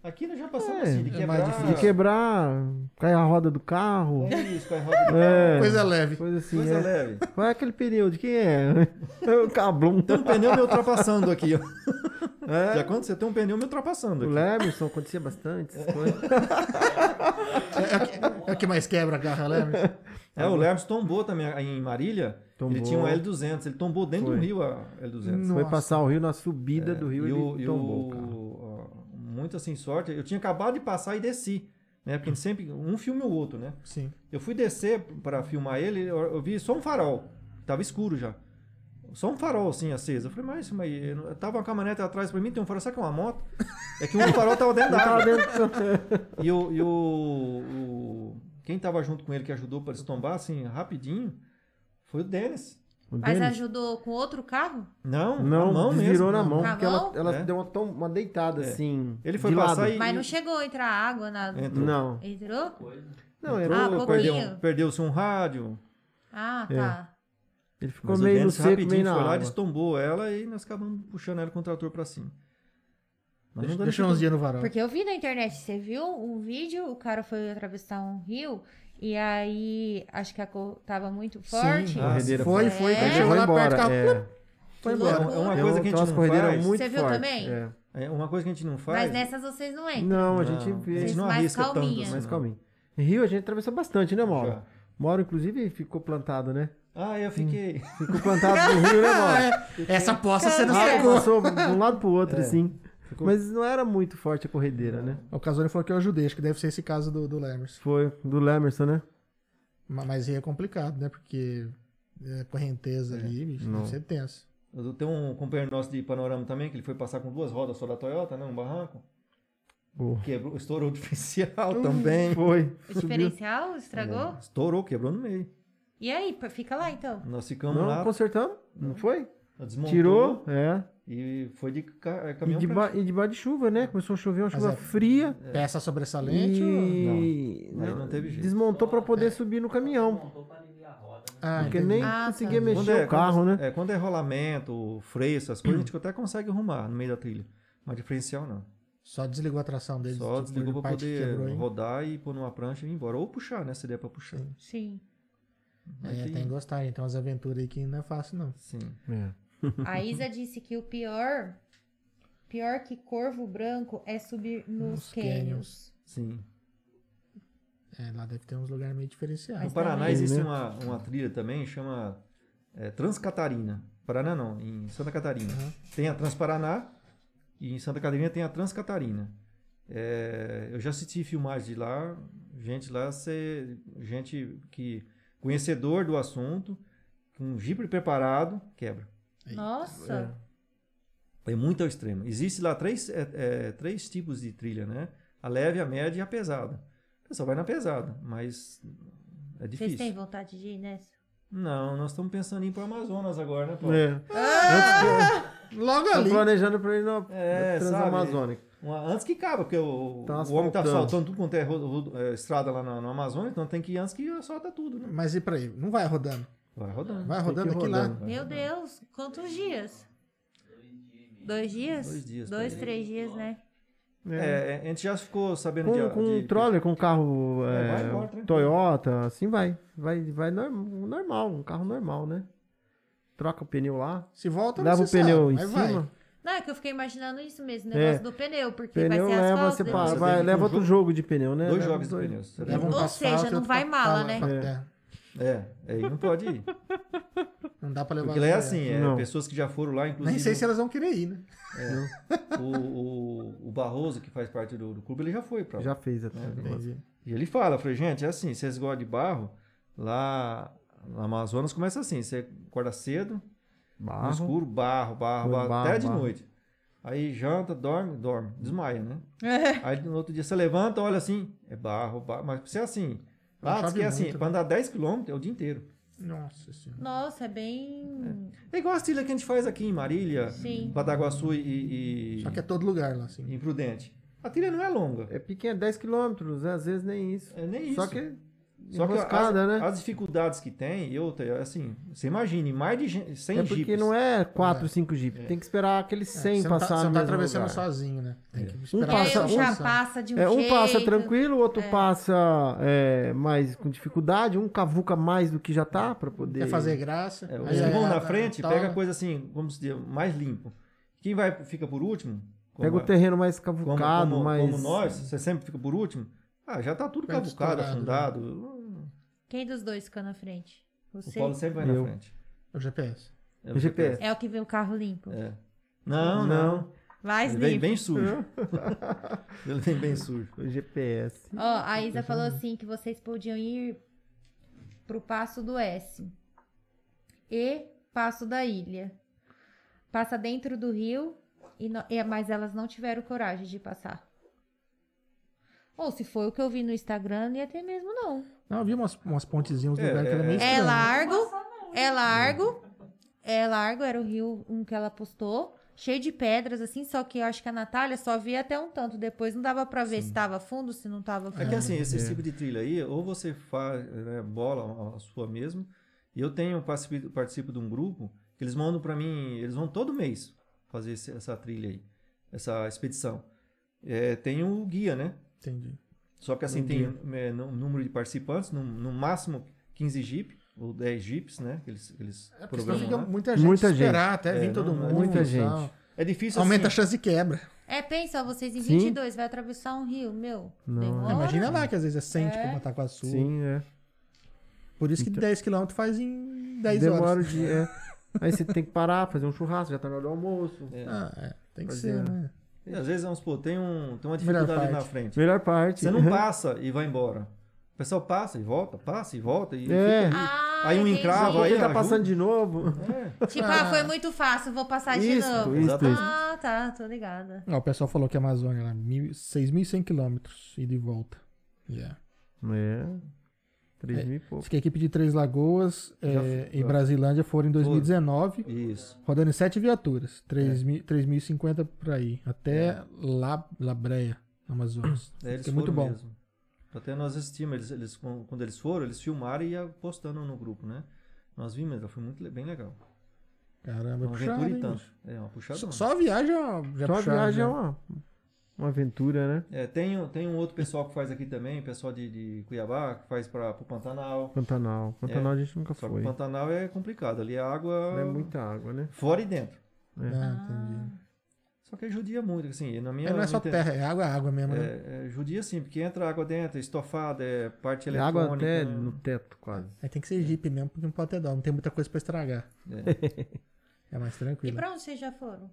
S3: Aqui nós já passamos
S4: É,
S3: assim, de
S2: é
S3: quebrar.
S2: mais difícil.
S4: De quebrar, cai a roda do carro.
S3: É isso, cai roda de carro,
S4: É.
S2: Coisa leve.
S4: Coisa assim,
S3: Coisa
S4: é.
S3: leve.
S4: Qual é aquele pneu de quem é? *laughs* É o Cablum.
S3: Tem um pneu me ultrapassando *laughs* aqui, ó. Já
S4: É.
S3: aconteceu, tem um pneu me ultrapassando
S4: O
S3: aqui.
S4: Lemerson acontecia bastante. essas coisas.
S2: É, é o que- é o que mais quebra a garra leve.
S3: É, o Lermes tombou também aí em Marília.
S4: Tombou.
S3: Ele tinha um L200, ele tombou dentro
S4: Foi.
S3: do rio a L200.
S2: Nossa.
S4: Foi passar o rio na subida do rio
S3: É, e
S4: e
S3: o,
S4: ele
S3: e
S4: tombou,
S3: o-
S4: cara.
S3: ó, muito assim, sorte. Eu tinha acabado de passar e desci. Né? Porque sempre, um filme o outro, né?
S2: Sim.
S3: Eu fui descer pra filmar ele, eu, eu vi só um farol. Tava escuro já. Só um farol assim aceso. Eu falei, mas, mas eu não- tava uma caminhonete atrás pra mim, tem um farol, será que é uma moto? É que um farol tava dentro da
S4: Tava
S3: água. *laughs*
S4: dentro-
S3: E, o, e o, o- Quem tava junto com ele que ajudou pra eles tombar, assim, rapidinho, foi o Denis.
S4: O
S1: Mas
S4: Denis?
S1: ajudou com outro carro?
S3: Não,
S4: Não,
S3: na mão mesmo.
S4: desvirou na
S3: Não.
S4: mão,
S1: Na
S4: porque
S1: mão?
S4: ela, ela
S3: É.
S4: deu uma, tom- uma deitada
S3: É.
S4: assim.
S3: Ele foi
S4: de
S3: passar
S4: lado.
S3: e.
S2: É.
S1: Mas não chegou a entrar água na.
S3: Entrou.
S4: Não.
S1: Entrou?
S6: Coisa.
S4: Não,
S3: entrou,
S4: era
S1: Ah, pouquinho.
S3: perdeu, perdeu-se um rádio.
S1: Ah,
S4: É.
S1: tá.
S4: Ele ficou
S3: Mas o
S4: meio no
S3: Dennis
S4: seco, meio
S3: rapidinho
S4: na
S3: foi lá,
S4: água.
S3: destombou ela e nós acabamos puxando ela com o trator pra cima. Mas
S2: Deixa,
S3: não
S2: deixa uns dias no varal.
S1: Porque eu vi na internet, você viu um vídeo, o cara foi atravessar um rio e aí acho que a cor tava muito forte.
S2: Sim,
S3: Ah,
S4: corredeira
S1: foi.
S2: foi, foi.
S1: É.
S2: quando
S4: Ele
S2: Chegou
S4: foi
S2: lá perto,
S4: embora.
S2: ficava-
S4: é.
S2: foi
S1: Que
S2: embora.
S1: loucura.
S3: É uma
S4: Tem
S3: coisa
S4: um-
S3: que
S4: tem
S3: a gente
S4: umas
S3: não
S4: corredeiras
S3: faz.
S4: muito
S1: Você viu
S4: fortes,
S1: também?
S4: é.
S3: É uma coisa que a gente não faz.
S1: Mas nessas vocês não entram.
S4: Não, a
S3: Não,
S4: gente
S3: a
S4: vê.
S1: Vocês
S3: gente não
S1: mais
S3: arrisca tanto.
S1: calminha.
S3: assim,
S4: Mas
S3: não.
S4: calminho. Em Rio a gente atravessou bastante, né, Mauro?
S3: Já.
S4: Mauro, inclusive, ficou plantado, né?
S3: Ah, eu fiquei.
S4: Ficou plantado no Rio, né, Mauro?
S2: Essa aposta você não
S4: Ah,
S2: pegou.
S4: passou de um lado pro outro, assim.
S3: Ficou-
S4: Mas não era muito forte a corredeira, né?
S2: O Casone falou que eu ajudei, acho que deve ser esse caso do, do Lemers.
S4: Foi do Lemerson, né?
S2: Ma- Mas aí é complicado, né? Porque é, correnteza ali, bicho,
S4: Não.
S2: deve ser tenso.
S3: Eu- Tem um companheiro nosso de panorama também, que ele foi passar com duas rodas só da Toyota, né? Um barranco.
S4: Oh.
S3: Quebrou, estourou
S4: *laughs*
S3: o
S4: Uhum.
S3: diferencial também.
S4: Foi.
S1: O
S4: Subiu.
S1: diferencial estragou?
S3: É, estourou, quebrou no meio.
S1: E aí, pô, fica lá então.
S3: Nós ficamos
S4: Não,
S3: lá,
S4: consertamos? Não foi?
S3: desmontou
S4: Tirou, é.
S3: e foi de ca- é,
S4: E
S3: caminhão
S4: de,
S3: pra-
S4: ba- e de baixo de chuva, né? Começou a chover, uma
S2: Mas
S4: chuva
S2: é-
S4: fria.
S2: Peça sobressalente? ou-
S4: E...
S3: Não, aí não teve jeito.
S4: Desmontou pra poder subir no caminhão.
S6: Montou pra aliviar a roda, né?
S2: É. Ah,
S4: Porque
S2: entendi.
S4: nem
S1: Ah, tá.
S4: conseguia
S3: Quando
S4: mexer
S3: é-
S4: o carro,
S3: quando-
S4: né?
S3: É, quando é rolamento, freio,
S4: *clears throat*
S3: essas coisas, a gente até consegue arrumar no meio da trilha. Mas diferencial não.
S2: Só desligou a tração dele.
S3: Só desligou pra poder
S2: quebrou, hein?
S3: rodar e pôr numa prancha e ir embora. Ou puxar, né? Se der pra puxar.
S1: Sim.
S3: Mas
S2: É,
S3: que-
S2: tem que gostar, então as aventuras aí que não é fácil, não.
S3: Sim.
S1: A Isa disse que o pior, pior que corvo branco é subir nos
S2: Nos canyons.
S1: cânions.
S3: Sim.
S2: É, lá deve ter uns lugares meio diferenciados.
S3: No Paraná
S1: é
S4: também-
S3: existe
S4: Né?
S3: uma, uma trilha também, chama é, Transcatarina. Paraná não, em Santa Catarina.
S2: Uhum.
S3: Tem a Transparaná e em Santa Catarina tem a Transcatarina. É, eu já assisti filmagens de lá, gente lá, cê- gente que conhecedor do assunto, com um jipe preparado, quebra.
S1: Nossa.
S3: É muito ao extremo. Existe lá três, é, é, três tipos de trilha, né? A leve, a média e a pesada. O pessoal vai na pesada, mas é difícil.
S1: Vocês têm vontade de ir nessa?
S3: Não, nós estamos pensando em ir para Amazonas agora, né, Paulo? É,
S4: É.
S2: Ah! Logo
S4: Tô
S2: ali.
S4: planejando pra ir na
S3: É,
S4: Transamazônica.
S3: Uma- antes que acaba, porque o,
S4: Tá
S3: o homem está
S4: asfaltando.
S3: asfaltando tudo quanto é rodo- rodo- é, estrada lá na, no Amazonas, então tem que ir antes que asfalta tudo, né?
S2: Mas e pra aí? Não vai rodando.
S3: Vai rodando.
S2: Vai rodando
S4: que ir
S2: aqui
S4: rodando.
S2: lá.
S3: Vai
S1: Meu
S3: rodando.
S1: Deus, quantos dias? Dois dias?
S3: Dois dias,
S1: Dois,
S3: por aí.
S1: três dias, né?
S4: É.
S3: É, é, a gente já ficou sabendo de,
S4: Com, com
S3: de-
S4: um troller, com um carro
S3: É,
S4: é,
S3: vai embora, tranquilo.
S4: Toyota, assim vai. Vai, vai norm- normal, um carro normal, né? Troca o pneu lá,
S2: Se volta,
S4: leva o
S2: você sabe,
S4: pneu em
S2: mas Tá vai.
S4: cima.
S1: Não, é que eu fiquei imaginando isso mesmo, o negócio
S4: É.
S1: do pneu, porque
S4: Pneu
S1: vai ser
S4: leva,
S1: asfalto.
S4: separa,
S1: depois.
S3: Você tem
S4: vai,
S3: que
S4: leva
S3: um
S4: outro jogo de pneu, né?
S3: Dois
S4: Leva
S3: jogos de
S4: dois.
S3: pneus. Você
S2: Leva um
S3: leva-
S2: pra
S1: Ou seja,
S2: asfalto e
S1: não
S2: outro
S1: vai
S2: pra-
S1: mala,
S2: pra-
S1: né?
S2: pra terra.
S3: É, aí não
S4: *laughs*
S3: pode ir.
S2: Não dá pra levar.
S3: Porque lá é
S2: pra-
S3: assim, é,
S4: Não.
S3: pessoas que já foram lá, inclusive. é,
S2: Nem sei se elas vão querer ir, né?
S3: o, o, o Barroso, que faz parte do, do clube, ele já foi para
S4: Já fez até.
S3: É,
S2: Entendi.
S3: E ele fala, falei, gente, é assim, vocês gostam de barro, lá no Amazonas começa assim, você acorda cedo, no
S4: Barro.
S3: escuro, barro, barro,
S4: Foi
S3: barro,
S4: barro,
S3: até de
S4: barro.
S3: noite. Aí janta, dorme, dorme, desmaia, né? Aí no outro dia você levanta, olha assim, é barro, barro, mas você é assim. Lá
S2: Chove
S3: diz que é
S2: muito,
S3: assim,
S2: né?
S3: pra andar 10km é o dia inteiro.
S2: Nossa senhora.
S1: Nossa, é bem.
S3: É igual a trilha que a gente faz aqui em Marília,
S1: Sim.
S3: Badaguaçu e, e
S2: Só que é todo lugar lá, assim.
S3: em Prudente. A trilha não é longa,
S4: É pequeno, 10 km, às vezes nem isso.
S3: é nem isso.
S4: Só que
S3: Só que
S4: enroscada,
S3: as,
S4: né?
S3: as dificuldades que tem, eu te- assim, você imagine, mais de gen- 100
S4: É porque
S3: jipes.
S4: não é 4, 5 jipes. Tem que esperar aqueles
S2: É,
S4: 100
S2: você não tá-
S4: passar
S2: você
S4: no
S2: não tá
S4: mesmo
S2: atravessando
S4: lugar.
S2: sozinho, né? Tem que
S4: Um
S2: esperar
S1: Porque
S4: passa-
S1: aí
S4: um
S1: já
S2: passar.
S1: passa de um
S4: É, um
S1: jeito.
S4: passa tranquilo, o outro passa é, mais com dificuldade, um cavuca mais do que já tá pra poder.
S2: Quer fazer graça.
S3: É,
S2: aí
S3: os que
S2: aí
S3: vão
S2: a-
S3: na
S2: a-
S3: frente,
S2: tola.
S3: pega coisa assim, vamos dizer, mais limpo. Quem vai fica por último, como, é?
S4: Pega o terreno mais
S3: como,
S4: cavucado,
S3: como-
S4: mais.
S3: como nós, você sempre fica por último, ah, já tá tudo
S2: Pega
S3: cavucado,
S2: estourado,
S3: afundado.
S1: Quem dos dois fica na frente?
S3: O
S1: Você?
S3: Paulo sempre vai
S4: Eu.
S3: na frente.
S2: O GPS.
S3: É
S4: O GPS.
S1: É o que vê o carro limpo.
S3: É. Não, não.
S1: Mais
S3: Ele vem
S1: limpo.
S3: bem sujo. Ele vem bem sujo.
S4: O GPS.
S1: Ó, a Isa falou
S3: um-
S1: assim que vocês podiam ir pro Passo do S e Passo da Ilha. Passa dentro do rio, e no- e- mas elas não tiveram coragem de passar. Ou se foi o que eu vi no Instagram, não ia ter mesmo, não.
S2: Não, eu vi umas, umas pontezinhas, uns
S3: É,
S2: lugares que era
S3: é,
S2: meio
S1: É
S2: estranho.
S1: largo, é largo, é largo, era o rio um que ela postou, cheio de pedras, assim, só que eu acho que a Natália só via até um tanto, depois não dava pra ver se tava fundo, se não tava fundo.
S3: É que assim, esse tipo de trilha aí, ou você faz né, bola a sua mesmo, e eu tenho participo, participo de um grupo que eles mandam pra mim, eles vão todo mês fazer esse- essa trilha aí, essa expedição. É, tem o guia, né?
S2: Entendi.
S3: Só que assim, tem é, num- número de participantes, no, no máximo 15 jipes, ou 10 jipes, né? Que eles, que eles
S2: É porque senão
S3: programam
S2: fica
S3: lá.
S2: muita gente
S4: Muita
S2: esperar até
S3: É,
S2: vir todo
S3: não,
S2: mundo.
S4: muita
S2: e
S4: gente.
S2: tal.
S3: É difícil
S2: Aumenta a
S3: assim,
S2: chance de quebra.
S1: É, pensa, vocês em
S4: Sim.
S1: 22 vai atravessar um rio, meu.
S4: Não,
S1: demora.
S4: Ora.
S2: Imagina lá que às vezes é 100,
S1: É.
S2: tipo, matar com a sua.
S4: Sim, é.
S2: Por isso que
S4: Então.
S2: 10km faz em 10
S4: Demora
S2: horas.
S4: o dia. é. Aí você tem que parar, fazer um churrasco, já tá na hora do almoço.
S3: É.
S2: Ah, é. Tem que
S4: Pois
S2: ser,
S4: é.
S2: né?
S3: e às vezes, vamos supor, tem, um, tem uma
S2: Melhor
S3: dificuldade ali na
S2: parte. Uhum.
S3: frente.
S4: Melhor parte.
S3: Você
S4: *laughs*
S3: não passa e vai embora. O pessoal passa e volta, passa e volta e
S4: É.
S3: fica ali.
S1: Ah,
S3: Aí um
S1: entendi.
S3: encrava, aí
S4: Porque tá
S3: ajuda.
S4: passando de novo.
S3: É.
S1: Tipo, ah, foi muito fácil, vou
S2: Ah,
S1: passar de
S4: Isso,
S1: novo.
S4: isso,
S3: Exatamente.
S4: isso.
S1: Ah, tá, tô ligada.
S2: Ó, o pessoal falou que a Amazônia lá, mil- 6.100 km ida e volta. Yeah.
S4: É. 3 mil e pouco.
S2: Diz que a equipe de Três Lagoas
S3: Já
S2: eh,
S3: foi.
S2: e Brasilândia foram em 2019,
S3: Isso. É.
S2: rodando em sete viaturas, 3 mil- 3.050 por aí, até La, Labreia, no Amazonas.
S3: É, eles
S2: Fica muito
S3: foram
S2: bom.
S3: mesmo. Até nós assistimos, eles, eles- com- quando eles foram, eles filmaram e ia postando no grupo, né? Nós vimos, foi muito le- bem legal.
S2: Caramba,
S3: Uma
S2: puxado,
S3: aventura
S2: hein,
S3: e tanto.
S2: bicho?
S3: É, uma puxada.
S2: Só, só a viagem é uma- já
S4: Só a
S2: puxada,
S4: viagem é
S2: né?
S4: uma, uma aventura, né?
S3: É, tem, um- tem um outro pessoal que faz aqui também, pessoal de, de Cuiabá, que faz para o Pantanal.
S4: Pantanal. Pantanal a gente nunca
S3: É. Só que
S4: foi.
S3: o Pantanal é complicado, ali a água
S4: É muita água, né?
S3: fora e dentro.
S2: Ah, entendi.
S3: Só que judia muito, assim, na minha...
S2: É, não é só
S3: inte-
S2: terra, é água, é água mesmo, né?
S3: É, é, judia sim, porque entra água dentro, é estofada, é parte
S4: É água
S3: eletrônica.
S4: até
S3: né?
S4: no teto, quase.
S2: Aí tem que ser jipe mesmo, porque não pode ter dó, não tem muita coisa pra estragar.
S3: É.
S2: É mais
S1: E
S2: tranquilo.
S1: pra onde vocês já foram?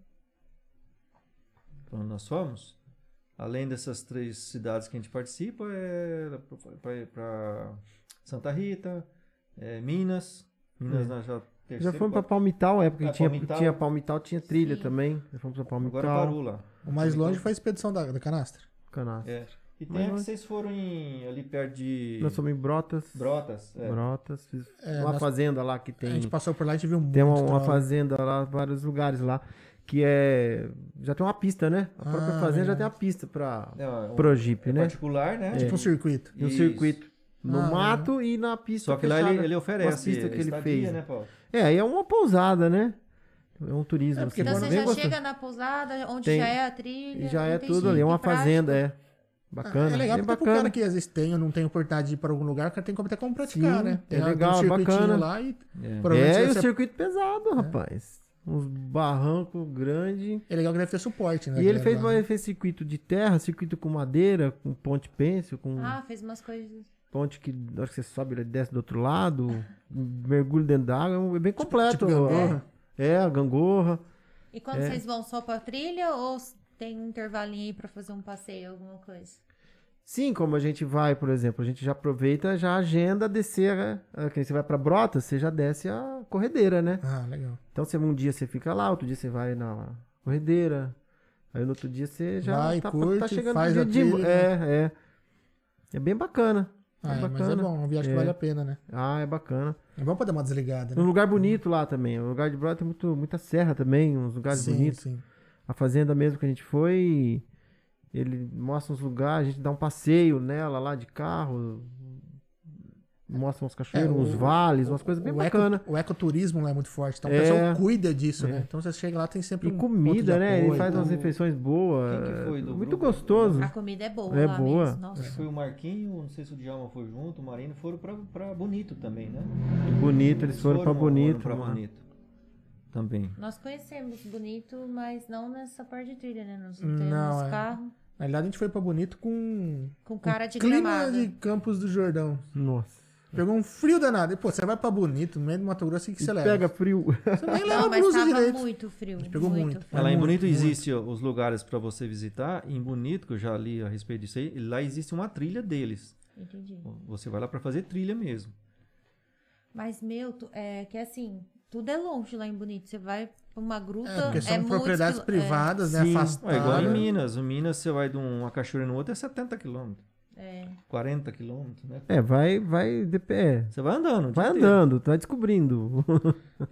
S3: Pra onde nós fomos, além dessas três cidades que a gente participa, é pra- pra- pra Santa Rita, é Minas, Minas nós já
S4: É. Já
S3: terceiro,
S4: fomos pra
S3: quarto-
S4: Palmital, a época que
S3: É,
S4: tinha,
S3: Palmital.
S4: tinha Palmital, tinha trilha
S1: Sim.
S4: também. Já fomos pra Palmital.
S3: agora parou lá.
S2: O mais
S3: Então,
S2: longe foi a expedição da, da canastra.
S4: Canastra.
S3: É. E tem
S4: Mas
S3: a que
S4: nós-
S3: vocês foram em- ali perto de
S4: Nós somos em Brotas.
S3: Brotas. é.
S4: Brotas. Fiz
S2: É,
S4: uma
S2: nós-
S4: fazenda lá que
S2: A
S4: tem.
S2: gente passou por lá e a gente viu muito.
S4: Tem uma, uma
S2: troll.
S4: fazenda lá, vários lugares lá. Que é. Já tem uma pista, né? A própria
S2: Ah,
S4: fazenda já
S2: verdade.
S4: tem a pista pra.
S3: É, um-
S4: Pro
S3: é
S4: Jeep, né?
S3: particular, né?
S2: Tipo um circuito.
S4: Tem um
S3: Isso.
S4: circuito. No
S2: Ah,
S4: mato e na pista.
S3: Só que lá ele,
S4: fechada.
S3: ele
S4: Umas
S3: oferece
S4: pistas que ele
S3: estadia,
S4: fez.
S3: né, Paulo?
S4: É, aí é uma pousada, né? É um turismo.
S2: É, porque
S4: assim,
S1: Então
S2: bom,
S1: você
S4: bem
S1: já
S4: gostoso.
S1: chega na pousada, onde
S4: Tem-
S1: já é a trilha.
S4: E já é
S1: não tem
S4: tudo
S1: jeito,
S4: ali, é uma
S1: tem praia.
S4: fazenda, é.
S2: Ah,
S4: Bacana,
S2: é legal
S4: bem
S2: porque pro cara
S4: bacana.
S2: que às vezes tem ou não tem oportunidade de ir pra algum lugar, o cara tem como até como praticar,
S4: Sim,
S2: né?
S4: é legal, é
S2: circuitinho
S4: bacana.
S2: lá e
S3: É.
S2: provavelmente
S4: É, e
S2: deve
S4: o
S2: ser-
S4: circuito pesado, rapaz. Uns barrancos grandes.
S2: é legal que deve ter suporte, né?
S4: E ele
S2: galera,
S4: fez,
S2: lá, né?
S4: ele fez circuito de terra, circuito com madeira, com ponte pêncil, com
S1: Ah, fez umas coisas.
S4: ponte que na hora que você sobe, ele desce do outro lado, mergulho dentro d'água, é bem completo.
S2: tipo gangorra?
S4: é, a gangorra.
S1: E quando
S2: É.
S1: vocês vão só pra trilha ou s- tem um intervalinho aí pra fazer um passeio, alguma coisa?
S4: Sim, como a gente vai, por exemplo, a gente já aproveita, já agenda descer, né? Ah, que você vai pra Brotas, você já desce a corredeira, né?
S2: Ah, legal.
S4: Então você, um dia você fica lá, outro dia você vai na corredeira. Aí no outro dia você já
S2: Vai,
S4: tá,
S2: curte,
S4: tá chegando
S2: faz né?
S4: no
S2: a
S4: dia de...
S2: trilha,
S4: É, é. É bem bacana. É
S2: Ah, é, mas é
S4: bacana.
S2: bom, uma viagem
S4: É.
S2: que vale a pena, né?
S4: Ah, é bacana.
S2: É bom pra dar uma desligada,
S4: Um
S2: né?
S4: lugar bonito lá também. O lugar de Brota tem muito, muita serra também, uns lugares
S2: sim,
S4: bonitos.
S2: sim.
S4: A fazenda mesmo que a gente foi, ele mostra uns lugares, a gente dá um passeio nela lá de carro. Mostra uns cachoeiros,
S2: É, o-
S4: uns vales, umas coisas bem
S2: o, eco-
S4: bacanas.
S2: o ecoturismo lá é muito forte, então o
S4: É.
S2: pessoal cuida disso,
S4: É.
S2: né? Então você chega lá, tem sempre
S4: E
S2: um ponto de
S4: comida, né? Ele
S2: apoio,
S4: faz
S2: então-
S4: umas refeições boas.
S3: Quem que foi do
S4: Muito
S3: grupo?
S4: gostoso.
S2: Hum. Ah,
S1: A comida é boa
S4: É
S1: lá
S4: boa.
S1: mesmo. Nossa.
S3: Acho que foi o Marquinho, não sei se o Djalma foi junto, o Marino, foram pra, pra Bonito também, né?
S4: Bonito, eles foram pra Bonito.
S3: Foram pra
S4: mano.
S3: Bonito. Também.
S1: Nós conhecemos bonito, mas não nessa parte de trilha, né? Nós
S2: Não,
S1: não temos
S2: é.
S1: carro
S2: Na verdade, a gente foi pra Bonito com
S1: com cara de
S2: clima
S1: gramado.
S2: de Campos do Jordão.
S4: Nossa.
S2: Pegou um frio danado. E, pô, você vai pra Bonito, no meio do Mato Grosso, o que, que
S4: E
S2: você leva?
S4: pega frio. *laughs*
S2: Você nem leva
S1: Não,
S2: a
S1: mas
S2: blusa
S1: tava
S2: direito.
S1: muito frio.
S2: Pegou muito.
S1: frio.
S3: Ah, lá em
S2: É Muito,
S3: Bonito
S2: muito.
S3: existe os lugares para você visitar. Em Bonito, que eu já li a respeito disso aí, lá existe uma trilha deles.
S1: Entendi.
S3: Você vai lá para fazer trilha mesmo.
S1: Mas, meu, tu- é que assim, tudo é longe lá em Bonito. Você vai pra uma gruta.
S2: É, porque são
S1: muitos
S2: propriedades
S1: quilô- é,
S2: privadas, né?
S4: Sim.
S3: Ué,
S2: Afastadas.
S3: É igual em Minas. Em Minas, você vai de uma cachoeira no outro, é 70 quilômetros.
S1: É,
S3: 40 quilômetros, né?
S4: É, vai, vai. dep- É.
S3: Você vai andando. o dia
S4: Vai
S3: inteiro.
S4: andando, vai descobrindo.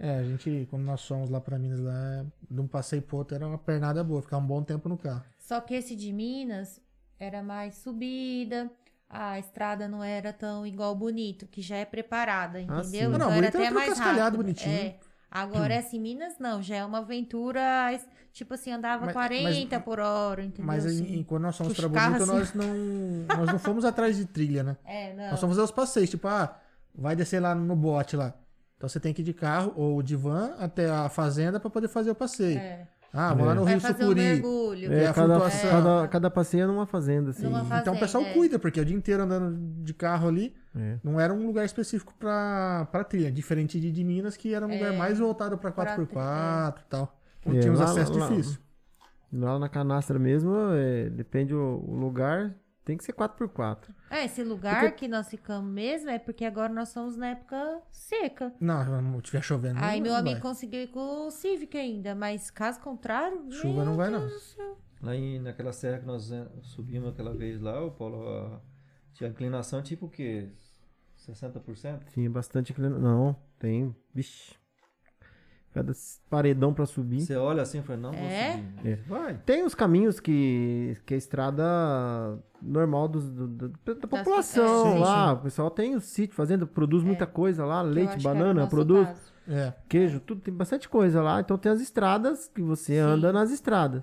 S2: É, a gente, quando nós fomos lá pra Minas, lá, de um passeio pro outro, era uma pernada boa, ficar um bom tempo no carro.
S1: Só que esse de Minas era mais subida. A estrada não era tão igual Bonito, que já é preparada,
S4: sim.
S1: entendeu?
S2: Ah,
S1: Então
S2: Não, não,
S1: era
S2: Bonito era
S1: até
S2: tudo
S1: mais
S2: cascalhado,
S1: rápido.
S2: bonitinho. né? Hum.
S1: É. Agora, assim, Minas não, já é uma aventura, es- tipo assim, andava
S2: Mas-
S1: 40 por hora, entendeu?
S2: Mas em-
S1: assim.
S2: em- quando nós fomos
S1: Os
S2: pra
S1: carros, assim.
S2: Bonito, nós não, nós não fomos atrás de trilha, né?
S1: É, não.
S2: Nós fomos fazer os passeios, tipo, ah, vai descer lá no bote lá. Então você tem que ir de carro ou de van até a fazenda pra poder fazer o passeio.
S1: É.
S2: Ah, vou lá no
S1: Vai
S2: Rio
S1: fazer um
S2: Sucuri.
S1: mergulho.
S2: É,
S4: *laughs* É,
S2: a
S4: cada,
S2: flutuação.
S4: cada, cada passeio é numa fazenda, assim.
S1: Numa fazenda.
S2: então o pessoal
S1: é.
S2: cuida, porque é o dia inteiro andando de carro ali.
S4: É.
S2: Não era um lugar específico pra, pra trilha, diferente de, de Minas, que era um lugar mais voltado pra
S1: Pra
S2: 4x4 e tal. Não
S4: É,
S2: tinha uns
S4: lá-
S2: acessos
S4: lá-
S2: difíceis.
S4: Lá na canastra mesmo, é, depende o, o lugar, tem que ser 4x4.
S1: É, esse lugar que nós ficamos mesmo é porque agora nós somos na época seca.
S2: Não, não tiver chovendo.
S1: Aí
S2: não
S1: meu
S2: vai.
S1: amigo conseguiu ir com o Civic ainda, mas caso contrário.
S2: Chuva não vai, não.
S3: Lá em, naquela serra que nós eh, subimos aquela vez lá, o Paulo a- tinha inclinação tipo o quê? 60%?
S4: Tinha bastante inclina- Não, tem. Vixe. Cada s- paredão pra subir.
S3: Você olha assim e fala, não, vou
S1: É?
S3: subir.
S4: É.
S3: Vai.
S4: Tem os caminhos que, que é a estrada normal dos, do- do- da população
S2: é. Sim,
S4: lá. O pessoal tem o sítio fazendo, produz muita coisa lá,
S1: eu acho
S4: leite,
S1: É, que é era o
S4: banana,
S1: nosso
S4: produz
S1: caso.
S2: É.
S4: queijo, tudo, tem bastante coisa lá. Então tem as estradas que você anda nas estradas.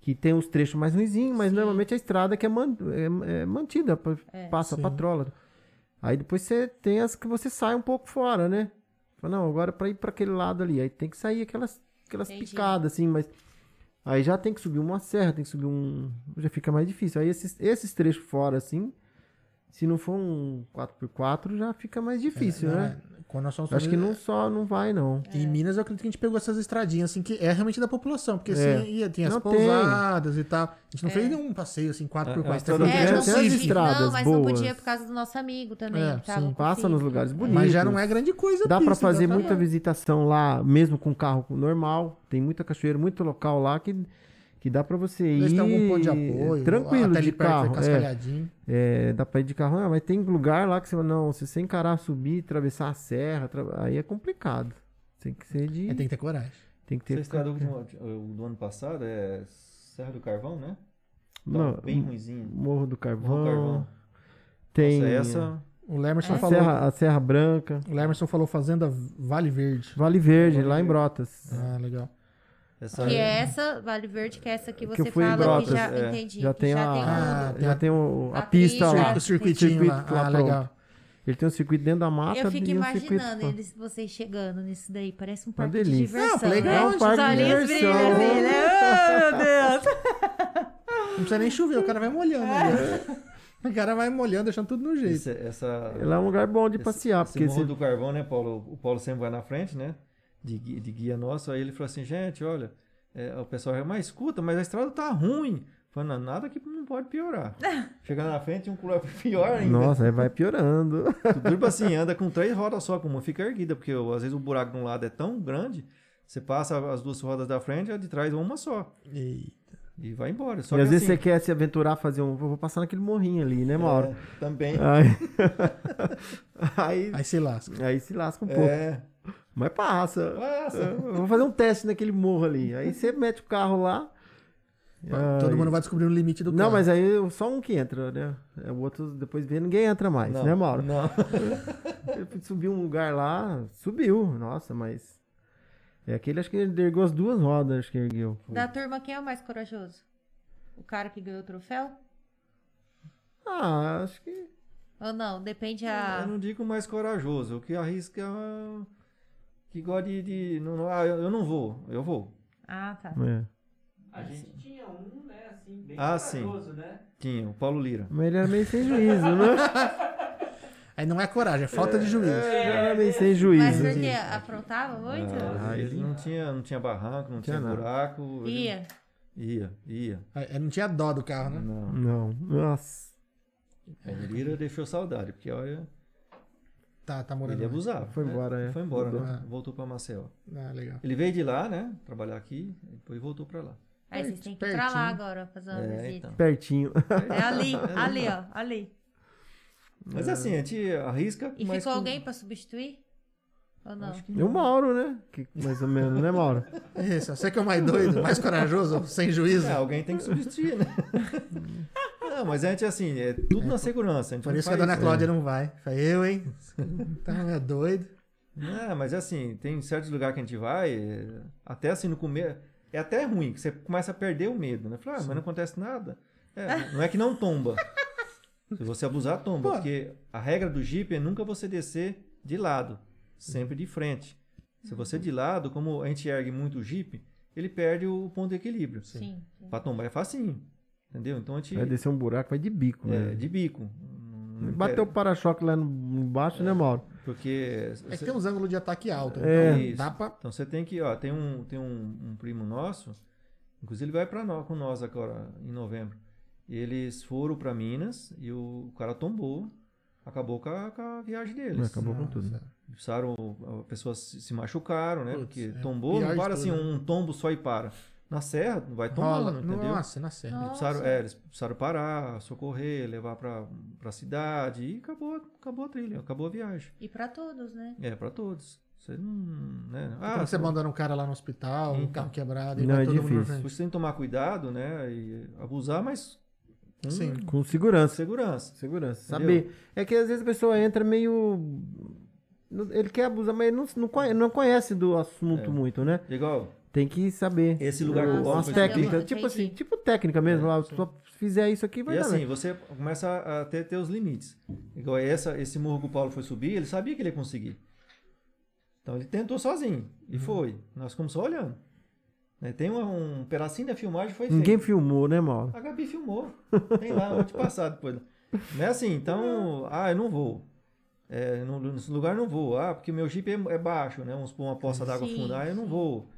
S4: Que tem uns trechos mais ruinzinhos, mas normalmente a estrada que é, man- é- é mantida, pa- passa
S2: Sim.
S4: patrola. Aí depois você tem as que você sai um pouco fora, né? Fala, não, agora pra ir pra aquele lado ali. Aí tem que sair aquelas, aquelas
S1: Entendi.
S4: picadas, assim, mas. Aí já tem que subir uma serra, tem que subir um. Já fica mais difícil. Aí esses, esses trechos fora, assim, se não for um 4x4, já fica mais difícil,
S2: Não,
S4: né?
S2: é- Quando nós somos
S4: Acho que não só não vai, não.
S2: Em Minas, eu acredito que a gente pegou essas estradinhas, assim, que é realmente da população, porque assim, ia- tem as
S4: É. Não tem.
S2: pousadas e tal. A gente não fez nenhum passeio, assim, 4x4. até
S3: É, é, estrada
S2: porque
S3: É,
S1: não
S2: era
S4: tem as
S2: possível.
S1: podia.
S4: estradas
S1: não, mas não
S4: boas.
S1: podia por causa do nosso amigo também. Tipo assim,
S2: É,
S1: que tava
S2: sim.
S1: com
S4: Passa
S1: filho.
S4: nos lugares bonitos.
S2: Mas já não é grande coisa a
S4: Dá pra
S2: pista,
S4: fazer
S2: então tá
S4: muita
S2: bom.
S4: visitação lá, mesmo com carro normal. Tem muita cachoeira, muito local lá que, que dá pra você ir.
S2: Eles têm algum ponto de apoio.
S4: Tranquilo,
S2: até ali
S4: de
S2: perto
S4: carro.
S2: é
S4: É,
S2: cascalhadinho.
S4: É, dá pra ir de carro, não, mas tem lugar lá que você fala, não, se você encarar, subir, atravessar a serra, atra- aí é complicado. Tem que ser de.
S2: É, tem que ter coragem.
S4: tem que
S3: Essa
S4: ter.
S3: estrada do, do, do ano passado é Serra do Carvão, né? Tá
S4: Não,
S3: bem ruimzinho.
S4: Morro do Carvão.
S3: Morro do Carvão.
S4: Tem
S3: Nossa, essa.
S2: O Lemerson
S4: a,
S2: falou.
S4: serra, a Serra Branca.
S2: O Lemerson falou Fazenda Vale Verde.
S4: Vale Verde,
S3: Vale
S4: lá em
S3: Verde.
S4: Brotas.
S2: Ah, legal.
S3: essa
S1: Que é essa, Vale Verde, que é essa que
S4: Que
S1: você
S4: eu fui em
S1: fala que
S4: Brotas,
S1: já
S3: é.
S1: entendi.
S4: Já
S1: que
S4: tem
S1: já
S4: a-
S1: tem
S2: Ah,
S1: tudo.
S2: tem
S4: Já
S2: a-
S4: tem o- a,
S1: a
S4: pista
S1: trilha.
S4: lá.
S2: O circuitinho
S4: circuito
S2: lá.
S4: lá
S2: Ah,
S4: pronto.
S2: legal.
S4: Ele tem um circuito dentro da mata.
S1: Eu fico
S4: e um circuito
S1: imaginando
S4: fora.
S1: eles, vocês chegando nisso daí. Parece um parque de
S4: delícia.
S1: diversão.
S2: Não,
S4: É
S2: playground,
S1: né?
S4: um parque de
S1: olhinhos
S4: diversão.
S1: brilham assim, né? Ah, meu Deus.
S2: Não precisa nem chover, o cara vai molhando. né? O cara vai molhando, deixando tudo no jeito.
S3: essa, essa
S4: Lá é um lugar bom de
S3: esse-
S4: passear,
S3: esse
S4: porque
S3: Morro
S4: você
S3: do Carvão, né, Paulo? O Paulo sempre vai na frente, né? De, gui- de guia nosso. Aí ele falou assim, gente, olha, é, o pessoal é, mas escuta, mas a estrada tá ruim. Falando, "Não, nada que não
S4: *laughs*
S3: pode piorar. Chegando na frente, um color *laughs* pior ainda.
S4: Nossa, aí vai piorando.
S3: *laughs* Tipo assim, anda com três rodas só, com uma fica erguida, porque ó, às vezes o buraco de um lado é tão grande, você passa as duas rodas da frente, a de trás é uma só.
S2: E-
S3: E vai embora. Só
S4: e
S3: que
S4: às vezes
S3: assim,
S4: você quer se aventurar a fazer um. Vou passar naquele morrinho ali, né, Mauro?
S3: é, também.
S4: Aí, *laughs*
S2: Aí se lasca.
S4: aí, aí se lasca um pouco.
S3: É,
S4: Mas passa.
S3: passa.
S4: Eu vou fazer um teste naquele morro ali. Aí você mete o carro lá.
S2: Todo mundo vai descobrir o limite do carro.
S4: Não, mas aí só um que entra, né? É, O outro depois vê, ninguém entra mais,
S3: Não,
S4: né, Mauro? *laughs*
S3: Não.
S4: Ele subiu um lugar lá, subiu, nossa, mas. É aquele, acho que ele ergueu as duas rodas, acho que ergueu.
S1: Da turma, quem é o mais corajoso? O cara que ganhou o troféu?
S4: Ah, acho que.
S1: Ou não? Depende
S3: Eu
S1: a...
S3: não digo mais corajoso, o que arrisca ah, que gosta de. de- não, não, ah, eu eu não vou, eu vou.
S1: Ah, tá.
S4: É.
S6: A gente tinha um, né, assim, bem
S3: Ah, sim.
S6: corajoso, né?
S3: Tinha, o Paulo Lira.
S4: Mas ele era meio sem juízo,
S1: *laughs*
S4: né?
S2: Aí não é coragem, é falta de juízo.
S4: Ele era meio sem juízo.
S1: Mas por quê?
S4: assim.
S1: Aprontava muito?
S3: Ah,
S4: Ah,
S3: ele
S4: ele-
S3: não tinha, não tinha barranco, não
S4: Tinha
S3: tinha,
S4: nada. Ah,
S3: buraco. ele-
S1: Ia.
S3: Ia, ia.
S2: Aí não tinha dó do carro, né?
S3: Não.
S4: Não, nossa.
S3: Paulo Lira deixou saudade, porque olha,
S2: Tá, tá morando.
S3: ele
S2: lá.
S3: abusava.
S4: Foi
S3: né?
S4: embora, é.
S3: Foi embora,
S2: Mudou.
S3: né? Voltou pra Maceió.
S2: Ah, legal.
S3: Ele veio de lá, né? Trabalhar aqui, depois voltou pra lá.
S1: Aí vocês têm que ir pra lá agora, fazer uma
S3: É,
S1: visita.
S3: então.
S4: Pertinho.
S1: É ali, ali, ó, ali.
S3: Mas assim, a gente arrisca.
S1: E
S3: mas
S1: ficou
S3: com-
S1: alguém pra substituir? Ou não?
S3: Acho que
S4: E o Mauro, né? Que, mais ou menos, né,
S3: *laughs*
S4: Mauro?
S2: Isso, você que é o mais doido, mais corajoso, sem juízo.
S3: É, alguém tem que substituir, né? *laughs* não, mas a gente, assim, é tudo na segurança. A gente
S2: Por
S3: não
S2: isso que a
S3: faz-
S2: dona Cláudia não vai. Falei, eu, *laughs* hein? Então é doido.
S3: Não, mas assim, tem certos lugares que a gente vai, é, até assim no começo. É até ruim, que você começa a perder o medo, né? Fala, ah, mas não acontece nada. É, não é que não tomba. Se você abusar, tomba.
S2: Pô.
S3: Porque a regra do Jeep é nunca você descer de lado, sempre de frente. Se você de lado, como a gente ergue muito o Jeep, ele perde o ponto de equilíbrio.
S1: Sim. sim.
S3: Pra tombar é facinho. Entendeu? Então a gente.
S4: Vai descer um buraco, vai de bico,
S3: É,
S4: né?
S3: de bico.
S4: Bateu o para-choque lá no- embaixo, né, Mauro?
S3: Porque.
S2: É que
S3: você-
S2: tem uns ângulos de ataque alto.
S4: É.
S2: então
S3: Isso.
S2: dá pra.
S3: Então você tem que, ó, tem um, tem um, um primo nosso, inclusive ele vai para nós, com nós agora em novembro. E eles foram para Minas e o, cara tombou, acabou com a, com a viagem
S2: É,
S3: deles.
S4: Acabou com tudo.
S2: Nossa.
S3: Precisaram, ó, pessoas se se machucaram, né?
S2: Putz,
S3: Porque
S2: é,
S3: tombou,
S2: pior
S3: não
S2: de
S3: para
S2: tudo,
S3: assim um tombo só e para. Na serra vai
S2: Rola.
S3: tombando, É entendeu?
S2: Nossa, na série.
S1: Nossa.
S3: Eles precisaram, é, eles precisaram parar, socorrer, levar para a cidade e acabou, acabou a trilha, acabou a viagem.
S1: E pra todos, né?
S3: É, para todos. Você não. Né?
S2: Como você
S3: você-
S2: abandona um cara lá no hospital, um
S3: Então.
S2: carro quebrado, e
S4: Não,
S2: vai
S4: é
S2: todo mundo pra
S4: difícil.
S2: frente.
S3: Você tem que tomar cuidado, né? E abusar, mas com
S2: Sim.
S4: Com segurança.
S3: segurança.
S4: Segurança.
S3: Entendeu?
S4: Saber. É que às vezes a pessoa entra meio. Ele quer abusar, mas ele não, não conhe- não conhece do assunto muito, né?
S3: Igual,
S4: Tem que saber.
S3: esse lugar
S1: Ah,
S3: que o Paulo
S4: Umas
S1: sim.
S3: foi
S4: técnicas.
S1: Entendi.
S4: Tipo assim, tipo técnica mesmo. lá, se tu fizer isso aqui, vai
S3: E
S4: dar.
S3: assim,
S4: né?
S3: você começa a ter, ter os limites. Igual essa, esse morro que o Paulo foi subir, ele sabia que ele ia
S4: Uhum.
S3: conseguir. Então ele tentou sozinho e foi. Nós ficamos só olhando. né? Tem uma- um pedacinho da filmagem que foi feito.
S4: Ninguém filmou, né, Mauro?
S3: A Gabi filmou. Tem lá, vou te passar depois. Não é assim, então, ah, eu não vou. É, não- nesse lugar eu não vou. Ah, porque meu Jeep é, é baixo, né? Vamos supor uma poça d'água
S1: Sim,
S3: funda. Ah, eu não vou.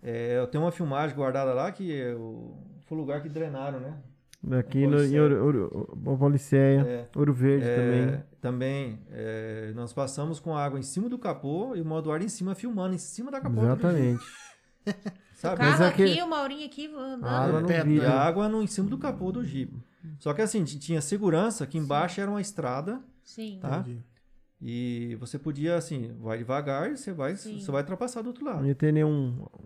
S3: É, eu tenho uma filmagem guardada lá que eu- foi o lugar que drenaram, né?
S4: Aqui no, em
S3: Pauliceia.
S4: Ouro, Ouro, Ouro- Pauliceia, Ouro Verde
S3: É,
S4: também.
S3: também, é, nós passamos com a água em cima do capô e o modo ar em cima filmando, em cima da capota. do Jeep,
S4: Exatamente.
S1: O
S3: Sabe?
S1: carro
S4: é que- Ah,
S1: aqui, o Maurinho aqui
S3: Ah,
S4: A
S1: andando.
S4: água no
S2: Teto,
S3: E a
S4: vidro.
S3: água no, em cima do capô do Jeep. Só que assim, t- tinha segurança, que embaixo era uma estrada
S1: Sim.
S3: Tá?
S2: Entendi.
S3: E você podia, assim, vai devagar, você vai,
S1: Sim.
S3: você vai ultrapassar do outro
S4: Não
S3: lado.
S4: ia ter nenhum
S3: É.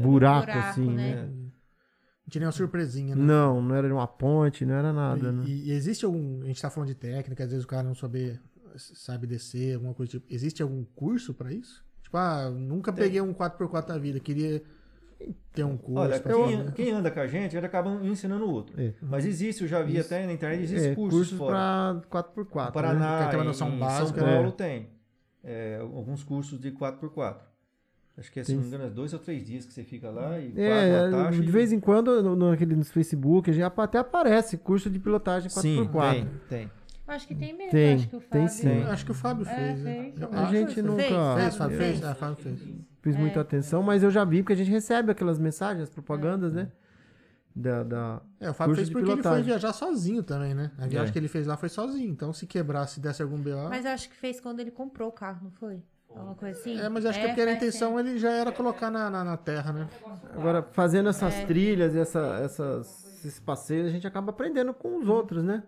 S4: buraco,
S1: Buraco,
S4: assim,
S1: né?
S4: né?
S2: Não tinha nenhuma surpresinha, né?
S4: Não, não era uma ponte, não era nada,
S2: e,
S4: né?
S2: e- e existe algum. A gente tá falando de técnica, às vezes o cara não sabe, sabe descer, alguma coisa do tipo. Existe algum curso pra isso? Tipo, ah, nunca peguei um 4x4 na vida, queria ter um curso.
S3: Olha,
S2: pra fazer,
S3: quem,
S2: né?
S3: quem anda com a gente, ele acaba um ensinando o outro.
S4: É.
S3: Mas existe, eu já vi
S4: Isso.
S3: até na internet, existe
S4: É,
S3: cursos,
S4: cursos né?
S3: fora.
S4: para 4x4.
S3: No Paraná,
S2: Tem aquela
S3: em
S2: noção
S3: São
S2: básica,
S3: Paulo
S4: né?
S3: tem é, alguns cursos de 4x4. Acho que, é, se
S4: Tem-
S3: não me engano, é dois ou três dias que você fica lá e
S4: né?
S3: paga
S4: É,
S3: a taxa.
S4: de
S3: e-
S4: vez em quando, no, naquele, nos Facebook, a gente ap- até aparece curso de pilotagem 4x4.
S3: Sim, tem, tem.
S1: Acho que tem mesmo.
S4: Tem,
S1: acho que o
S4: tem
S1: Fábio.
S4: sim.
S2: Eu Acho que o Fábio
S7: É,
S2: fez.
S7: fez.
S2: né? Eu
S4: A
S2: acho.
S4: gente
S1: Fez,
S4: nunca
S2: Fez,
S1: Fábio?
S2: Fábio
S1: Fez.
S2: fez? Ah, Fábio fez.
S4: fiz
S1: É.
S4: muita atenção, mas eu já vi, porque a gente recebe aquelas mensagens, as propagandas, né? Da, da-
S2: É, o Fábio
S4: Curso
S2: fez
S4: de
S2: porque ele foi
S4: pilotagem.
S2: viajar sozinho também, né? A viagem
S3: É.
S2: que ele fez lá foi sozinho. Então, se quebrasse, desse algum BO.
S1: Mas eu acho que fez quando ele comprou o carro, não foi? Alguma coisa assim?
S2: É, mas eu acho que porque a
S1: faz
S4: um
S2: intenção ele já era colocar na, na, na terra, né?
S4: Agora, fazendo essas trilhas, essa, essas, esses passeios, a gente acaba aprendendo com os outros, né?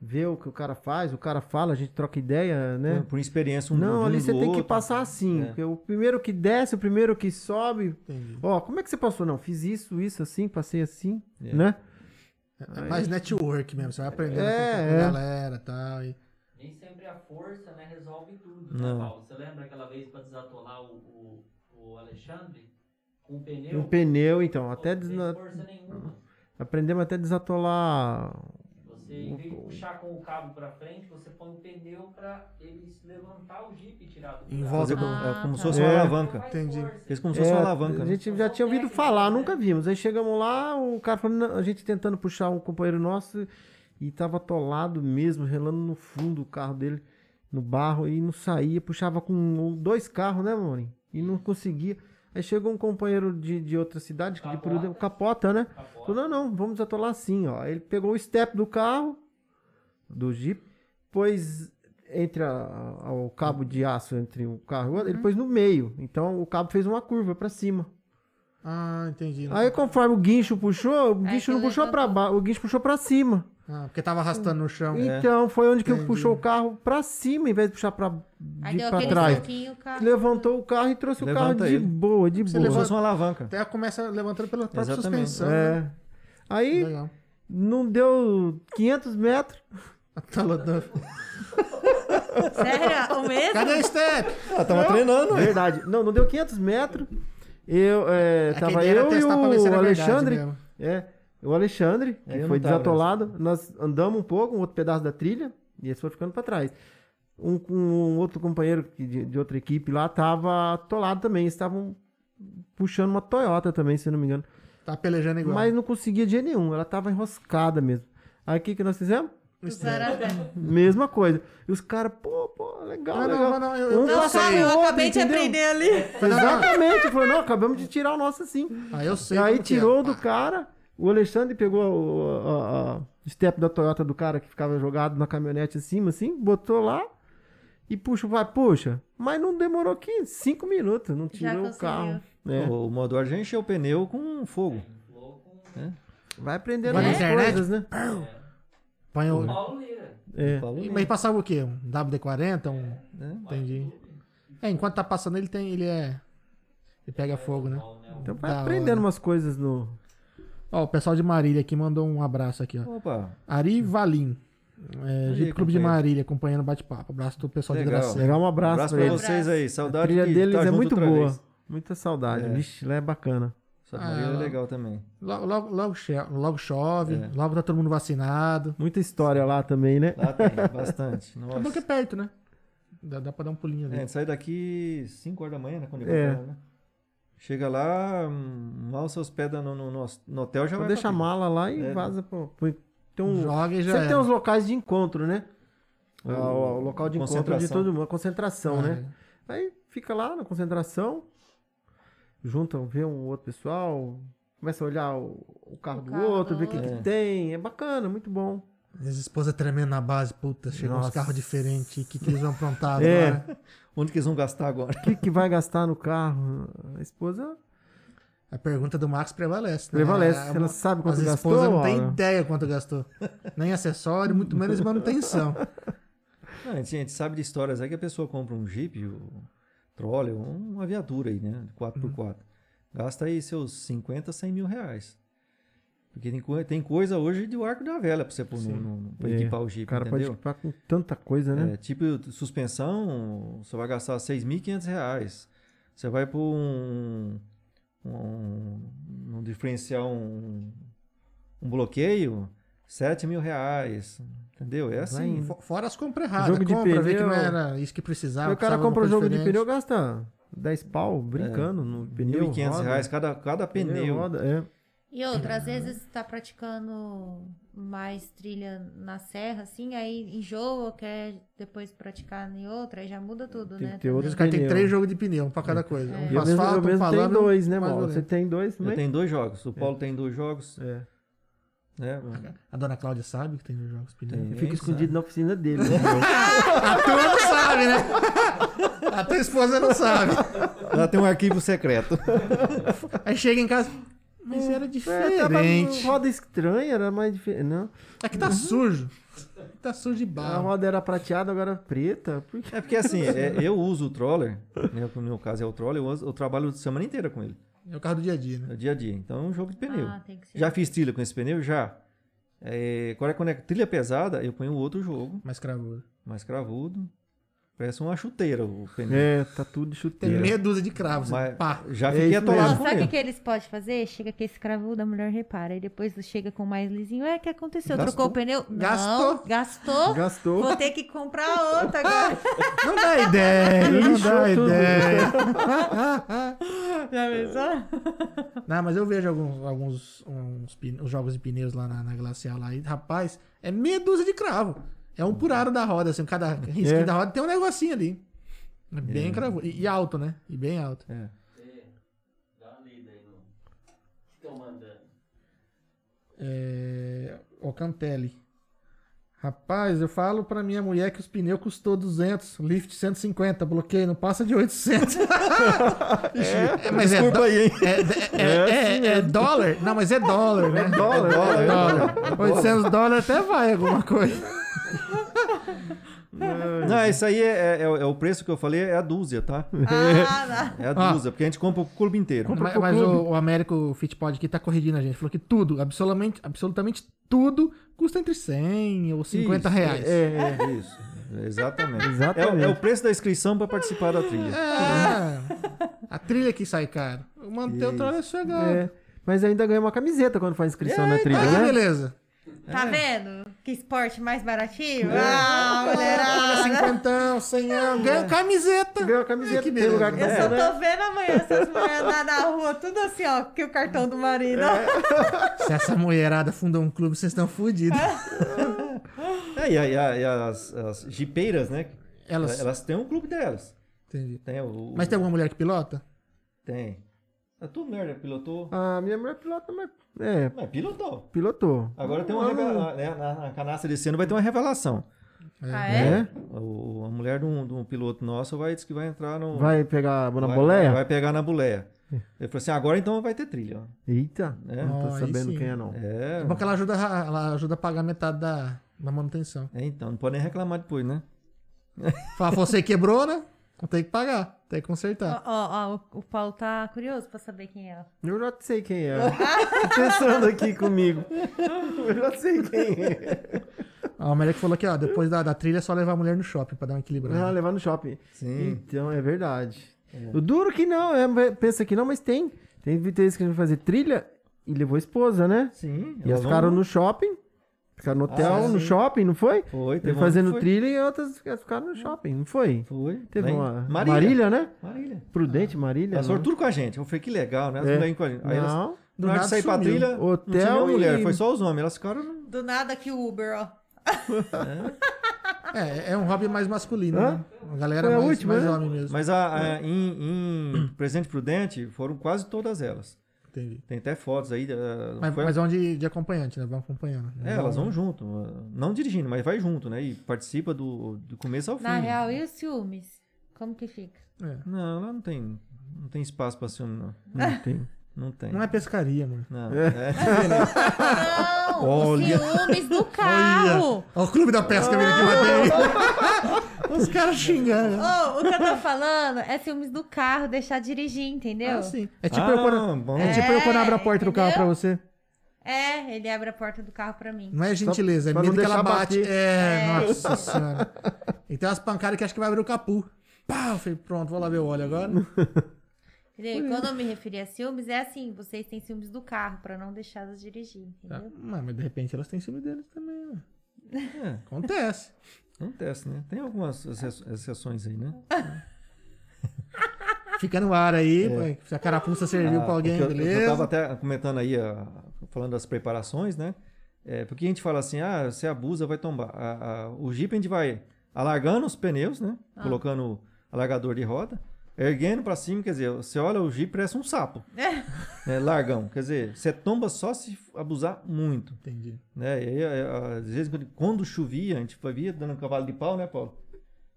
S4: Ver o que o cara faz, o cara fala, a gente troca ideia, né?
S3: Por, por experiência um
S4: Não,
S3: de um
S4: ali
S3: do
S4: você tem que
S3: outro.
S4: passar assim.
S3: É.
S4: porque O primeiro que desce, o primeiro que sobe.
S2: Entendi.
S4: Ó, como é que você passou? Não, fiz isso, isso assim, passei assim,
S3: É.
S4: né?
S2: É mais network mesmo. Você vai aprendendo
S4: É,
S2: com, com
S4: é.
S2: a galera tal, e tal.
S6: Nem sempre a força né, resolve tudo,
S3: Não.
S6: né, Paulo? Você lembra aquela vez pra desatolar o, o, o Alexandre? Com o pneu?
S4: Um pneu, então.
S6: Pô,
S4: Até
S6: não tem
S4: desna-
S6: força nenhuma.
S4: aprendemos até a desatolar.
S6: Você, em vez de puxar com o cabo pra frente, você põe o pneu pra ele se levantar o jipe e tirar do buraco.
S2: Envolve-
S3: Fazer com-
S1: Ah,
S3: é como se
S1: tá.
S3: fosse uma
S4: É.
S3: alavanca.
S2: Entendi.
S3: Fez como se fosse
S4: É,
S3: uma alavanca.
S4: A
S3: né?
S4: gente já tinha ouvido falar, nunca vimos. Aí chegamos lá, o cara falando, "Não", a gente tentando puxar um companheiro nosso e tava atolado mesmo, relando no fundo o carro dele, no barro, e não saía, puxava com dois carros, né, Maurinho? E não conseguia. Aí chegou um companheiro de, de outra cidade, de Prudente, capota, né? Falou, não, não, vamos atolar assim, ó. Aí Ele pegou o step do carro, do Jeep, pôs entre a- a- o cabo de aço entre o carro e o outro,
S1: Uhum.
S4: ele pôs no meio. Então o cabo fez uma curva pra cima.
S2: Ah, entendi.
S4: Aí conforme o guincho puxou, o
S1: É, que
S4: guincho não puxou pra
S1: levantou.
S4: baixo, o guincho puxou pra cima.
S2: Ah, porque tava arrastando no chão.
S3: É.
S4: Então foi onde que eu
S2: Entendi.
S4: puxou o carro pra cima, em vez de puxar pra,
S1: Aí
S4: de,
S1: deu
S4: pra
S1: aquele
S4: trás.
S1: soquinho, o carro.
S4: Levantou o carro e trouxe o
S3: Levanta
S4: carro de
S3: ele.
S4: boa, de
S2: Você
S4: boa.
S3: Como se fosse uma alavanca.
S2: Até começa levantando pela própria
S3: Exatamente.
S2: suspensão. né?
S4: É. Aí
S2: Legal.
S4: não deu 500 metros,
S2: Tá lotando.
S1: Sério? O mesmo?
S2: Cadê o step?
S3: Ah, tava treinando.
S4: É Verdade. Não, não deu 500 metros. Eu, é,
S2: Aquele
S4: tava
S2: dia era
S4: eu e
S2: testar pra ver se
S4: o
S2: era verdade
S4: Alexandre.
S2: mesmo.
S4: É, o Alexandre,
S3: É,
S4: que
S3: eu
S4: foi
S3: não tava
S4: desatolado. Nós andamos um pouco, um outro pedaço da trilha, e eles foram ficando pra trás. Um, um outro companheiro que de, de outra equipe lá tava atolado também. Eles estavam puxando uma Toyota também, se eu não me engano.
S2: Tá pelejando igual.
S4: Mas não conseguia de jeito nenhum. Ela tava enroscada mesmo. Aí o que, que nós fizemos?
S2: Um
S1: O Zaradão.
S4: Mesma coisa. E os caras, pô, pô, legal,
S2: Ah, não,
S4: legal.
S2: mas não, eu- eu
S4: Um
S2: não,
S1: Não,
S4: passou
S1: sabe,
S4: o
S1: eu
S4: outro,
S1: acabei de
S4: entendeu?
S1: aprender ali.
S4: Exatamente, falou, não, acabamos de tirar o nosso assim.
S2: Ah, eu sei.
S4: e aí
S2: como que é.
S4: tirou do
S2: Pá.
S4: cara, o Alexandre pegou o a- a- o step da Toyota do cara que ficava jogado na caminhonete acima, assim, botou lá e puxa, vai, puxa. Mas não demorou 15, 5 minutos, não
S1: Já
S4: tirou o
S1: conseguiu.
S4: carro. né?
S3: O modo ar já encheu o pneu com fogo.
S4: Vai aprendendo
S2: Vai na
S4: as
S2: internet?
S4: coisas, né?
S2: Põe o-
S6: Paulo Lira.
S4: É.
S3: Falou
S2: E-
S3: mesmo,
S2: Mas passava o quê? Um WD-40? Um...
S3: né?
S2: Entendi. É, enquanto tá passando, ele tem. Ele é. Ele pega fogo, né?
S6: Paulo, né?
S4: Então vai
S2: Da
S4: aprendendo
S2: hora.
S4: umas coisas no.
S2: Ó, o pessoal de Marília aqui mandou um abraço aqui, ó.
S3: Opa,
S2: Ari Valim. É,
S3: Aí,
S2: Jeep Clube de
S3: companheiro.
S2: Marília, acompanhando o bate-papo. Abraço do pessoal
S3: Legal.
S2: de Gracinha.
S4: Legal, um
S3: abraço,
S4: abraço, pra
S3: pra
S4: eles.
S3: vocês aí.
S4: A
S3: Saudade
S4: trilha
S3: de
S4: deles
S3: tá
S4: é
S3: junto
S4: muito
S3: outra
S4: boa.
S3: vez.
S4: Muita saudade.
S3: É.
S4: Vixe, lá é bacana.
S3: Essa
S2: Ah,
S3: Marília é
S2: lá.
S3: legal também.
S2: Logo, logo, logo, che- logo chove,
S3: É.
S2: logo tá todo mundo vacinado.
S4: Muita história lá também, né?
S3: Lá tem, *laughs* bastante.
S2: É bom que é
S3: Nossa.
S2: perto, né? Dá, dá pra dar um pulinho ali.
S3: É, sai daqui 5 horas da manhã, né? Quando eu
S4: É.
S3: vou pra lá, né? Chega lá, hum, mal se hospeda no, no, no- no hotel, já
S4: Só
S3: vai.
S4: Então deixa a
S3: pra-
S4: mala lá e
S3: É.
S4: vaza pro. pro- Tem um,
S2: Joga e já
S4: Sempre
S2: era.
S4: tem uns locais de encontro, né?
S3: O-
S4: Ah, o, o local de encontro de
S3: concentração.
S4: todo mundo, a concentração,
S2: Ah,
S4: né? Aí fica lá na concentração, juntam, vê um outro pessoal, começa a olhar o, o carro
S1: O
S4: do
S1: carro
S4: outro,
S1: do
S4: ver o que, que
S3: outro.
S4: tem. É bacana, muito bom.
S2: é. As esposas tremendo na base, puta, chegou uns
S4: Nossa.
S2: carros diferentes. O que, que eles vão aprontar
S4: É.
S2: agora?
S3: Onde que eles vão gastar agora?
S4: O que, que vai gastar no carro? A esposa
S2: A pergunta do Max prevalece. né?
S4: prevalece.
S2: A-
S4: ela sabe
S2: As
S4: quanto gastou.
S2: esposas não têm
S4: Laura?
S2: ideia quanto gastou. Nem acessório, muito menos manutenção.
S3: Não, a, Ah, gente, a gente sabe de histórias aí que a pessoa compra um Jeep, um Troller, um- uma viatura aí, né?
S4: Uhum.
S3: 4x4. Gasta aí seus 50, 100 mil reais. Porque tem, coi- tem coisa hoje do arco da vela pra você pôr no, no, pra
S4: É,
S3: equipar o
S4: O
S3: Jeep,
S4: cara pode
S3: entendeu?
S4: equipar com tanta coisa, né?
S3: É, tipo, suspensão, você vai gastar 6.500 reais. Você vai pôr um, um, um diferencial, um, um bloqueio, 7 mil reais. Entendeu? É assim.
S2: Fo- Fora as compras erradas.
S4: Jogo de
S2: compra, vê que
S4: pneu.
S2: não era isso que precisava.
S4: Aí o cara
S2: precisava
S4: compra o
S2: um de Ah,
S4: jogo
S2: uma coisa
S4: de um pneu
S2: diferente.
S4: gasta 10 pau brincando no pneu.
S3: R$ 1.500
S4: roda,
S3: reais cada, cada pneu.
S4: roda, é.
S1: E outra, às vezes tá praticando mais trilha na serra, assim, aí enjoa, quer depois praticar em outra, aí já muda tudo,
S4: Tem
S1: né?
S4: que ter outro
S2: Os caras têm
S4: pneu.
S2: três jogos de pneu, um pra cada coisa. Um
S4: E
S2: pra
S4: eu mesmo, eu
S2: asfalto, um
S4: mesmo
S2: pra
S4: tenho
S2: lama,
S4: dois, né,
S2: mais
S4: Mauro?
S2: violento.
S4: Você tem dois
S3: Eu
S4: também?
S3: tenho dois jogos. O Paulo tem dois jogos.
S4: É.
S3: Né?
S2: A dona Cláudia sabe que tem dois jogos de pneu.
S4: Eu
S3: Tem,
S4: fico
S3: sabe?
S4: escondido na oficina dele. né?
S2: A tua não sabe, né? A tua esposa não sabe.
S3: Ela tem um arquivo secreto.
S2: Aí chega em casa. Mas era
S4: é, tava
S2: diferente.
S4: roda estranha, era mais diferente. Não.
S2: Aqui
S3: Uhum.
S2: tá sujo. Aqui tá sujo de
S4: A
S2: barro.
S4: roda era prateada, agora é preta. Por quê?
S3: É porque assim, é, eu uso o troller, né? No meu caso é o troller, eu, uso- eu trabalho a semana inteira com ele.
S2: É o carro do dia a dia, né?
S3: No dia a dia. Então é um jogo de pneu.
S1: Ah, tem que ser.
S3: Já fiz trilha com esse pneu? Já. É, agora, quando é trilha pesada, eu ponho outro jogo,
S2: Mais cravudo.
S3: mais cravudo. Parece uma chuteira o pneu.
S4: É, tá tudo de
S2: Tem
S4: chuteira.
S2: meia dúzia de cravos.
S3: Mas
S2: Pá.
S3: já
S4: É
S3: fiquei
S4: isso
S3: atolado
S4: mesmo.
S1: Não,
S3: com
S1: sabe o que,
S3: ele.
S1: que eles podem fazer? Chega que esse cravudo, a mulher repara. E depois chega com mais lisinho. É, o que aconteceu?
S3: Gastou.
S1: Trocou o pneu? Não,
S2: Gastou.
S1: gastou.
S4: Gastou.
S1: Vou ter que comprar outro agora.
S2: Não dá ideia, não
S4: Lixou
S2: dá
S4: tudo.
S2: ideia.
S1: Já pensou?
S2: Não, mas eu vejo alguns, alguns uns pin- os jogos de pneus lá na, na Glacial lá. E, rapaz, é meia dúzia de cravo. É um por aro da roda, assim. Cada risquinho
S4: É.
S2: da roda tem um negocinho ali. É Bem cravo. E, e alto, né? E bem alto.
S3: É.
S6: É, dá uma lida aí no. O que estão mandando?
S2: É... O Cantelli. Rapaz, eu falo pra minha mulher que os pneus custou 200, lift 150, bloqueio, não passa de *laughs* 800. é, mas é,
S3: Desculpa
S2: do-
S3: aí, hein?
S2: é, é- é- é dólar? Não, mas é dólar, né?
S4: Dólar,
S3: dólar,
S4: né?
S3: é
S2: dólar. 800 dólares até vai alguma coisa.
S3: Não, isso aí é, é- é o- é o preço que eu falei, é a dúzia, tá?
S1: Ah,
S3: É a
S2: Ah.
S3: dúzia, porque a gente compra o clube inteiro.
S2: Mas, mas o, o Américo Fittipaldi aqui tá corrigindo a gente. Falou que tudo, absolutamente, absolutamente tudo, custa entre 100 ou 50
S3: Isso,
S2: reais. É,
S4: É,
S3: É Isso, exatamente. É, o-
S4: exatamente.
S3: é o preço da inscrição pra participar da trilha.
S2: Ah, a trilha que sai caro. Manter o
S3: Isso.
S2: trolley chegado.
S4: É, Mas ainda ganha uma camiseta quando faz inscrição na trilha,
S2: Ah,
S4: né?
S2: beleza.
S1: tá vendo? Que esporte mais baratinho? Ah,
S2: Olha,
S1: mulherada.
S2: cinquentão, senhão, ganha camiseta.
S4: Ganha uma camiseta,
S2: que
S4: tem lugar que é, né?
S2: beleza.
S1: Eu
S4: dá
S1: só tô vendo amanhã essas mulheres andar na rua, tudo assim, ó, que o cartão do marido.
S2: É. Se essa mulherada fundou um clube, vocês estão fodidos.
S3: É, e a- e a- e as, as jipeiras, né?
S2: Elas...
S3: Elas... têm um clube delas.
S2: Entendi.
S3: Tem o,
S2: Mas tem alguma mulher que pilota?
S3: Tem. A tua mulher já pilotou?
S4: A minha mulher pilota, mas. É,
S3: Não, pilotou.
S4: pilotou.
S3: Agora tem uma
S4: Ah,
S3: revelação. Né, na, na canastra desse ano vai ter uma revelação. né?
S1: Ah, é?
S4: É?
S3: O, o- a mulher de um, de um piloto nosso vai, diz que vai entrar no.
S4: Vai pegar a
S3: vai-
S4: boleia?
S3: Vai pegar na boleia. Ele falou assim: agora então vai ter trilha. ó.
S4: Eita,
S3: É.
S4: não tô
S2: Ó, aí
S4: sabendo
S2: sim.
S4: quem é, não.
S3: É.
S2: É bom que ela ajuda, a- ela ajuda a pagar metade da, da manutenção.
S3: é, então, não pode nem reclamar depois, né?
S2: Fala, você quebrou, né? Tem que pagar, tem que
S1: Ó,
S2: consertar.
S1: ó, ó, o- o Paulo tá curioso pra saber quem é.
S4: Eu já sei quem é. Tô pensando aqui comigo. Eu já sei quem é.
S2: Ó, A América falou aqui, ó, depois da, da trilha é só levar a mulher no shopping pra dar uma
S4: Ah,
S2: equilibrada.
S4: levar no shopping.
S3: Sim.
S4: Então, é verdade. O duro que não, é, pensa que não, mas tem. Tem vezes que a gente vai fazer trilha e levou a esposa, né?
S3: Sim.
S4: E elas ficaram no shopping. Ficaram no hotel,
S3: Então Ah,
S4: no
S3: sim.
S4: shopping, não foi?
S3: Foi,
S4: Ele
S3: teve um
S4: fazendo
S3: foi.
S4: trilha e outras ficaram no shopping, não foi?
S3: Foi.
S4: Teve
S3: Lá em-
S4: uma. Marília,
S3: Marília.
S4: né?
S3: Marília.
S4: Prudente, Marília.
S3: Elas
S4: né?
S3: foram tudo com a gente. Eu falei, que legal, né? Elas
S4: É.
S3: não vêm com a gente. Aí elas,
S4: Não.
S2: Do
S3: na hora
S2: nada
S3: de sair pra
S2: sumiu.
S3: trilha, não tinha
S4: Hotel
S3: nenhuma mulher,
S4: e-
S3: foi só os homens. Elas ficaram...
S1: Do nada que o Uber, ó.
S2: É, é um hobby mais masculino,
S4: Hã?
S2: né? A galera
S4: Foi a
S2: mais,
S4: última,
S2: mais
S4: né?
S2: homem mesmo.
S3: Mas
S4: é.
S3: a, a- em, em *clears throat* Presidente Prudente, foram quase todas elas.
S2: Entendi.
S3: Tem até fotos aí. eh,
S2: Mas,
S3: foi-
S2: mas vão de, de acompanhante, né? Vão acompanhando.
S3: É, elas vão junto. eh, Não dirigindo, mas vai junto, né? E participa do, do começo ao fim.
S1: Na real, e os ciúmes? Como que fica?
S2: É.
S3: Não, lá não tem, não tem espaço pra ciúme, não.
S4: *laughs* Não tem.
S3: Não tem.
S2: Não é pescaria, mano.
S3: Não,
S4: É.
S3: é.
S2: *laughs*
S1: Não,
S3: Olha.
S1: os ciúmes do carro.
S2: Olha o clube da pesca vindo aqui bater
S1: Ah!
S2: aí. *laughs* Os caras xingando. né?
S1: Ô, o que eu tô falando é ciúmes do carro, deixar dirigir, entendeu?
S2: Ah, sim. É tipo
S3: Ah,
S2: eu quando,
S3: bom.
S2: é tipo eu quando abro a porta do carro pra você.
S1: É, ele abre a porta do carro pra mim.
S2: Não é gentileza, é
S4: pra não
S2: medo que ela
S4: deixar
S2: bate.
S4: bater.
S2: É, nossa senhora. E tem umas pancadas que acho que vai abrir o capu. Pá, eu falei, pronto, vou lá ver o óleo agora. Hum.
S1: Entendeu? E quando eu me referi a ciúmes, é assim, vocês têm ciúmes do carro, pra não deixá-las dirigir,
S2: Tá.
S1: entendeu?
S2: Mas, mas de repente elas têm ciúme deles também, né?
S3: É,
S2: Acontece.
S3: acontece, né? Tem algumas exce- exceções aí, né?
S2: Fica no ar aí, pô, se a carapuça serviu
S3: É. Ah,
S2: pra alguém,
S3: porque eu,
S2: beleza.
S3: Eu tava até comentando aí, ah, falando das preparações, né? É, porque a gente fala assim, ah, se abusa, vai tombar. A- a- o Jeep a gente vai alargando os pneus, né?
S1: Ah.
S3: Colocando alargador de roda, erguendo pra cima, quer dizer, você olha o Jeep, parece um sapo.
S2: É.
S3: né? Largão. Quer dizer, você tomba só se abusar muito.
S2: Entendi.
S3: né? E aí, a- a- às vezes, quando, quando chovia, a gente via dando um cavalo de pau, né, Paulo?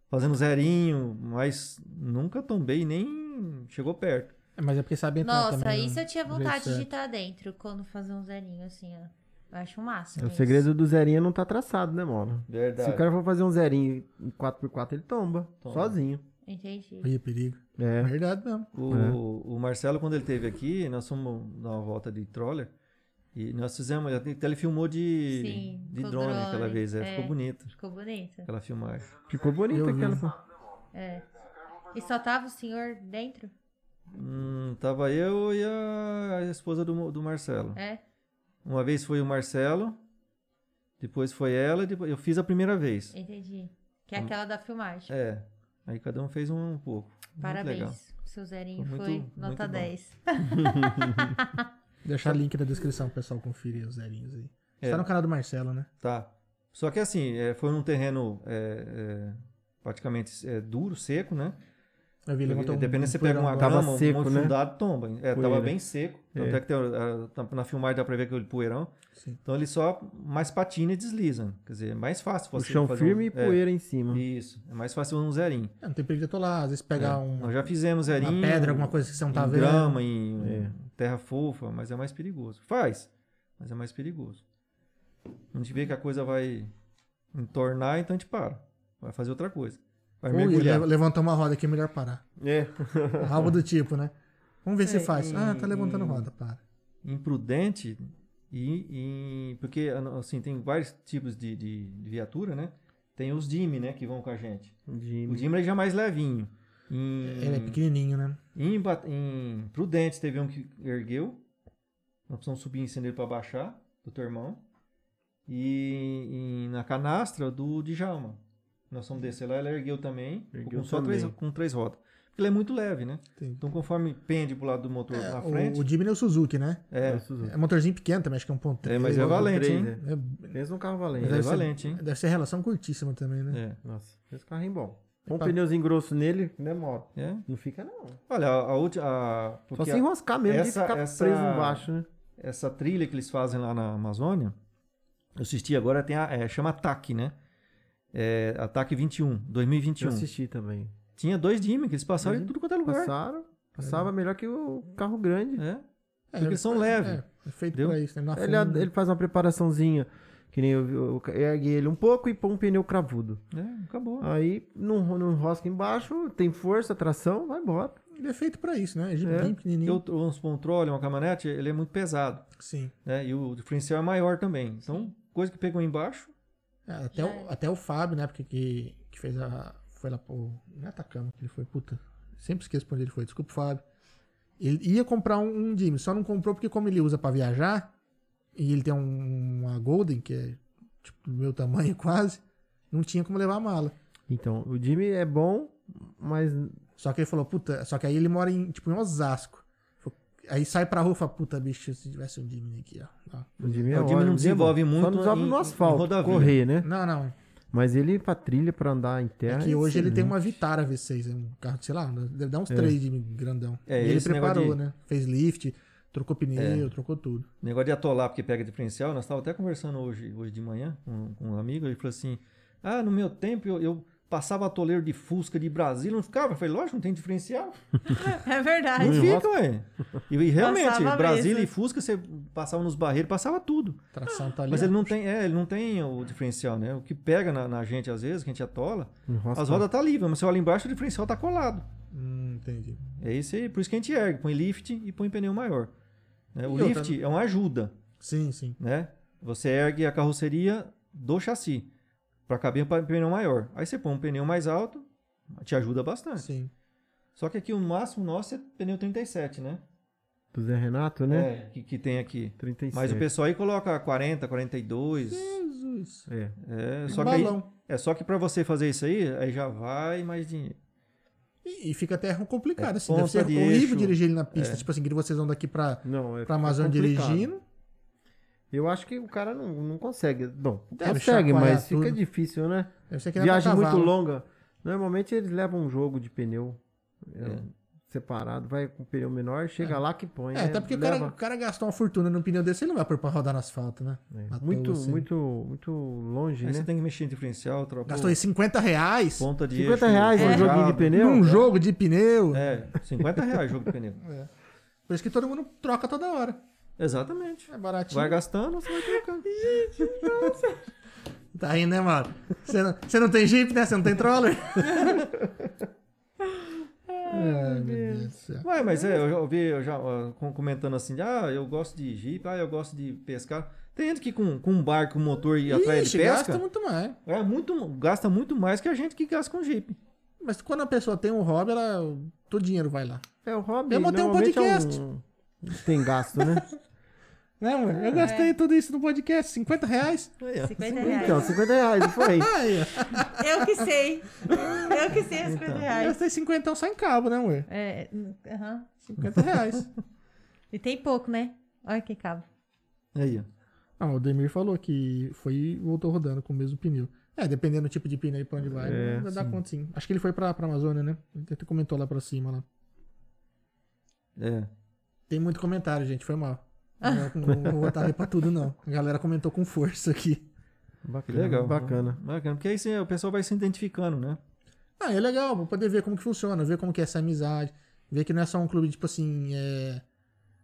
S3: Fazendo zerinho, mas nunca tombei, nem chegou perto.
S2: É, Mas é porque sabe entrar
S1: Nossa,
S2: também,
S1: isso
S2: né?
S1: eu tinha
S2: Do jeito
S1: vontade de
S2: certo.
S1: estar dentro quando fazer um zerinho assim, ó. Eu acho o máximo.
S4: O
S1: isso.
S4: segredo do zerinho é não tá traçado, né, mano? Se
S3: Verdade.
S4: o cara for fazer um zerinho em 4x4, ele tomba.
S3: Tomba.
S4: Sozinho.
S1: Entendi.
S2: Ih, perigo. É
S4: É.
S2: verdade mesmo.
S3: O,
S4: É.
S3: o Marcelo, quando ele esteve aqui, nós fomos dar uma volta de troller e nós fizemos, ele até ele filmou de,
S1: Sim,
S3: de
S1: com
S3: drone, aquela
S1: drone,
S3: vez, é,
S1: é.
S3: ficou bonito
S1: Ficou bonito.
S3: aquela filmagem.
S4: Ficou bonito
S2: Eu vi.
S4: aquela.
S1: É. E só tava o senhor dentro?
S3: Hum, tava eu e a esposa do, Mo- do Marcelo.
S1: É.
S3: Uma vez foi o Marcelo, depois foi ela, e depois, eu fiz a primeira vez.
S1: Entendi. Que é aquela da filmagem.
S3: É. Aí cada um fez um, pouco. Muito legal.
S1: Parabéns. Seu zerinho
S3: Foi
S1: foi
S3: muito-
S1: nota
S3: muito bom.
S1: *laughs* 10.
S3: Tá.
S2: Deixar link na descrição, pessoal, conferir os zerinhos aí.
S3: É.
S2: Tá no canal do Marcelo, né?
S3: Tá. Só que assim, é, foi num terreno é, é, praticamente é, duro, seco, né?
S2: Eu vi, levantou um-
S3: Dependendo se você
S2: um
S3: pega uma
S2: poeirão
S4: Tava
S3: grama, um
S4: seco,
S3: monte
S4: né?
S3: fundado, tomba. É, tava
S4: Poeira.
S3: bem seco. Tanto
S4: É.
S3: é que tem, ah, tá- na filmagem dá pra ver aquele poeirão.
S2: Sim.
S3: Então ele só mais patina e desliza. Quer dizer, é mais fácil
S4: O
S3: você
S4: chão
S3: fazer um-
S4: firme e
S3: é,
S4: poeira em cima.
S3: Isso. É mais fácil um zerinho.
S2: É, não tem perigo de atolar, às vezes pegar
S3: É.
S2: um-
S3: Nós já fizemos zerinho.
S2: uma pedra, alguma coisa que você não tá
S3: em
S2: vendo.
S3: grama, em
S4: É.
S3: terra fofa, mas é mais perigoso. Faz, mas é mais perigoso. Quando a gente vê que a coisa vai entornar, então a gente para. Vai fazer outra coisa. Vai
S2: Ui,
S3: mergulhar.
S2: le- levantou uma roda aqui, é melhor parar.
S4: É.
S2: Algo do tipo, né? Vamos ver se
S3: É,
S2: faz.
S3: e-
S2: Ah, tá levantando
S3: e-
S2: roda, para.
S3: Imprudente e, e- Porque, assim, tem vários tipos de, de- de viatura, né? Tem os Jimmy, né? Que vão com a gente. O
S4: Jimmy.
S3: Jimmy ele já é mais levinho. Em,
S2: Ele é pequenininho, né?
S3: Em, Ba- em Prudente teve um que ergueu. Nós precisamos subir em cima dele para baixar, do teu irmão. E em- na canastra do Djalma. Nós fomos descer lá, ele ergueu também,
S4: Ergueu
S3: com só
S4: também.
S3: três com três rodas. Porque ele é muito leve, né?
S2: Tem-
S3: Então conforme pende pro lado do motor na
S2: O-
S3: frente,
S2: O Jimny é o Suzuki, né?
S3: é,
S2: É motorzinho pequeno também, acho que é um ponto.
S3: É, mas é valente, hein?
S2: É-
S4: Pensa num carro
S3: Mas
S4: valente.
S3: é
S2: ser-
S3: valente, hein?
S2: deve ser relação curtíssima também, né?
S3: É.
S4: Nossa, esse carro é bom. Põe um
S2: Epa.
S4: pneuzinho grosso nele, demora.
S3: É.
S4: Não fica, não.
S3: Olha, a, a última. a-
S4: Só
S3: porque
S4: se
S3: a-
S4: enroscar mesmo
S3: essa-
S4: de ficar
S3: essa-
S4: preso embaixo, né?
S3: essa trilha que eles fazem lá na Amazônia, eu assisti agora, tem a, é, chama Ataque, né? É, Ataque 21,
S4: Eu
S3: 2021.
S4: assisti também.
S3: Tinha dois times que eles passaram em
S4: Uhum.
S3: tudo quanto é lugar.
S4: Passaram. Passava melhor que o carro grande.
S3: É.
S2: É,
S3: Porque são leves.
S2: É, é feito
S3: Entendeu?
S2: pra isso, né? Não
S4: Ele,
S3: é-
S2: afunda.
S4: ele faz uma preparaçãozinha. Que nem eu, vi- eu, eu erguei ele um pouco e põe um pneu cravudo.
S3: É, acabou.
S4: Aí não, não enrosca embaixo, tem força, tração, vai embora.
S2: Ele é feito pra isso, né? É
S4: É.
S2: bem
S3: E
S2: pequenininho.
S3: o uns controle, um uma caminhonete, ele é muito pesado.
S2: Sim.
S3: Né? E o diferencial é maior também. Então, coisa que pegou embaixo.
S2: É, até, o, até o Fábio, na época que, que fez a. Foi lá pro. Não é Atacama que ele foi, puta. Sempre esqueço pra onde ele foi, desculpa, Fábio. Ele ia comprar um, um Jimmy, só não comprou porque, como ele usa pra viajar, e ele tem um- uma Golden, que é tipo, do meu tamanho *laughs* quase, não tinha como levar a mala.
S4: Então, o Jimmy é bom, mas
S2: Só que ele falou, puta, só que aí ele mora em, tipo, em Osasco. Falou- Aí sai pra rua e fala, puta, bicho, se tivesse um Jimmy aqui, ó. ó.
S4: o Jimmy,
S3: É,
S4: é
S3: o Jimmy
S4: ótimo,
S3: não
S4: é bom.
S3: desenvolve
S4: Só
S3: muito
S4: não desenvolve
S3: em-
S4: no
S3: em
S4: asfalto,
S3: rodovia.
S4: correr, né?
S2: Não, não.
S4: Mas ele pra trilha, pra andar em terra.
S2: É que hoje ele tem
S4: excelente.
S2: uma Vitara V6, é um carro, de, sei lá, deve dar uns três de grandão.
S3: É,
S2: e ele
S3: esse negócio
S2: preparou,
S3: de- É.
S2: né? Fez lift, trocou pneu, trocou tudo.
S3: O negócio de atolar porque pega diferencial, nós estávamos até conversando hoje, hoje de manhã com, com um amigo, ele falou assim: Ah, no meu tempo eu, eu passava atoleiro de Fusca de Brasília, não ficava? Eu falei, lógico, não tem diferencial.
S7: É
S3: Não
S7: verdade.
S3: fica, ué. E, e realmente,
S7: Passava
S3: Brasília
S7: mesmo.
S3: e Fusca, você passava nos barreiros, passava tudo.
S2: Tração tá ali.
S3: Mas
S2: ó.
S3: ele não tem, é, ele não tem o diferencial, né? O que pega na, na gente, às vezes, que a gente atola,
S4: Enrosca.
S3: as rodas tá livre, mas você olha embaixo, o diferencial tá colado.
S2: Hum, entendi.
S3: É isso aí, por isso que a gente ergue, põe lift e põe pneu maior. né? O
S2: E outra,
S3: lift é uma ajuda,
S2: Sim, sim.
S3: né? Você ergue a carroceria do chassi para caber um pneu maior. Aí você põe um pneu mais alto, te ajuda bastante.
S2: Sim.
S3: Só que aqui o máximo nosso é pneu 37, né?
S4: Do Zé Renato, né?
S3: É, que, que tem aqui.
S4: 37.
S3: Mas o pessoal aí coloca 40, 42.
S2: Jesus. Um
S4: É.
S3: É, só que aí-
S2: Balão.
S3: é só que para você fazer isso aí, aí já vai mais dinheiro.
S2: E, e fica até complicado,
S3: É
S2: assim. Deve
S3: ponta
S2: ser
S3: de
S2: horrível
S3: eixo. É.
S2: dirigir ele na pista. Tipo assim, que vocês vão daqui pra,
S4: Não, é
S2: pra Amazônia
S4: complicado.
S2: dirigindo.
S4: Eu acho que o cara não, não consegue. Bom,
S2: Deve
S4: consegue,
S2: chacoalhar
S4: mas fica
S2: tudo.
S4: difícil, né?
S2: Deve ser que nem
S4: Viagem
S2: pra
S4: muito
S2: cavalo.
S4: longa. Normalmente eles levam um jogo de pneu é, separado, vai com pneu menor, chega lá que põe.
S2: É,
S4: né?
S2: até porque o
S4: Leva-
S2: cara, o cara gastou uma fortuna num pneu desse, ele não vai pôr pra rodar no asfalto, né?
S4: É,
S2: Matou
S4: Muito,
S2: você.
S4: muito, muito longe,
S3: Aí
S4: né?
S3: você tem que mexer em diferencial, trocar
S2: Gastou aí 50 reais
S3: ponta de
S4: 50
S3: eixo,
S4: reais um
S3: forjado.
S4: joguinho de pneu?
S3: né?
S2: num jogo de pneu.
S3: É, 50 reais jogo
S2: *laughs*
S3: de pneu.
S2: Por isso que todo mundo troca toda hora.
S3: Exatamente.
S2: É baratinho.
S3: Vai gastando, você vai trocando.
S2: Tá aí, né, mano? Você não, você não tem Jeep, né? Você não tem troller? *laughs* Ai, meu Deus do céu.
S3: Ué, mas é, eu já ouvi eu já, ó, com- comentando assim, ah, eu gosto de jipe, ah, eu gosto de pescar. Tem gente que com, com um barco, motor e atrás
S2: Ixi,
S3: de
S2: gasta um
S3: pesca,
S2: muito mais.
S3: é muito, gasta muito mais que a gente que gasta com jipe.
S2: Mas quando a pessoa tem um hobby, ela... todo o dinheiro vai lá.
S4: É o hobby.
S2: Eu montei um
S4: normalmente é
S2: podcast.
S4: um- Tem gasto, né?
S2: Né, mano? Eu gastei tudo isso no podcast, 50 reais.
S3: Aí, ó.
S7: 50 reais.
S4: então, 50 reais, não foi?
S2: Aí, ó.
S7: Eu que sei. Eu que sei as 50
S2: Eu
S7: reais.
S2: gastei 50 só em cabo, né, ué?
S7: É, hum, aham.
S2: 50 reais.
S7: E tem pouco, né? Olha que cabo.
S3: Aí, ó.
S2: *laughs* Ah, o Demir falou que foi e voltou rodando com o mesmo pneu. É, dependendo do tipo de pneu e pra onde vai,
S4: É,
S2: dá
S4: sim.
S2: conta sim. Acho que ele foi pra, pra Amazônia, né? Ele até comentou lá pra cima lá.
S3: É.
S2: Tem muito comentário, gente, foi mal. Não, não, não vou atar pra tudo, não. A galera comentou com força aqui.
S3: Que
S4: Bacana,
S3: legal.
S4: Bacana.
S3: Bacana. Porque aí sim, o pessoal vai se identificando, né?
S2: Ah, é legal, vou poder ver como que funciona, ver como que é essa amizade, ver que não é só um clube, tipo assim, é.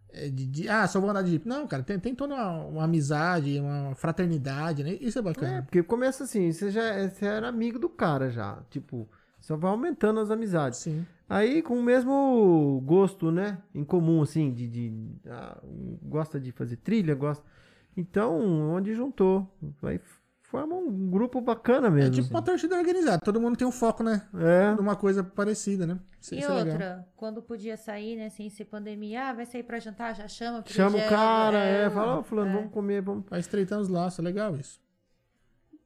S2: é de, de- ah, só vou andar de jeep. Não, cara, tem, tem toda uma, uma amizade, uma fraternidade, né? Isso é
S4: É,
S2: bacana.
S4: porque começa assim, você já é- você era amigo do cara já. Tipo, só vai aumentando as amizades.
S2: Sim.
S4: Aí com o mesmo gosto, né? Em comum, assim, de. de- ah, um gosta de fazer trilha, gosta. Então, onde juntou? Aí forma um grupo bacana
S2: É
S4: mesmo.
S2: tipo uma torcida organizada, todo mundo tem um foco, né?
S4: É.
S2: uma coisa parecida, né? Isso,
S1: E
S2: isso é legal.
S1: outra, quando podia sair, né, sem ser pandemia, ah, vai sair pra jantar, já chama. porque
S4: Chama
S1: já-
S4: o cara, é,
S1: é,
S4: fala, ó, fulano, vamos comer, vamos.
S2: Vai estreitando os laços, é legal isso.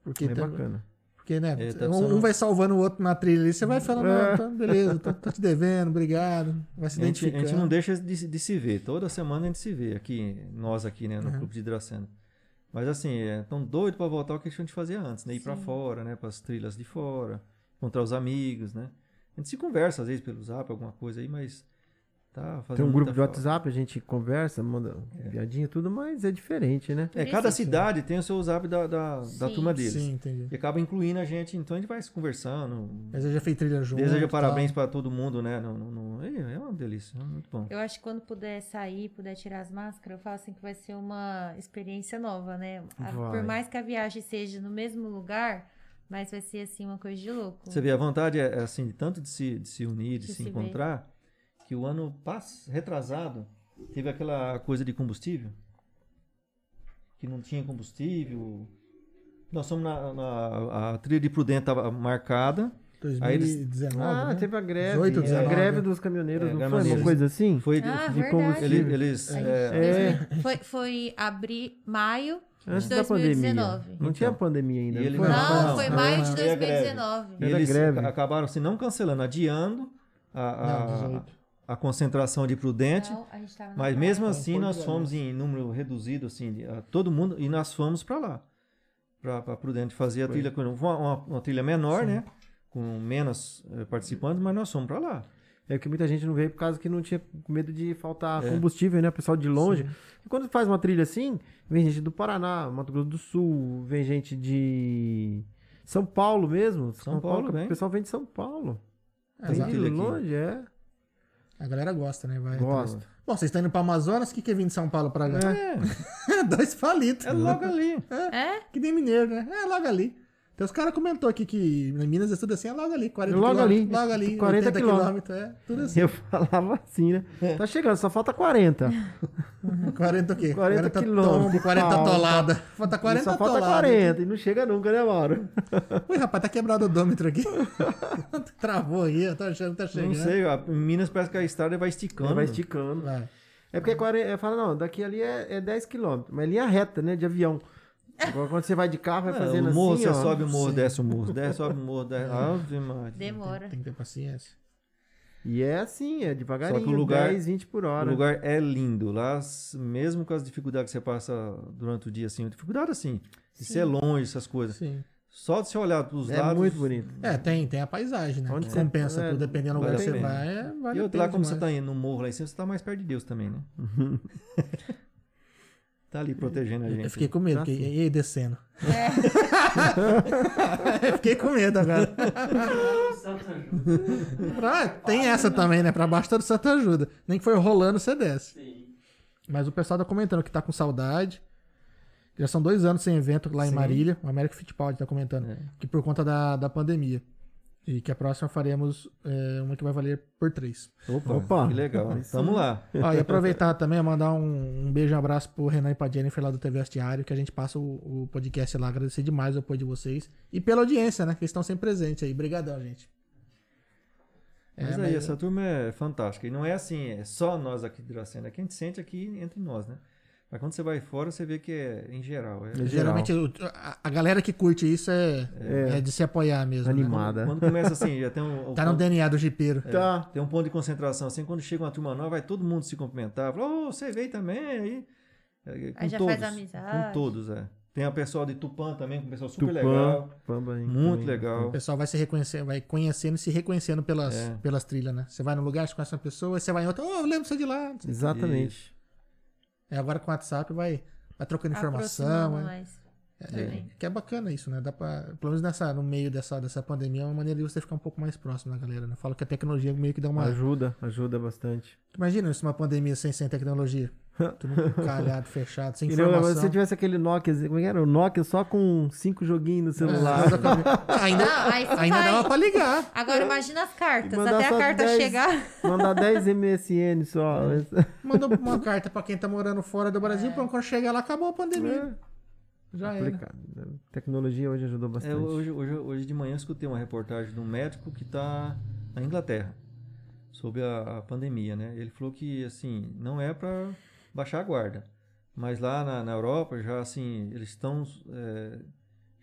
S2: Porque,
S4: É
S2: tá-
S4: bacana.
S2: porque né?
S3: É, tá
S2: um-
S3: precisando-
S2: um vai salvando o outro na trilha ali, você vai falando,
S4: É.
S2: "Não, tá, beleza, tô, tô te devendo, obrigado. Vai se
S3: A gente, a
S2: identificando.
S3: gente não deixa de, se- de se ver. Toda semana a gente se vê aqui, nós aqui, né, no
S2: Uhum.
S3: Clube de Hidracena. Mas assim, é tão doido pra voltar o que a gente fazia antes, né? Ir pra fora, né? Pras trilhas de fora, encontrar os amigos, né? A gente se conversa às vezes pelo zap, alguma coisa aí, mas tá fazendo
S4: Tem um grupo
S3: muita
S4: de
S3: falta.
S4: WhatsApp, a gente conversa, manda piadinha e tudo, mas é diferente, né?
S3: É,
S1: Por
S3: cada
S1: isso,
S3: cidade tem o seu zap da, da, da
S1: Sim.
S3: turma deles.
S2: Sim, entendi.
S3: E acaba incluindo a gente, então a gente vai se conversando.
S2: Mas eu já fez trilha junto.
S3: Desejo
S2: tal.
S3: parabéns pra todo mundo, né? No, no- no- É é uma delícia, é muito bom.
S1: Eu acho que quando puder sair, puder tirar as máscaras, eu falo assim que vai ser uma experiência nova, né? A-
S4: Vai.
S1: por mais que a viagem seja no mesmo lugar, mas vai ser assim uma coisa de louco.
S3: Você vê, a vontade é é assim, de tanto de se, de se unir, de,
S1: De
S3: se,
S1: se ver.
S3: encontrar, que o ano pass retrasado teve aquela coisa de combustível, que não tinha combustível. Nós fomos na, na- a trilha de Prudente estava marcada, Aí eles-
S2: 2019,
S4: Ah,
S2: né?
S4: teve a greve.
S2: 18,
S4: é, a
S2: 19.
S4: greve dos caminhoneiros,
S3: É,
S4: não foi? Uma
S3: caminhoneiros.
S4: coisa assim?
S3: foi é,
S1: Ah,
S4: de
S1: verdade.
S4: combustível.
S3: ele- eles
S1: Aí,
S3: é,
S4: É.
S1: Foi, foi abrir maio
S4: Antes
S1: De
S4: da pandemia.
S1: 2019.
S4: Não tinha pandemia ainda.
S3: Então. E ele
S4: foi?
S3: não-
S2: assim.
S1: Não, foi
S3: não,
S1: maio de
S3: não, é greve.
S1: 2019.
S3: E
S4: Era
S3: eles
S4: greve.
S3: ca- acabaram se não cancelando, adiando a, a,
S2: Ah, Não, 18.
S3: a concentração de Prudente.
S1: Não, a gente tava na
S3: Mas
S1: praia.
S3: mesmo
S4: é um
S2: Então,
S3: assim,
S2: foi
S3: nós
S2: grande.
S3: fomos em número reduzido, assim, de- a todo mundo, e nós fomos para lá, para Prudente fazer a
S4: Foi.
S3: trilha, com uma, uma- uma trilha menor, né? Com menos eh, participantes, mas nós fomos para lá.
S4: É que muita gente não veio por causa que não tinha com medo de faltar
S3: É.
S4: combustível, né? O pessoal de longe. E quando faz uma trilha assim, vem gente do Paraná, Mato Grosso do Sul, vem gente de São Paulo mesmo.
S3: São Paulo, vem.
S4: O pessoal vem de São Paulo.
S2: É,
S4: Vem
S2: exato.
S4: de
S3: trilha aqui.
S4: longe, é.
S2: A galera gosta, né? Vai
S4: Gosta.
S2: atrás. Bom, vocês estão indo pra Amazonas, o que, que é vir de São Paulo pra cá?
S3: É,
S2: *laughs* Dois palitos.
S3: é logo ali.
S1: É?
S2: Que nem mineiro, né? É logo ali. Então os caras comentou aqui que em Minas é tudo assim, é logo ali. 40
S4: Logo ali.
S2: quilômetros, Logo ali.
S4: 40
S2: 80 quilômetros. É, tudo
S3: então.
S2: assim.
S4: Eu falava assim, né?
S3: É.
S4: Tá chegando, só falta 40.
S2: 40 o quê?
S4: 40
S2: tombo,
S4: quilômetros.
S2: 40
S4: Falta.
S2: tolada. Falta 40
S4: E só falta
S2: tolada.
S4: 40. E não chega nunca, né, Mauro?
S2: Ui, rapaz, tá quebrado o odômetro
S3: *laughs*
S2: aqui. Travou aí, eu tô achando que tá chegando.
S3: Não sei, a- em Minas parece que a estrada vai esticando.
S4: né? Vai esticando.
S2: Vai.
S4: É porque 40, é, fala, não, daqui ali é, é 10 km, mas linha reta, né, de avião. Agora quando você vai de carro, vai
S3: É,
S4: fazendo
S3: o morro,
S4: assim,
S3: você
S4: ó.
S3: sobe o morro, desce o morro, desce, sobe o morro,
S4: *laughs*
S3: desce. Ave Maria.
S1: Demora.
S2: Tem que ter paciência.
S4: E é assim, é devagarinho,
S3: Só que o lugar-
S4: 10, 20 por
S3: O
S4: hora.
S3: lugar é lindo. Lá, s- mesmo com as dificuldades que você passa durante o dia, assim, dificuldade assim, de ser longe, essas coisas.
S2: Sim.
S3: Só de você olhar para os
S4: é
S3: lados.
S4: muito bonito.
S2: É, tem, tem a paisagem, né?
S4: Onde
S2: que
S4: você-
S2: compensa
S4: é,
S2: tudo, dependendo do lugar
S3: tá, vale
S2: que
S3: a
S2: você
S3: pena.
S2: vai. É, vale
S3: e
S2: a
S3: outro lá,
S2: pena
S3: como você
S2: demais.
S3: tá indo no morro lá em cima, você tá mais perto de Deus também, né? tá Ah, ali protegendo a gente.
S2: Eu fiquei com medo,
S4: Tá
S2: fiquei, e aí, descendo.
S3: É.
S2: *laughs* eu fiquei com medo
S3: *laughs*
S2: agora.
S6: Santo ajuda.
S2: Ah, tem essa também, né? Pra baixo todo santo ajuda. Nem que foi rolando, você desce.
S6: Sim.
S2: Mas o pessoal tá comentando que tá com saudade. Já são dois anos sem evento lá em
S3: Sim.
S2: Marília. O Américo Fittipaldi tá comentando.
S3: É.
S2: Que por conta da, da pandemia. E que a próxima faremos é, uma que vai valer por
S3: *laughs*
S2: três.
S3: Opa,
S4: Opa.
S3: que legal. Tamo lá.
S2: Ó, e aproveitar também, mandar um, um beijo e um abraço pro Renan e pra Jennifer lá do TV Diário, que a gente passa o, o podcast lá. Agradecer demais o apoio de vocês. E pela audiência, né? Que eles estão sempre presentes aí. Obrigadão, gente. É,
S3: mas aí,
S2: mas-
S3: essa turma é fantástica. E não é assim, é só nós aqui de Dracena. que a gente sente aqui entre nós, né? Mas quando você vai fora, você vê que é em geral. É,
S4: geral.
S2: Geralmente o- a, a galera que curte isso é, é de se apoiar mesmo. né?
S4: Animada.
S3: Quando começa assim, já tem
S2: *laughs*
S3: um,
S2: Tá no DNA do jipeiro.
S4: Tá.
S3: Tem um ponto de concentração, assim, quando chega uma turma nova, vai todo mundo se cumprimentar, fala, ô, você veio também, aí... é, com
S1: Aí já
S3: todos,
S1: faz amizade.
S3: Com todos, é. Tem a pessoal de Tupã também, com um pessoal super
S4: Tupã,
S3: legal,
S4: Pamba, hein,
S2: O
S4: também.
S3: muito legal.
S2: pessoal vai se reconhecendo, vai conhecendo e se reconhecendo pelas,
S3: É.
S2: pelas trilhas, né? Você vai num lugar, você conhece uma pessoa, aí você vai em outro, ô, eu lembro você de lá.
S4: Exatamente.
S2: É, agora com o WhatsApp vai, vai trocando
S1: Aproximando
S2: informação. né?
S1: mais.
S2: É, que é bacana isso, né? Dá pra, pelo menos nessa, no meio dessa, dessa pandemia, é uma maneira de você ficar um pouco mais próximo da galera, né? Falo que a tecnologia meio que dá uma.
S4: Ajuda, ajuda bastante.
S2: Imagina isso, uma pandemia sem, sem tecnologia. Todo mundo calhado, fechado, sem
S4: E não,
S2: informação.
S4: se você tivesse aquele Nokia, como é que era? O Nokia só com cinco joguinhos no *laughs* celular.
S2: É, Ah, ainda
S1: Não, aí você
S2: ainda
S1: vai.
S2: dava pra ligar.
S1: Agora imagina as cartas.
S4: Mandar
S1: Até a
S4: só
S1: carta
S4: 10.
S1: chegar.
S4: Mandar 10 MSN só.
S2: Manda uma carta pra quem tá morando fora do
S3: É.
S2: Brasil, pra quando chegar lá, acabou a pandemia. Já era.
S4: Complicado. né? Tecnologia hoje ajudou bastante.
S3: É, hoje, hoje, hoje de manhã eu escutei uma reportagem de um médico que está na Inglaterra, sobre a, a pandemia, né? Ele falou que, assim, não é para baixar a guarda, mas lá na, na Europa já, assim, eles estão... é,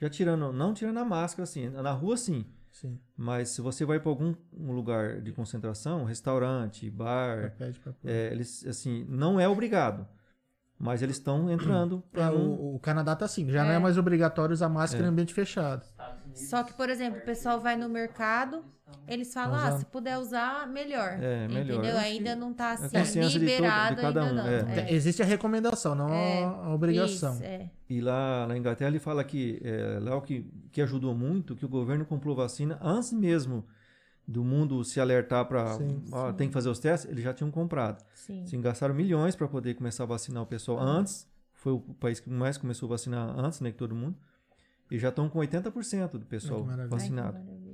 S3: já tirando, não tirando a máscara, assim, na rua sim,
S2: Sim,
S3: Mas se você vai para algum um lugar de concentração, restaurante,
S2: pra
S3: bar,
S2: pede pra pôr.
S3: é, eles assim, não é obrigado, mas eles estão entrando
S2: É,
S3: para um
S2: o, o Canadá tá assim, já não
S1: É.
S2: é mais obrigatório usar
S3: É.
S2: máscara em ambiente fechado.
S6: Estados Unidos.
S1: Só que, por exemplo, o pessoal vai no mercado, eles falam, ah, se puder usar, melhor.
S3: É, melhor.
S1: Entendeu?
S3: Eu acho
S1: Ainda
S3: que
S1: não tá assim,
S3: É consciência de todo- de
S1: liberado
S3: cada
S1: ainda
S3: um,
S1: não.
S3: é.
S1: É.
S2: Existe a recomendação, não
S1: É,
S2: a obrigação.
S1: Isso, é.
S3: e lá na Inglaterra ele fala que é, lá o que, que ajudou muito que o governo comprou vacina antes mesmo do mundo se alertar para
S2: Sim.
S3: tem que fazer os testes, eles já tinham comprado.
S1: Sim.
S3: Sim, gastaram milhões para poder começar a vacinar o pessoal
S2: Uhum.
S3: antes. Foi o país que mais começou a vacinar antes, né, que todo mundo. E já estão com 80% do pessoal
S2: Ai, que maravilha.
S1: Ai, que
S3: vacinado.
S1: maravilha.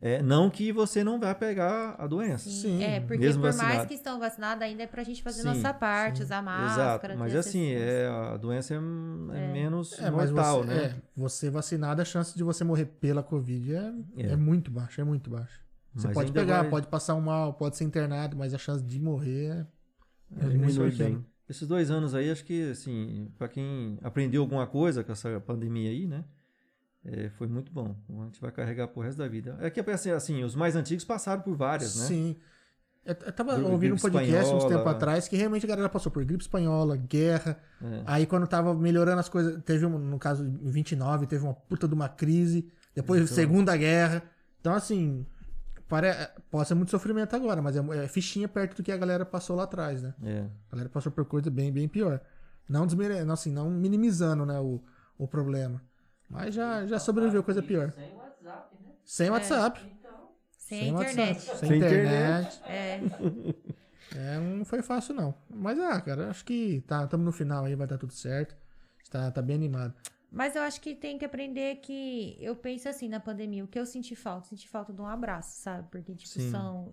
S3: É, não que você não vai pegar a doença.
S2: Sim,
S1: é, porque
S3: mesmo
S1: por mais
S3: vacinado.
S1: que estão vacinados, ainda é pra gente fazer
S3: Sim,
S1: nossa parte,
S2: sim.
S1: usar máscara.
S3: Exato.
S1: ter
S3: Mas
S1: essas
S3: assim,
S1: coisas.
S3: é, a doença é, m- é
S1: É.
S3: menos
S2: É, mas
S3: mortal,
S2: você,
S3: né?
S2: é, você vacinado, a chance de você morrer pela Covid é,
S3: É.
S2: é muito baixa, é muito baixa. Você
S3: Mas
S2: pode
S3: ainda
S2: pegar,
S3: vai-
S2: pode passar um mal, pode ser internado, mas a chance de morrer é, é
S4: diminui
S2: muito pequena.
S4: bem.
S3: esses dois anos aí, acho que, assim, para quem aprendeu alguma coisa com essa pandemia aí, né? é, foi muito bom. A gente vai carregar pro resto da vida. É que, assim, assim os mais antigos passaram por várias, né?
S2: Sim. Eu, eu tava
S3: Gri-
S2: ouvindo um
S3: gripe
S2: podcast uns
S3: espanhola.
S2: tempo atrás que realmente a galera passou por gripe espanhola, guerra.
S3: É.
S2: Aí quando tava melhorando as coisas, teve um, no caso em 29, teve uma puta de uma crise, depois
S3: Então.
S2: Segunda Guerra. Então assim, para, pode ser muito sofrimento agora, mas é, é fichinha perto do que a galera passou lá atrás, né?
S3: É.
S2: A galera passou por coisa bem, bem pior. Não desmerecendo, assim, não minimizando, né, o, o problema. Mas já, já sobreviveu coisa pior.
S6: Sem WhatsApp, né?
S2: Sem WhatsApp.
S6: Então,
S1: É. Sem, internet.
S2: WhatsApp,
S3: Sem
S2: Sem
S3: internet.
S2: internet.
S1: É.
S2: É, não foi fácil, não. Mas, ah, cara, acho que tá, estamos no final aí, vai dar tudo certo. Está, tá bem animado.
S1: Mas eu acho que tem que aprender que eu penso assim na pandemia, o que eu senti falta? Senti falta de um abraço, sabe? Porque, tipo,
S3: Sim.
S1: são.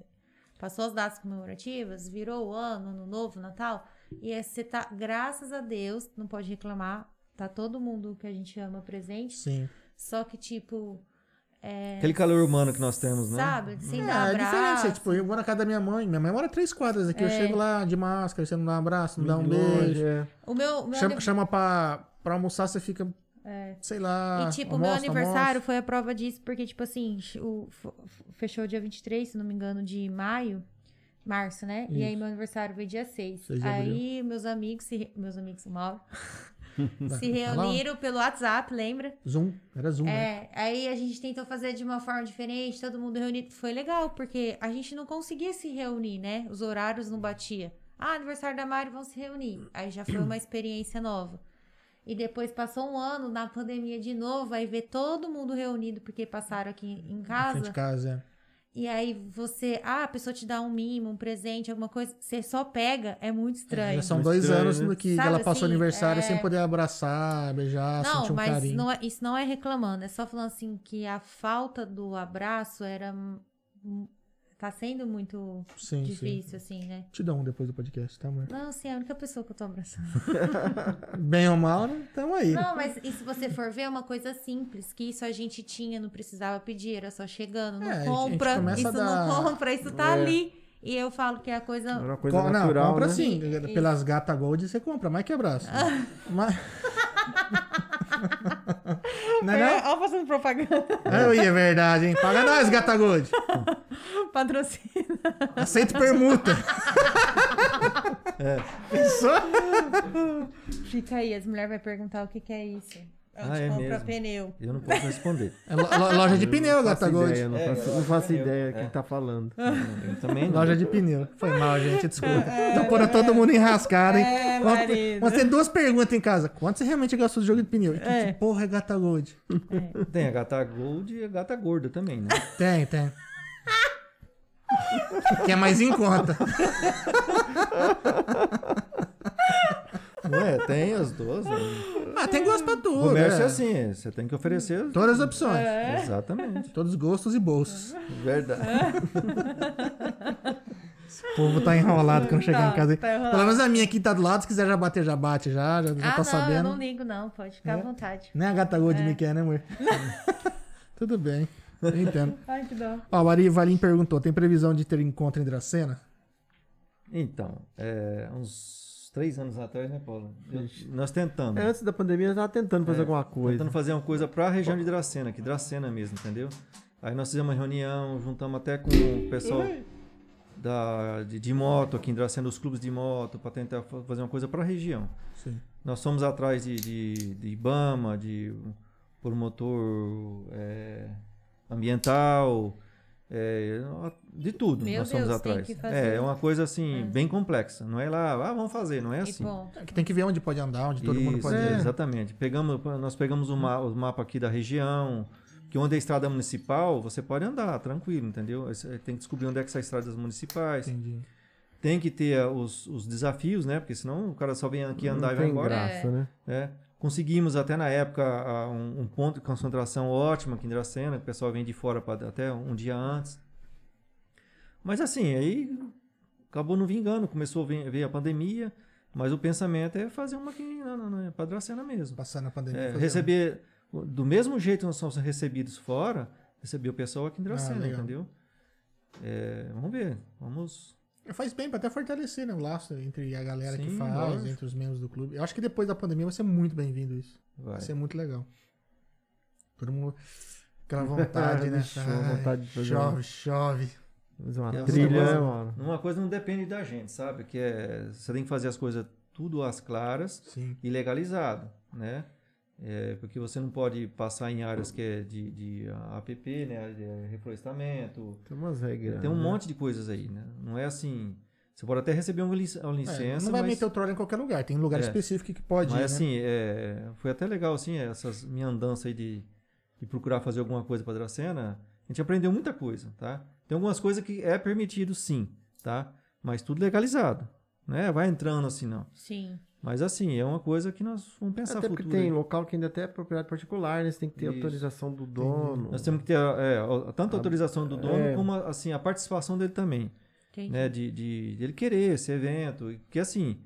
S1: Passou as datas comemorativas, virou o ano, ano novo, Natal. E é- você tá, graças a Deus, não pode reclamar. Tá todo mundo que a gente ama presente.
S2: Sim.
S1: Só que, tipo. é,
S3: Aquele calor humano que nós temos, né?
S1: Sabe? Sem
S2: é,
S1: dar
S2: é diferente.
S1: abraço. É.
S2: é, Tipo, eu vou na casa da minha mãe. Minha mãe mora três quadras aqui. Eu chego lá de máscara, você não dá um abraço, não dá um beijo.
S4: É.
S1: o meu, o meu
S2: Chama,
S1: aniversário-
S2: chama pra, pra almoçar, você fica. Sei lá.
S1: E, tipo, o meu
S2: almoça,
S1: aniversário
S2: almoça.
S1: foi a prova disso, porque, tipo assim, o, f- fechou dia 23, se não me engano, de maio, março, né? E aí meu aniversário veio dia 6.
S2: Seis de
S1: aí meus amigos, se, re- meus amigos, o Mauro,
S2: *laughs*
S1: se
S2: Vai lá.
S1: reuniram pelo WhatsApp, lembra?
S2: Zoom. Era Zoom, né?
S1: É, aí a gente tentou fazer de uma forma diferente, todo mundo reunido. Foi legal, porque a gente não conseguia se reunir, né? Os horários não batia. Ah, aniversário da Mari, vão se reunir. Aí já foi uma experiência nova. E depois passou um ano na pandemia de novo, aí ver todo mundo reunido, porque passaram aqui em
S2: Em frente
S1: casa.
S2: de casa, é.
S1: E aí você, ah, a pessoa te dá um mimo, um presente, alguma coisa, você só pega, é muito
S2: é.
S1: estranho.
S2: Já são
S3: Muito
S2: dois
S3: estranho,
S2: anos
S3: né?
S2: do que
S1: Sabe,
S2: ela
S1: assim,
S2: passou aniversário
S1: é-
S2: sem poder abraçar, beijar, sentir
S1: Não,
S2: um
S1: mas
S2: carinho.
S1: não é- isso não é reclamando, é só falando assim que a falta do abraço era. mu- Tá sendo muito
S2: Sim, sim.
S1: difícil, assim, né?
S2: Te dou um depois do podcast, tá, amor?
S1: Não, sim, é a única pessoa que eu tô abraçando.
S2: Bem ou mal, né? tamo aí.
S1: Não, mas e se você for ver, é uma coisa simples, que isso a gente tinha, não precisava pedir, era só chegando, não
S2: É, a gente- a gente
S1: compra,
S2: começa
S1: isso
S2: a dar-
S1: não compra, isso tá
S4: É.
S1: ali. E eu falo que é a
S4: Era
S1: coisa.
S4: uma coisa
S2: Co- não,
S4: natural,
S2: compra
S4: né?
S2: sim.
S1: Isso.
S2: Pelas gata gold você compra, mais que abraço. Mas... não é
S7: Olha fazendo
S1: *laughs*
S7: propaganda,
S2: não? Ai, é verdade, hein? Paga nós, gata gold.
S7: patrocínio.
S2: Aceito *laughs* permuta. É. Pensou?
S7: Fica aí, as mulheres vão perguntar o que, que é isso. É onde
S3: Ah, é
S7: compra
S3: mesmo.
S7: pneu.
S3: Eu não posso responder.
S2: É lo- lo- loja de pneu,
S4: Não faço
S2: gata gold.
S4: ideia, não
S3: É,
S4: faço,
S3: eu
S4: não
S3: acho
S4: faço
S3: que é
S4: ideia
S3: meu.
S4: quem
S3: É.
S4: tá falando.
S3: Eu também não.
S2: Loja de pneu. Foi mal, gente, desculpa. Tô pondo todo mundo enrascado, hein?
S7: É,
S2: Vamos-
S7: marido.
S2: Vamos ter duas perguntas em casa. Quanto você realmente gastou de jogo de pneu? E que,
S7: É.
S2: que porra é gata gold?
S3: Tem a gata gold e a gata gorda também, né?
S2: Tem, tem. que é mais em conta.
S3: Ué, é? tem as duas. Né?
S2: Ah, tem gosto pra tudo.
S3: O comércio
S2: né?
S3: é assim, você tem que oferecer.
S2: Todas as opções.
S3: Exatamente.
S2: Todos os gostos e bolsos.
S3: Uhum. Verdade.
S2: O povo tá enrolado quando chegar
S7: Tá,
S2: em casa. hein?
S7: tá enrolado.
S2: Pelo menos a minha aqui tá do lado. Se quiser já bater, já bate. Já, já, já
S1: ah,
S2: tá
S1: não, eu
S2: sabendo.
S1: não ligo, não, pode ficar à
S2: É.
S1: vontade.
S2: Nem a gata gold me quer, né, amor? Tudo bem. Eu entendo.
S7: Ai, que dó.
S2: Ó, o Ari Valim perguntou: tem previsão de ter encontro em Dracena?
S3: Então, é, uns três anos atrás, né, Paulo? Eu- nós tentamos.
S4: É, Antes da pandemia, eu tava tentando fazer
S3: É,
S4: alguma coisa.
S3: Tentando fazer uma coisa para a região de Dracena, aqui, Dracena mesmo, entendeu? Aí nós fizemos uma reunião, juntamos até com o pessoal da, de, de moto aqui em Dracena, os clubes de moto, para tentar fa- fazer uma coisa para a região.
S2: Sim.
S3: Nós fomos atrás de, de, de IBAMA, de promotor é, ambiental, é, de tudo
S1: Meu
S3: nós fomos
S1: Deus, tem
S3: atrás.
S1: que fazer.
S3: É, é uma coisa assim, bem complexa. Não é lá, ah, vamos fazer, não é
S1: e
S3: assim.
S1: ponto.
S2: É que tem que ver onde pode andar, onde todo mundo
S3: Isso,
S2: pode
S3: é,
S2: ir.
S3: Exatamente. Pegamos, nós pegamos o, ma- o mapa aqui da região, que onde é estrada municipal, você pode andar tranquilo, entendeu? Esse- Tem que descobrir onde é que são as estradas municipais.
S2: Entendi.
S3: Tem que ter ah, os, os desafios, né? Porque senão o cara só vem aqui andar e
S4: não
S3: vai
S4: tem
S3: embora.
S4: graça, né?
S3: né? Conseguimos até na época ah, um, um ponto de concentração ótimo aqui em Dracena, que o pessoal vem de fora pra, até um dia antes. Mas assim, aí acabou não vingando, começou a vir, veio a pandemia, mas o pensamento é fazer uma aqui na, na, na, né, pra Dracena mesmo.
S2: Passando a pandemia.
S3: É,
S2: fazer- um-
S3: receber do mesmo jeito que nós somos recebidos
S2: Ah,
S3: fora, receber o pessoal aqui em Dracena,
S2: legal.
S3: entendeu? É, vamos ver, vamos.
S2: Faz bem pra até fortalecer né, o laço entre a galera que
S3: Sim,
S2: faz,
S3: lógico.
S2: entre os membros do clube. Eu acho que depois da pandemia vai ser muito bem-vindo isso.
S3: Vai.
S2: Vai ser muito legal. Todo mundo.
S3: *laughs*
S2: Aquela vontade, né?
S4: Vixe, uma
S2: Ai,
S4: vontade de fazer
S2: chove,
S3: um-
S4: uma-
S2: chove.
S4: Fazer uma
S3: É,
S4: trilha,
S3: você
S4: né,
S3: gosta-
S4: mano?
S3: Uma coisa não depende da gente, sabe? Que é, você tem que fazer as coisas tudo às claras
S2: Sim.
S3: e legalizado, né? É, porque você não pode passar em áreas que é de, de APP, né? De reflorestamento.
S4: Tem umas regras.
S3: Tem um
S2: Uhum.
S4: né?
S3: monte de coisas aí, né? Não é assim... Você pode até receber uma lic- uma
S2: É,
S3: licença,
S2: não vai
S3: mas...
S2: meter o troll em qualquer lugar. Tem lugar
S3: É.
S2: específico que pode ir,
S3: Mas
S2: né?
S3: assim, é, foi até legal assim, essas minha andança aí de, de procurar fazer alguma coisa para Dracena. A gente aprendeu muita coisa, tá? Tem algumas coisas que é permitido sim, tá? Mas tudo legalizado, né? Vai entrando assim não.
S1: Sim.
S3: Mas assim, é uma coisa que nós vamos pensar
S4: Até porque
S3: futuro.
S4: tem
S3: aí.
S4: local que ainda até é propriedade particular, né? Você tem que ter
S3: Isso.
S4: autorização do dono.
S3: Nós temos que ter é, a- tanto a
S4: Ah,
S3: autorização do dono
S4: é.
S3: como assim a participação dele também.
S1: Entendi.
S3: né? De, de, de ele querer esse evento. Porque assim,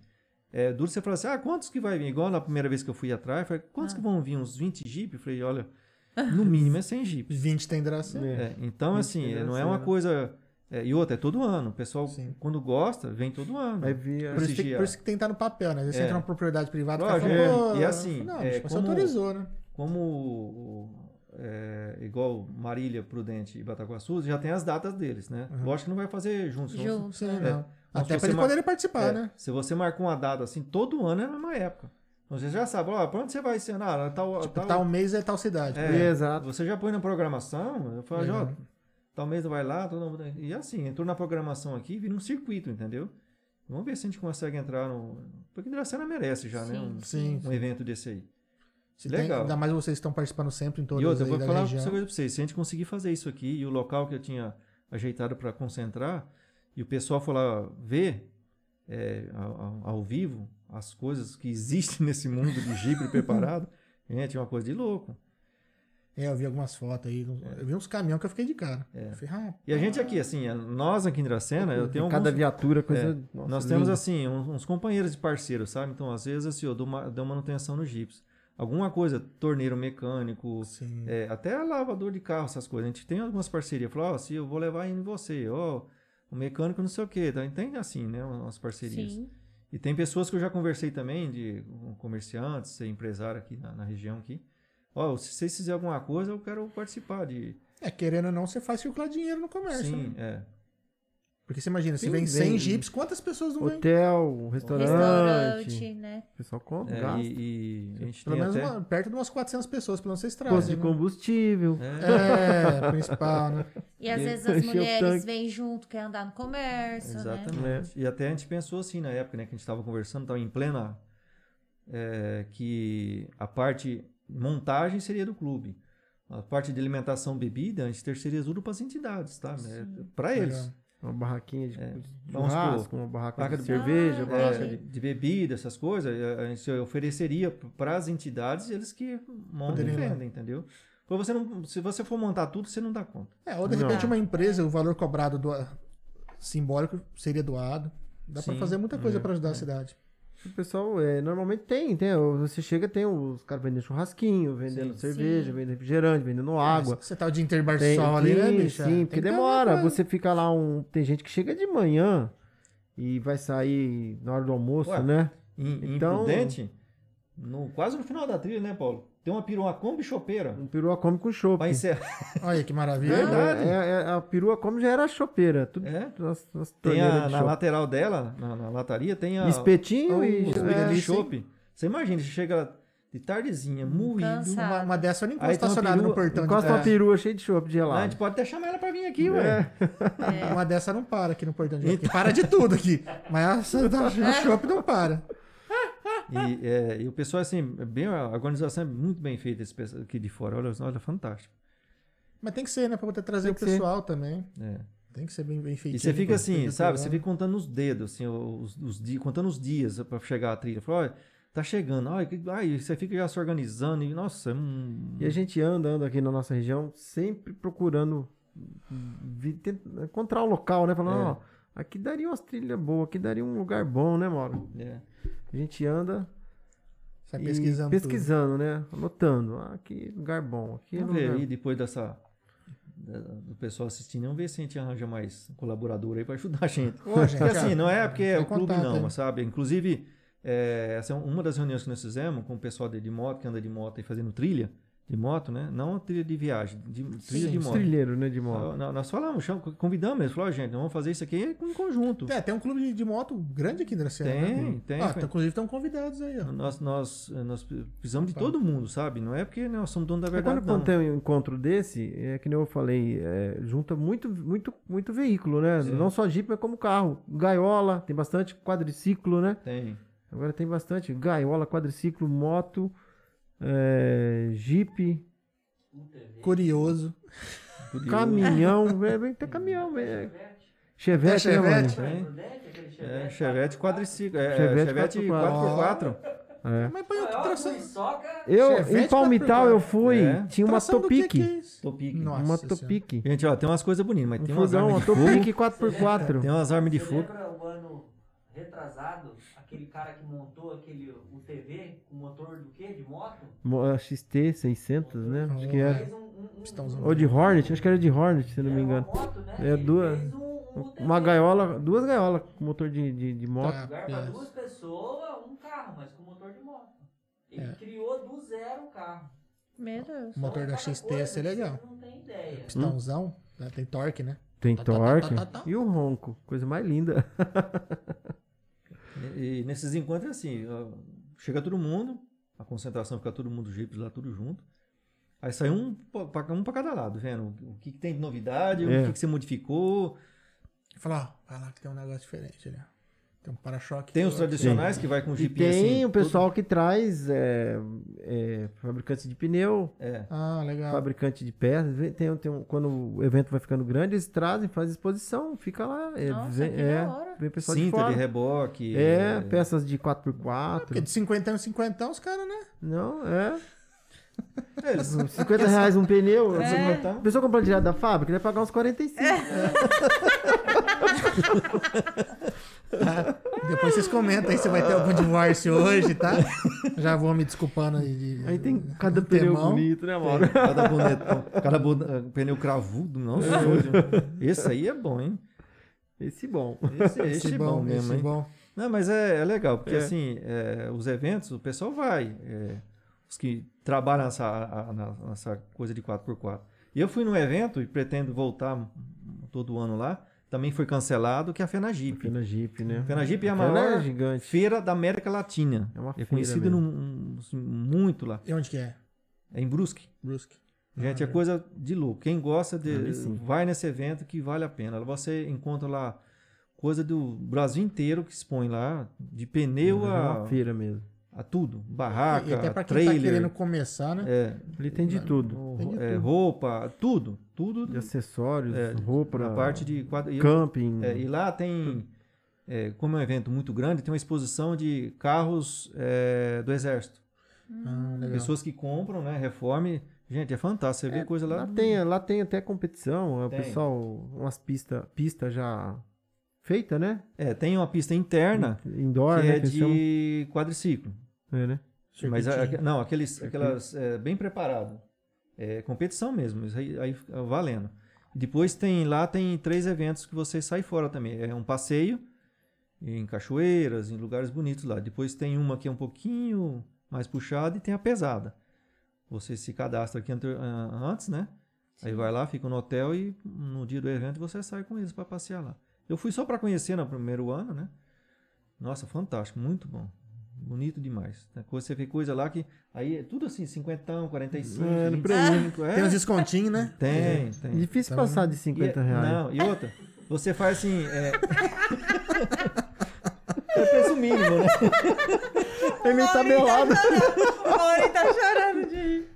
S3: é duro você falar assim, ah, quantos que vai vir? Igual na primeira vez que eu fui atrás, eu falei, quantos
S1: Ah.
S3: que vão vir? Uns 20 jeep? Eu
S1: *laughs*
S3: falei, olha, no mínimo é 100 jeep.
S2: 20 tem graça.
S4: É.
S3: É, então,
S4: 20
S3: assim, é, não é
S4: federação,
S3: uma
S4: né?
S3: coisa... é, e outra, é todo ano. O pessoal,
S2: Sim.
S3: quando gosta, vem todo ano.
S4: Vai vir.
S2: Por isso, tem-
S3: prestigiar.
S2: por isso que tem que estar no papel, né? Às vezes
S3: É.
S2: você entra numa propriedade privada e
S3: Lógico,
S2: fala,
S3: é.
S2: "Pô,
S3: E assim,
S2: Não,
S3: é,
S2: bicho, mas você
S3: como-
S2: autorizou, né?
S3: Como o- o- é, igual Marília, Prudente e Bataguaçu, já tem as datas deles, né?
S2: Uhum.
S3: Lógico que não vai fazer juntos. vamos
S1: Junto.
S2: Sim,
S1: né?
S2: não.
S3: Mas
S2: Até pra
S3: É. se você
S2: eles
S3: mar-
S2: poderem participar,
S3: É,
S2: né?
S3: Se você marcou uma data assim, todo ano é na mesma época. Então você já sabe, ó, pra onde você vai ensinar? Ah, tal,
S2: Tipo,
S3: tal-
S2: tal mês é tal cidade.
S3: É.
S4: Exato.
S3: Você já põe na programação, eu falo, ó,
S2: Uhum.
S3: talvez vai lá, todo mundo. E assim, entrou na programação aqui, vira um circuito, entendeu? Vamos ver se a gente consegue entrar no. Porque Dracena merece já, né? Um,
S2: Sim.
S3: um evento desse aí.
S2: Se tem-
S3: Legal.
S2: ainda mais vocês que estão participando sempre em todas
S3: e outra, eu
S2: aí
S3: vou
S2: da
S3: falar uma
S2: região.
S3: coisa pra vocês. Se a gente conseguir fazer isso aqui e o local que eu tinha ajeitado para concentrar, e o pessoal for lá ver é, ao, ao- ao vivo as coisas que existem *laughs* nesse mundo de jipe preparado, *laughs* gente, é uma coisa de louco.
S2: É, eu vi algumas fotos aí.
S3: É.
S2: Eu vi uns caminhões que eu fiquei de cara. Eu falei, "Ah,
S3: E a gente aqui, assim, nós aqui em Dracena, eu tenho
S4: Cada
S3: alguns-
S4: viatura, coisa.
S3: É,
S4: Nossa,
S3: Nós temos,
S4: lindo.
S3: assim, uns, uns companheiros de parceiros, sabe? Então, às vezes, assim, eu dou, ma- dou manutenção no jipes. Alguma coisa, torneiro mecânico,
S2: Sim.
S3: é, até lavador de carro, essas coisas. A gente tem algumas parcerias. Falou, ó, se eu vou levar em você, ó, o mecânico não sei o quê. Tá? Tem, assim, né, umas parcerias.
S1: Sim.
S3: E tem pessoas que eu já conversei também, de com comerciantes, ser empresário aqui na, na região aqui. Ó, se vocês fizerem alguma coisa, eu quero participar de...
S2: É, querendo ou não, você faz circular dinheiro no comércio.
S3: Sim,
S2: né?
S3: é.
S2: Porque você imagina, se
S4: Sim,
S2: vem
S4: vem.
S2: 100 jipes, quantas pessoas não vêm?
S4: Hotel, restaurante.
S1: Restaurante, né?
S4: O pessoal compra,
S3: É,
S4: gasta.
S3: e, e a gente
S2: Pelo
S3: tem
S2: menos
S3: até...
S2: uma- perto de umas 400 pessoas, pelo menos vocês
S4: Posto
S2: trazem.
S4: de
S2: né?
S4: combustível.
S3: É,
S2: É, principal, né?
S1: E às
S3: E-
S1: vezes as
S4: encher o
S1: mulheres
S4: tanque.
S1: vêm junto, querem andar no comércio, né?
S3: Exatamente. E até a gente pensou assim na época, né, que a gente estava conversando, estava em plena é, que a parte montagem seria do clube. A parte de alimentação bebida, a gente terceiriza tudo para as entidades, tá?
S1: Sim.
S3: para eles.
S2: Legal.
S4: Uma barraquinha de
S3: É.
S4: de
S3: Vamos
S4: churrasco,
S3: supor,
S4: uma barraca
S3: barraca
S4: de
S3: de-
S4: cerveja,
S1: Ah,
S4: barraca
S3: É,
S1: entendi.
S4: de...
S3: de bebida, essas coisas, a a gente ofereceria para as entidades, eles que montam e
S2: Poderiam, né?
S3: vendem, entendeu? Porque você não, se você for montar tudo, você não dá conta.
S2: É, ou de
S4: Não.
S2: repente uma empresa, o valor cobrado do simbólico seria doado. Dá pra
S3: Sim.
S2: fazer muita coisa
S3: É,
S2: pra ajudar a cidade.
S4: O pessoal, é, normalmente tem, tem. Você chega, tem os caras vendendo churrasquinho, vendendo
S3: Sim.
S4: cerveja,
S1: Sim.
S4: vendendo refrigerante, vendendo água.
S2: Você tá o dia inteiro bar
S4: Tem,
S2: sol ali, né,
S4: sim,
S2: bicho?
S4: sim,
S2: Tem que
S4: porque
S2: ter
S4: demora.
S2: alguma coisa.
S4: Você fica lá um. Tem gente que chega de manhã e vai sair na hora do almoço,
S3: Ué.
S4: né?
S3: Em,
S4: Então-
S3: então, imprudente, no, quase no final da trilha, né, Paulo? Tem uma perua, uma Kombi chopeira.
S4: Um perua come com chopp.
S3: Vai encerrar. *laughs*
S2: Olha que
S4: É,
S2: maravilha.
S3: Verdade.
S4: é, é, a perua come já era chopeira. Tudo
S3: É?
S4: nas, nas
S3: Tem
S4: torneiras
S3: a,
S4: de
S3: na
S4: chopp.
S3: lateral dela, na, na lataria, tem a,
S4: Espetinho
S2: Ah,
S4: e.
S3: os
S2: o-
S3: brigadeiros
S2: é,
S3: de
S2: sim.
S3: chope. Você imagina, você chega de tardezinha, moído.
S1: Cansado.
S2: Uma, uma dessa eu nem encosto
S3: Aí tem uma
S2: estacionado no
S3: perua-
S2: portão. de
S4: Encosta uma
S2: casa.
S4: perua cheia de chopp de
S3: Né? A
S4: gelado.
S3: gente pode até chamar ela pra vir aqui,
S4: *laughs*
S3: ué.
S1: É.
S2: Uma dessa não para aqui no portão de casa. Porque Para de tudo aqui. Mas a, a, a shopping não para.
S3: E, é, e o pessoal, assim, é bem, a organização é muito bem feita esse pessoal aqui de fora. Olha, olha fantástico.
S2: Mas tem que ser, né? Pra poder trazer o
S4: que ser.
S2: pessoal também.
S3: É.
S2: Tem que ser bem, né, bem feito.
S3: E você fica assim, sabe? Você fica contando os dedos, assim, os, os di- contando os dias pra chegar a trilha. Fala, olha, tá chegando. Ai, que- ai, você fica já se organizando. E, nossa, é um...
S4: E a gente anda, anda aqui na nossa região, sempre procurando vi- tent- encontrar o local, né? Falando,
S3: É.
S4: ó, aqui daria umas trilhas boas, aqui daria um lugar bom, né, Mauro?
S3: é.
S4: A gente anda
S2: Sai
S4: e
S2: pesquisando. tudo.
S4: pesquisando né? Anotando. Ah, que lugar bom. Aqui é
S3: Vamos ver
S4: lugar...
S3: aí, depois dessa da- do pessoal assistindo, vamos ver se a gente arranja mais um colaborador aí para ajudar a gente.
S2: Ô, gente,
S3: Porque assim,
S2: ó,
S3: não é porque é
S2: tem
S3: o clube
S2: contato,
S3: não,
S2: hein?
S3: sabe? Inclusive, é, essa é uma das reuniões que nós fizemos com o pessoal de, de moto, que anda de moto e fazendo trilha de moto, né? Não trilha de viagem, de, trilha de
S4: Os
S3: moto.
S4: trilheiros, né, de moto.
S3: Ah, nó- Nós falamos, cham- convidamos eles, falou, "Ó, gente, nós vamos fazer isso aqui em conjunto.
S2: É, tem um clube de- de moto grande aqui em Dracena.
S3: Tem,
S2: né?
S3: tem,
S2: Ah,
S3: foi.
S2: tá- inclusive estão convidados aí, ó.
S3: Nós, nós, nós precisamos de todo mundo, sabe? Não é porque nós somos dono da
S4: Mas
S3: verdade,
S4: quando
S3: não.
S4: tem um encontro desse, é que nem eu falei, é, junta muito, muito, muito veículo, né?
S3: Sim.
S4: Não só Jeep, mas como carro. Gaiola, tem bastante quadriciclo, né?
S3: Tem.
S4: Agora tem bastante. Gaiola, quadriciclo, moto, é, Jeep,
S2: Curioso. *laughs*
S4: caminhão. é, vem até caminhão. É.
S2: É,
S4: Chevette, né, mano?
S2: Chevette.
S3: Tem. É, Chevette quadriciclo. É,
S4: Chevette
S3: Chevette
S2: 4x4.
S3: 4x4.
S2: Mas põe
S6: Ah,
S2: outro tração.
S4: Eu, em
S2: Chevette tá né?
S4: Palmital
S2: 4x4.
S4: eu fui,
S3: É.
S4: tinha uma
S2: Tração do Tá que
S4: Topic.
S2: que é isso?
S3: Topique.
S2: Nossa
S4: uma
S2: Senhora.
S4: Topic.
S3: Gente, ó, tem umas coisas bonitas, mas
S4: Um
S3: tem umas
S4: fogão, uma
S3: armas de fogo.
S4: Topic 4x4.
S2: um-
S3: Tem umas armas é de
S6: Você
S3: fogo.
S6: lembra o ano retrasado, aquele cara que montou aquele UTV com motor do quê? De moto?
S4: Mo- a XT600, né? Acho
S3: É.
S4: que era.
S6: Fez um- um- um-
S2: Pistãozão.
S4: Ou de Hornet, acho que era de Hornet, se não me
S6: era uma
S4: engano.
S6: moto, né?
S4: É,
S6: Ele
S4: duas-
S6: fez um- um UTV.
S4: Uma gaiola, duas gaiolas com motor de, de, de moto.
S2: Tá,
S6: Lugar pra
S2: beleza.
S6: duas pessoas, um carro, mas com motor de moto. Ele
S2: É.
S6: criou do zero o carro.
S1: Meu Deus.
S2: O motor da
S6: Então, cada
S2: XT ia
S6: coisa
S2: ser
S6: que
S2: é legal.
S6: Você não tem ideia.
S2: Pistãozão, né? tem torque, né?
S4: Tem
S2: Tá, tá, tá,
S4: torque.
S2: tá, tá, tá.
S4: E o ronco, coisa mais linda.
S3: E, e nesses encontros é assim, ó, chega todo mundo, a concentração fica todo mundo jeep lá, tudo junto. Aí sai um para um pra cada lado, vendo o que, que tem de novidade,
S4: É.
S3: o que, que você modificou.
S2: Falar, tá. ó, vai lá que tem um negócio diferente, né? Tem um para-choque.
S3: Tem os tradicionais que vai com o
S4: E
S3: jeep
S4: tem
S3: assim,
S4: o pessoal que traz é, é, fabricante de pneu,
S3: todo- É,
S2: Ah, legal.
S4: fabricante de peças. Vê- Tem, tem um- quando o evento vai ficando grande, eles trazem, fazem exposição, fica lá. É,
S1: Nossa,
S4: vem,
S1: que
S4: é,
S1: da hora.
S4: vem pessoal de
S3: cinta de,
S4: fora.
S3: reboque.
S4: é,
S3: é,
S4: peças de
S2: Porque
S4: 4x4.
S2: de 50 em 50 os caras, né?
S4: Não, é. *laughs*
S3: eles-
S4: 50 reais um pneu.
S3: Você
S4: A
S3: botar-
S4: pessoa comprando direto da fábrica, deve pagar uns 45.
S2: Depois vocês comentam aí se vai ter algum divórcio hoje, tá? Já vou me desculpando aí. de-
S4: Aí tem
S2: de
S4: cada pneu
S2: temão.
S4: bonito, né, Mauro?
S3: Cada, bonetão, cada bone- pneu cravudo, não Esse aí é bom, hein?
S4: Esse bom.
S3: Esse,
S2: *laughs* Esse,
S3: esse é
S2: bom,
S3: bom mesmo,
S2: esse
S3: hein?
S2: bom.
S3: Não, mas é, é legal, porque
S4: É.
S3: assim, é, os eventos, o pessoal vai. é, os que trabalham nessa, a- na- nessa coisa de 4x4. E eu fui num evento e pretendo voltar hum, todo ano lá. Também foi cancelado, que é a FenaGip.
S4: Pena Jeep, né?
S3: FenaGip é a
S4: Pena
S3: maior
S4: gigante.
S3: feira da América Latina.
S4: É uma
S3: É
S4: feira
S3: conhecida
S4: mesmo.
S3: num- assim, muito lá.
S2: E onde que é?
S3: É em Brusque.
S2: Brusque.
S3: Gente,
S2: Ah,
S3: é coisa de louco. Quem gosta de.
S4: Ali sim.
S3: Vai nesse evento que vale a pena. Você encontra lá coisa do Brasil inteiro que expõe lá, de pneu
S4: É
S3: a,
S4: uma feira mesmo.
S3: a tudo.
S2: E até
S3: Barraca,
S2: pra quem tá
S3: trailer,
S2: querendo começar, né?
S4: Ele tem de tudo.
S3: o-
S2: Tem de
S3: é,
S2: tudo.
S3: roupa, tudo.
S4: De
S3: Tudo
S4: acessórios,
S3: É,
S4: roupa,
S3: na parte de quadro. E,
S4: camping.
S3: é, e lá tem. é, como é um evento muito grande, tem uma exposição de carros é, do exército.
S2: Ah, legal.
S3: Pessoas que compram, né? Reforme. Gente, é fantástico. Você vê coisa lá.
S4: Lá tem, lá tem até competição. é O
S3: Hum. Tem.
S4: pessoal, umas pistas pista já feita, né?
S3: É, tem uma pista interna
S4: Indoor,
S3: que
S4: né?
S3: é
S4: eles chamam.
S3: de quadriciclo.
S4: É, né?
S3: Mas a-
S2: Circuitinho.
S3: aque- não, aqueles, aquelas é, bem preparado. É competição mesmo, isso aí, aí fica valendo. Depois tem lá tem três eventos que você sai fora também. É um passeio em cachoeiras, em lugares bonitos lá. Depois tem uma que é um pouquinho mais puxada e tem a pesada. Você se cadastra aqui ante- ah, antes, né? Aí vai lá, fica no hotel e no dia do evento você sai com eles para passear lá. Eu fui só para conhecer no primeiro ano, né? Nossa, fantástico, muito bom. Bonito demais. Tem coisa- Você vê coisa lá que. Aí é tudo assim, cinquentão, 45,
S4: É, no
S3: 25. É,
S2: Tem uns descontinhos, né?
S4: É,
S3: tem, tem.
S4: Difícil
S2: Tá
S4: passar de 50
S3: É, então, E- é,
S4: reais.
S3: Não, e outra, você faz assim. É, *laughs* é preço mínimo, né?
S4: É meio tabelado.
S7: O Maureen tá chorando de rir.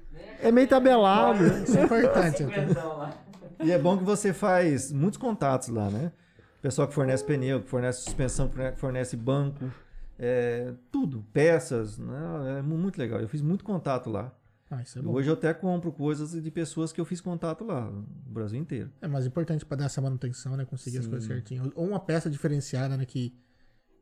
S4: É meio tabelado.
S2: Isso é importante. até.
S6: Cinquentão lá.
S3: E é bom que você faz muitos contatos lá, né? Pessoal que fornece pneu, que fornece suspensão, que fornece banco, é, tudo, peças, né? É mu- muito legal. Eu fiz muito contato lá.
S2: Ah, isso é bom.
S3: Hoje eu até compro coisas de pessoas que eu fiz contato lá, no Brasil inteiro.
S2: É mais importante pra dar essa manutenção, né? Conseguir as
S3: Sim.
S2: coisas certinho. Ou uma peça diferenciada, né? Que,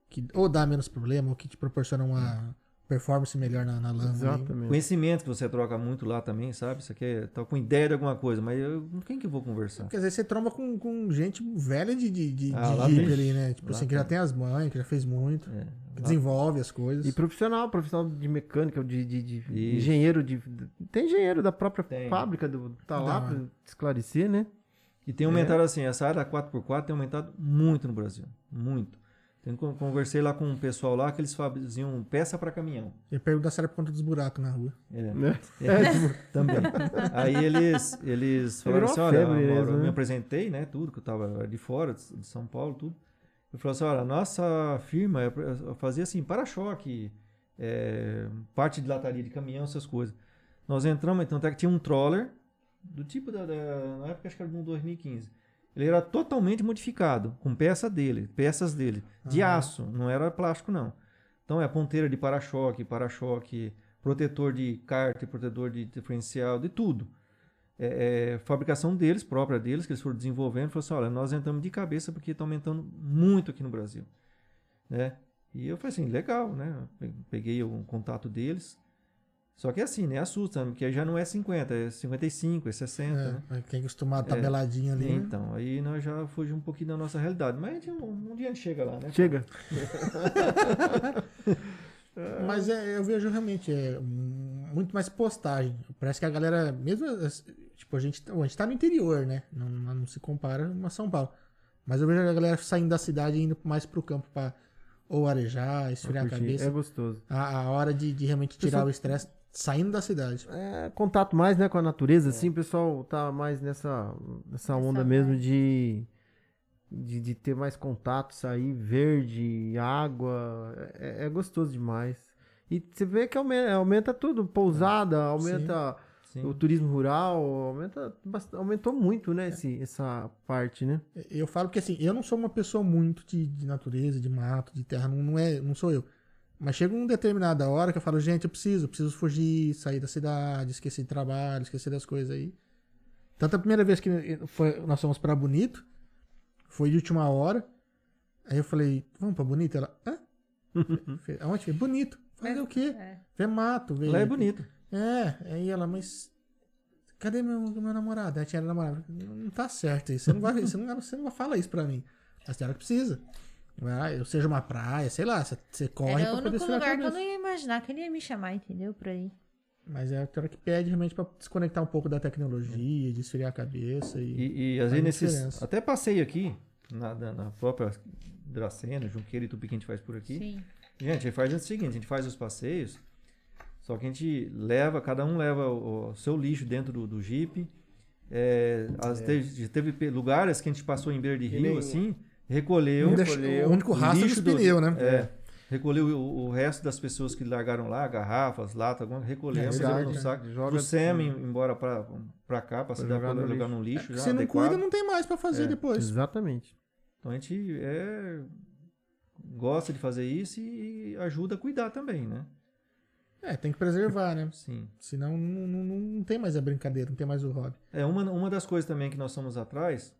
S2: que ou dá menos problema, ou que te proporciona uma, performance melhor na, na lama. aí.
S4: Exatamente.
S3: Conhecimento que você troca muito lá também, sabe? Você quer, tá com ideia de alguma coisa, mas eu, com quem que eu vou conversar?
S2: Quer dizer, você tromba com, com gente velha de, de, de,
S3: Ah,
S2: de
S3: lá
S2: Jeep
S3: tem.
S2: ali, né? Tipo
S3: Lá
S2: assim, que já
S3: tem.
S2: tem as mães, que já fez muito,
S3: É,
S2: que desenvolve as coisas.
S4: E profissional, profissional de mecânica, de, de- de
S3: Isso.
S4: engenheiro de. Tem engenheiro da própria
S3: Tem.
S4: fábrica do. Tá
S2: Da
S4: lá
S2: hora.
S4: pra esclarecer, né?
S3: E
S2: É.
S3: tem aumentado assim, essa área da 4x4 tem aumentado muito no Brasil. Muito. Tem, con- conversei lá com um pessoal lá que eles faziam peça para caminhão.
S2: Ele pergunta se era por conta dos buracos na rua.
S3: É.
S4: Né?
S3: É, também. Aí eles, eles falaram
S4: Virou
S3: assim,
S4: uma
S3: olha,
S4: febre
S3: Mauro,
S4: mesmo,
S3: eu me
S4: né?
S3: apresentei, né, tudo, que eu tava de fora, de de São Paulo, tudo. Eu falei assim, olha, a nossa firma é pra- fazia assim, para-choque, é, parte de lataria de caminhão, essas coisas. Nós entramos, então, até que tinha um troller, do tipo da, da- na época acho que era de um 2015. Ele era totalmente modificado, com peça dele, peças dele, de
S2: Ah.
S3: aço, não era plástico não. Então é ponteira de para-choque, para-choque, protetor de kart, protetor de diferencial, de tudo. É, é, fabricação deles, própria deles, que eles foram desenvolvendo, falou assim, olha, nós entramos de cabeça porque está aumentando muito aqui no Brasil, né? E eu falei assim, legal, né? Pe- Peguei o contato deles. Só que é assim, né? Assusta, né? porque aí já não é 50, é 55, é 60, né?
S2: É, Quem costuma
S3: É.
S2: tabeladinho ali. né?
S3: Então, aí nós já fugimos um pouquinho da nossa realidade. Mas a gente- um, um dia a gente chega lá, né?
S4: Chega.
S2: Mas é, eu vejo realmente é, hum, muito mais postagem. Parece que a galera, mesmo. as- Tipo, a gente, tá- a gente tá no interior, né? Não, não não se compara uma São Paulo. Mas eu vejo a galera saindo da cidade e indo mais pro campo pra ou arejar, esfriar a
S4: Curtir. É
S2: cabeça.
S4: gostoso.
S2: A, a hora de, de realmente tirar o estresse saindo da cidade.
S4: É, contato mais, né, com a natureza, assim, o pessoal tá mais nessa, nessa onda mesmo de, de, de ter mais contato, sair verde, água, é, é gostoso demais. E você vê que aumenta, aumenta tudo, pousada, aumenta
S3: Sim.
S4: o turismo rural, aumenta, bast- aumentou muito, né, esse, essa parte, né?
S2: Eu falo que assim, eu não sou uma pessoa muito de, de natureza, de mato, de terra, não, não é, não sou eu. Mas chega uma determinada hora que eu falo, gente, eu preciso, eu preciso fugir, sair da cidade, esquecer de trabalho, esquecer das coisas aí. Tanto a primeira vez que foi- nós fomos pra Bonito, foi de última hora. Aí eu falei, vamos pra Bonito? Ela,
S3: *laughs*
S2: hã? Eu falei, Aonde? Eu falei, Bonito. Fazer o quê?
S7: É.
S2: Ver mato, ver.
S3: Lá é bonito.
S2: É, aí ela, mas. Cadê meu, meu namorado? Aí tinha namorado. Não não tá certo isso. Você não vai, *laughs* você não, você não vai falar isso pra mim. A senhora que precisa. Ah, eu seja uma praia, sei lá, você, você corre
S1: Era o
S2: pra poder
S1: único
S2: esfriar a
S1: lugar que eu
S2: cabeça.
S1: não ia imaginar que ele ia me chamar, entendeu? Pra ir.
S2: Mas é a hora que pede realmente pra desconectar um pouco da tecnologia, de esfriar a cabeça e.
S3: E, e, às
S2: Faz
S3: vezes nesses.
S2: diferença.
S3: Até passei aqui, na, na, na própria Dracena, Junqueira e Tupi que a gente faz por aqui.
S1: Sim.
S3: Gente, a gente faz o seguinte, a gente faz os passeios, só que a gente leva, cada um leva o, o seu lixo dentro do, do Jeep. É, as- Teve, teve pe- lugares que a gente passou em beira de rio,
S4: nem-
S3: assim, recolheu.
S2: Não deixa- o único rastro
S3: um lixo
S2: dos pneus, né?
S3: É. Recolheu o, o resto das pessoas que largaram lá, garrafas, lata, alguma recolhemos,
S2: É verdade,
S3: jogamos no
S2: né?
S3: saco.
S4: Joga-
S3: Trouxemos embora pra, pra cá, pra cidade,
S4: jogar
S3: pra
S4: no
S3: jogar
S4: lixo.
S3: no lixo. já
S2: Se É, não
S3: adequado.
S2: cuida, né? não tem mais pra fazer
S3: É,
S2: depois.
S4: Exatamente.
S3: Então a gente é, gosta de fazer isso e ajuda a cuidar também, né?
S2: É, tem que preservar, né?
S3: Sim.
S2: Senão não, não, não- não tem mais a brincadeira, não tem mais o hobby.
S3: É uma, uma das coisas também que nós somos atrás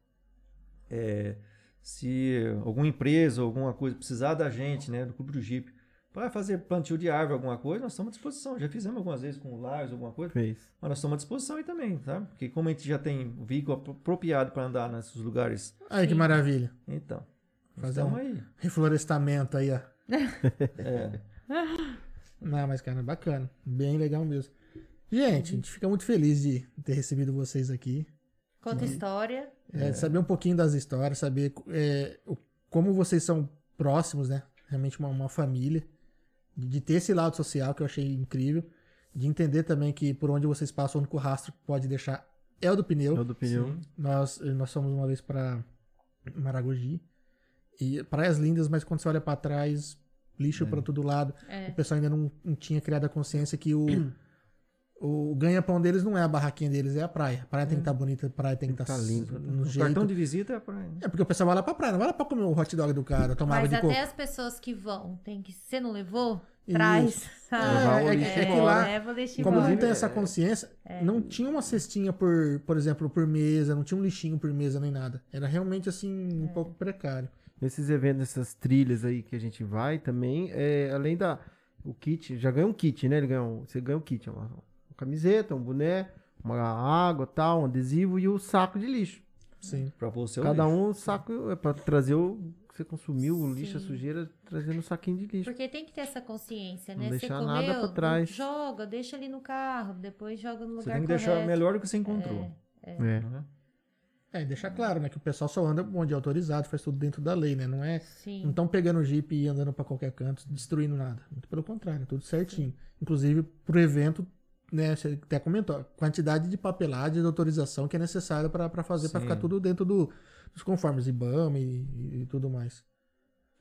S3: é se alguma empresa, alguma coisa precisar da gente, né, do clube do Jeep, para fazer plantio de árvore, alguma coisa, nós estamos à disposição. Já fizemos algumas vezes com o Lars, alguma coisa,
S4: Fez.
S3: mas nós estamos à disposição aí também, tá? Porque como a gente já tem veículo apro- apropriado para andar nesses lugares,
S2: Aí que
S1: Sim.
S2: maravilha.
S3: então, nós
S2: Fazer
S3: estamos
S2: um-
S3: aí.
S2: Reflorestamento aí, ó.
S3: É,
S2: *laughs* Não, mas, cara, bacana. Bem legal mesmo. Gente, a gente fica muito feliz de ter recebido vocês aqui.
S1: Conta história.
S2: É, Saber um pouquinho das histórias, saber é, o- como vocês são próximos, né? Realmente uma, uma família. De, de ter esse lado social que eu achei incrível. De entender também que por onde vocês passam, o único rastro que pode deixar é o do pneu.
S4: Eu do pneu.
S3: sim.
S2: Nós, eh, nós fomos uma vez para Maragogi. E praias lindas, mas quando você olha para trás, lixo pra para todo lado.
S1: É.
S2: O pessoal ainda não, não tinha criado a consciência que o, o ganha-pão deles não é a barraquinha deles, é a praia. A praia tem que estar bonita, a praia tem que
S4: Tem que
S2: estar
S4: tá limpa.
S2: no
S3: o cartão
S2: jeito.
S3: de visita é para
S2: É porque o pessoal vai lá pra praia, não vai lá pra comer o hot dog do cara, tomar água
S1: Mas
S2: de coco.
S1: até as pessoas que vão, tem que. Você não levou?
S2: Isso.
S1: Traz.
S2: É,
S1: *laughs*
S2: é, que- é que lá,
S1: leva o lixo
S2: como não
S1: embora.
S2: tem essa consciência,
S1: É.
S2: não tinha uma cestinha por, por exemplo, por mesa, não tinha um lixinho por mesa nem nada. Era realmente assim, um pouco precário.
S4: Nesses eventos, essas trilhas aí que a gente vai também, é, além da. o kit, já ganha um kit, né? Ele ganha um- você ganha um kit, é uma, uma camiseta, um boné, uma água, tal, um adesivo e o saco de lixo.
S2: Sim.
S3: Pra pôr o seu
S4: Cada
S3: Então, lixo.
S4: um um saco é para trazer o que você consumiu, o lixo, a
S1: Sim.
S4: sujeira, trazendo um saquinho de lixo.
S1: Porque tem que ter essa consciência,
S4: Não
S1: né? Você
S4: deixar
S1: comeu,
S4: nada pra trás.
S1: joga, deixa ali no carro, depois joga no lugar
S3: Você tem que
S1: correto.
S3: deixar melhor do que você encontrou.
S4: É.
S3: né?
S2: É, e deixar claro, né? Que o pessoal só anda onde é autorizado, faz tudo dentro da lei, né? Não é. Não
S1: Sim.
S3: Então,
S2: estão pegando o Jeep e andando pra qualquer canto, destruindo nada. Muito pelo contrário, tudo certinho. Inclusive, pro evento, né, você até comentou, a quantidade de papelagem de autorização que é necessária pra pra fazer, pra
S3: Sim.
S2: ficar tudo dentro do- dos conformes IBAMA e, e- e tudo mais.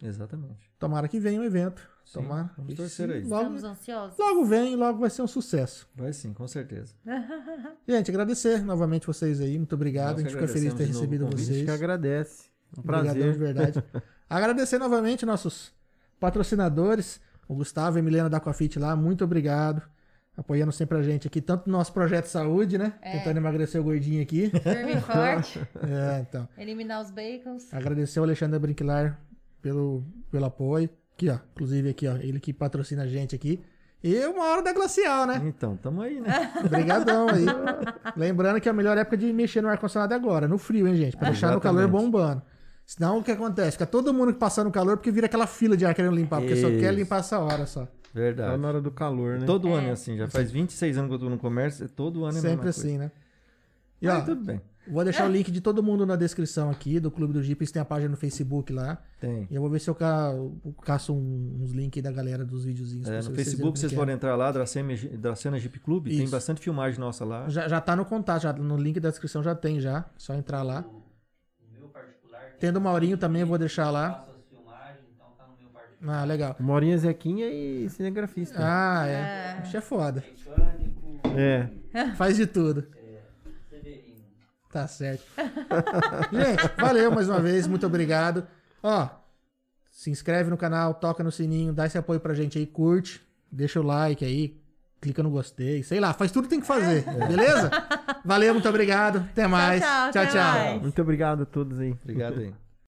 S3: Exatamente.
S2: Tomara que venha o evento.
S3: Sim,
S2: Tomara.
S3: vamos
S2: E
S3: torcer
S2: se
S3: aí.
S2: Logo,
S1: Estamos ansiosos.
S2: logo vem e logo vai ser um sucesso.
S3: Vai sim, com certeza.
S2: Gente, agradecer novamente vocês aí. Muito obrigado.
S3: Nós
S2: a gente
S3: que
S2: ficou feliz de ter
S3: agradecemos de
S2: recebido
S3: novo o
S4: A gente
S2: vocês.
S4: que agradece. Um
S2: Obrigadão de
S4: prazer. *laughs*
S2: verdade. Agradecer novamente nossos patrocinadores, o Gustavo e a Milena da Aquafit lá, muito obrigado. Apoiando sempre a gente aqui, tanto no nosso projeto de saúde, né?
S1: É.
S2: Tentando emagrecer o gordinho
S4: *laughs*
S2: aqui.
S3: *laughs*
S1: Firme e forte,
S2: é, então.
S1: eliminar os bacons.
S2: Agradecer ao Alexandre Brinquilar pelo, pelo apoio. Aqui, ó. Inclusive aqui, ó. Ele que patrocina a gente aqui. E uma hora da glacial, né?
S3: Então, tamo aí, né?
S2: Obrigadão aí. Lembrando que é a melhor época de mexer no ar-condicionado é agora, no frio, hein, gente? Pra deixar no calor
S3: Exatamente.
S2: bombando. Senão o que acontece? Fica todo mundo passando calor porque vira aquela fila de ar querendo limpar, porque só quer
S3: Isso.
S2: limpar essa hora só.
S4: Tá
S3: Verdade.
S4: na hora do calor, né?
S3: Todo ano é assim, já faz 26 anos que eu tô no comércio, é todo ano é a mesma
S2: Sempre
S3: coisa.
S2: assim, né? E
S3: Mas
S2: ó,
S3: tudo bem.
S2: vou deixar o link de todo mundo na descrição aqui, do Clube do Jeep, eles têm a página no Facebook lá.
S3: Tem.
S2: E eu vou ver se eu ca- eu caço um- uns links aí da galera dos videozinhos. pra
S3: É, no
S2: vocês verem
S3: Facebook
S2: como
S3: vocês
S2: que é.
S3: podem entrar lá, Dracena, Dracena Jeep Clube, tem
S2: Isso.
S3: bastante filmagem nossa lá.
S2: Já, já tá no contato, já, no link da descrição já tem já. Só entrar lá.
S6: O meu particular. tem-
S2: Tendo o Maurinho também, eu vou deixar lá.
S6: Faço as filmagens, então tá no meu particular.
S2: Ah, legal.
S4: Morinha Zequinha e cinegrafista.
S2: Ah, é. Isso é foda.
S6: Mecânico,
S3: Ah.
S4: É.
S2: Faz de tudo.
S6: Severino.
S2: Tá certo. *laughs* Gente, valeu mais uma vez. Muito obrigado. Ó, se inscreve no canal, toca no sininho, dá esse apoio pra gente aí, curte, deixa o like aí, clica no gostei, sei lá, faz tudo que tem que fazer, beleza? Valeu, muito obrigado. Até mais.
S1: É. tchau, até mais.
S4: Muito obrigado a todos aí.
S2: *laughs*
S3: Obrigado aí.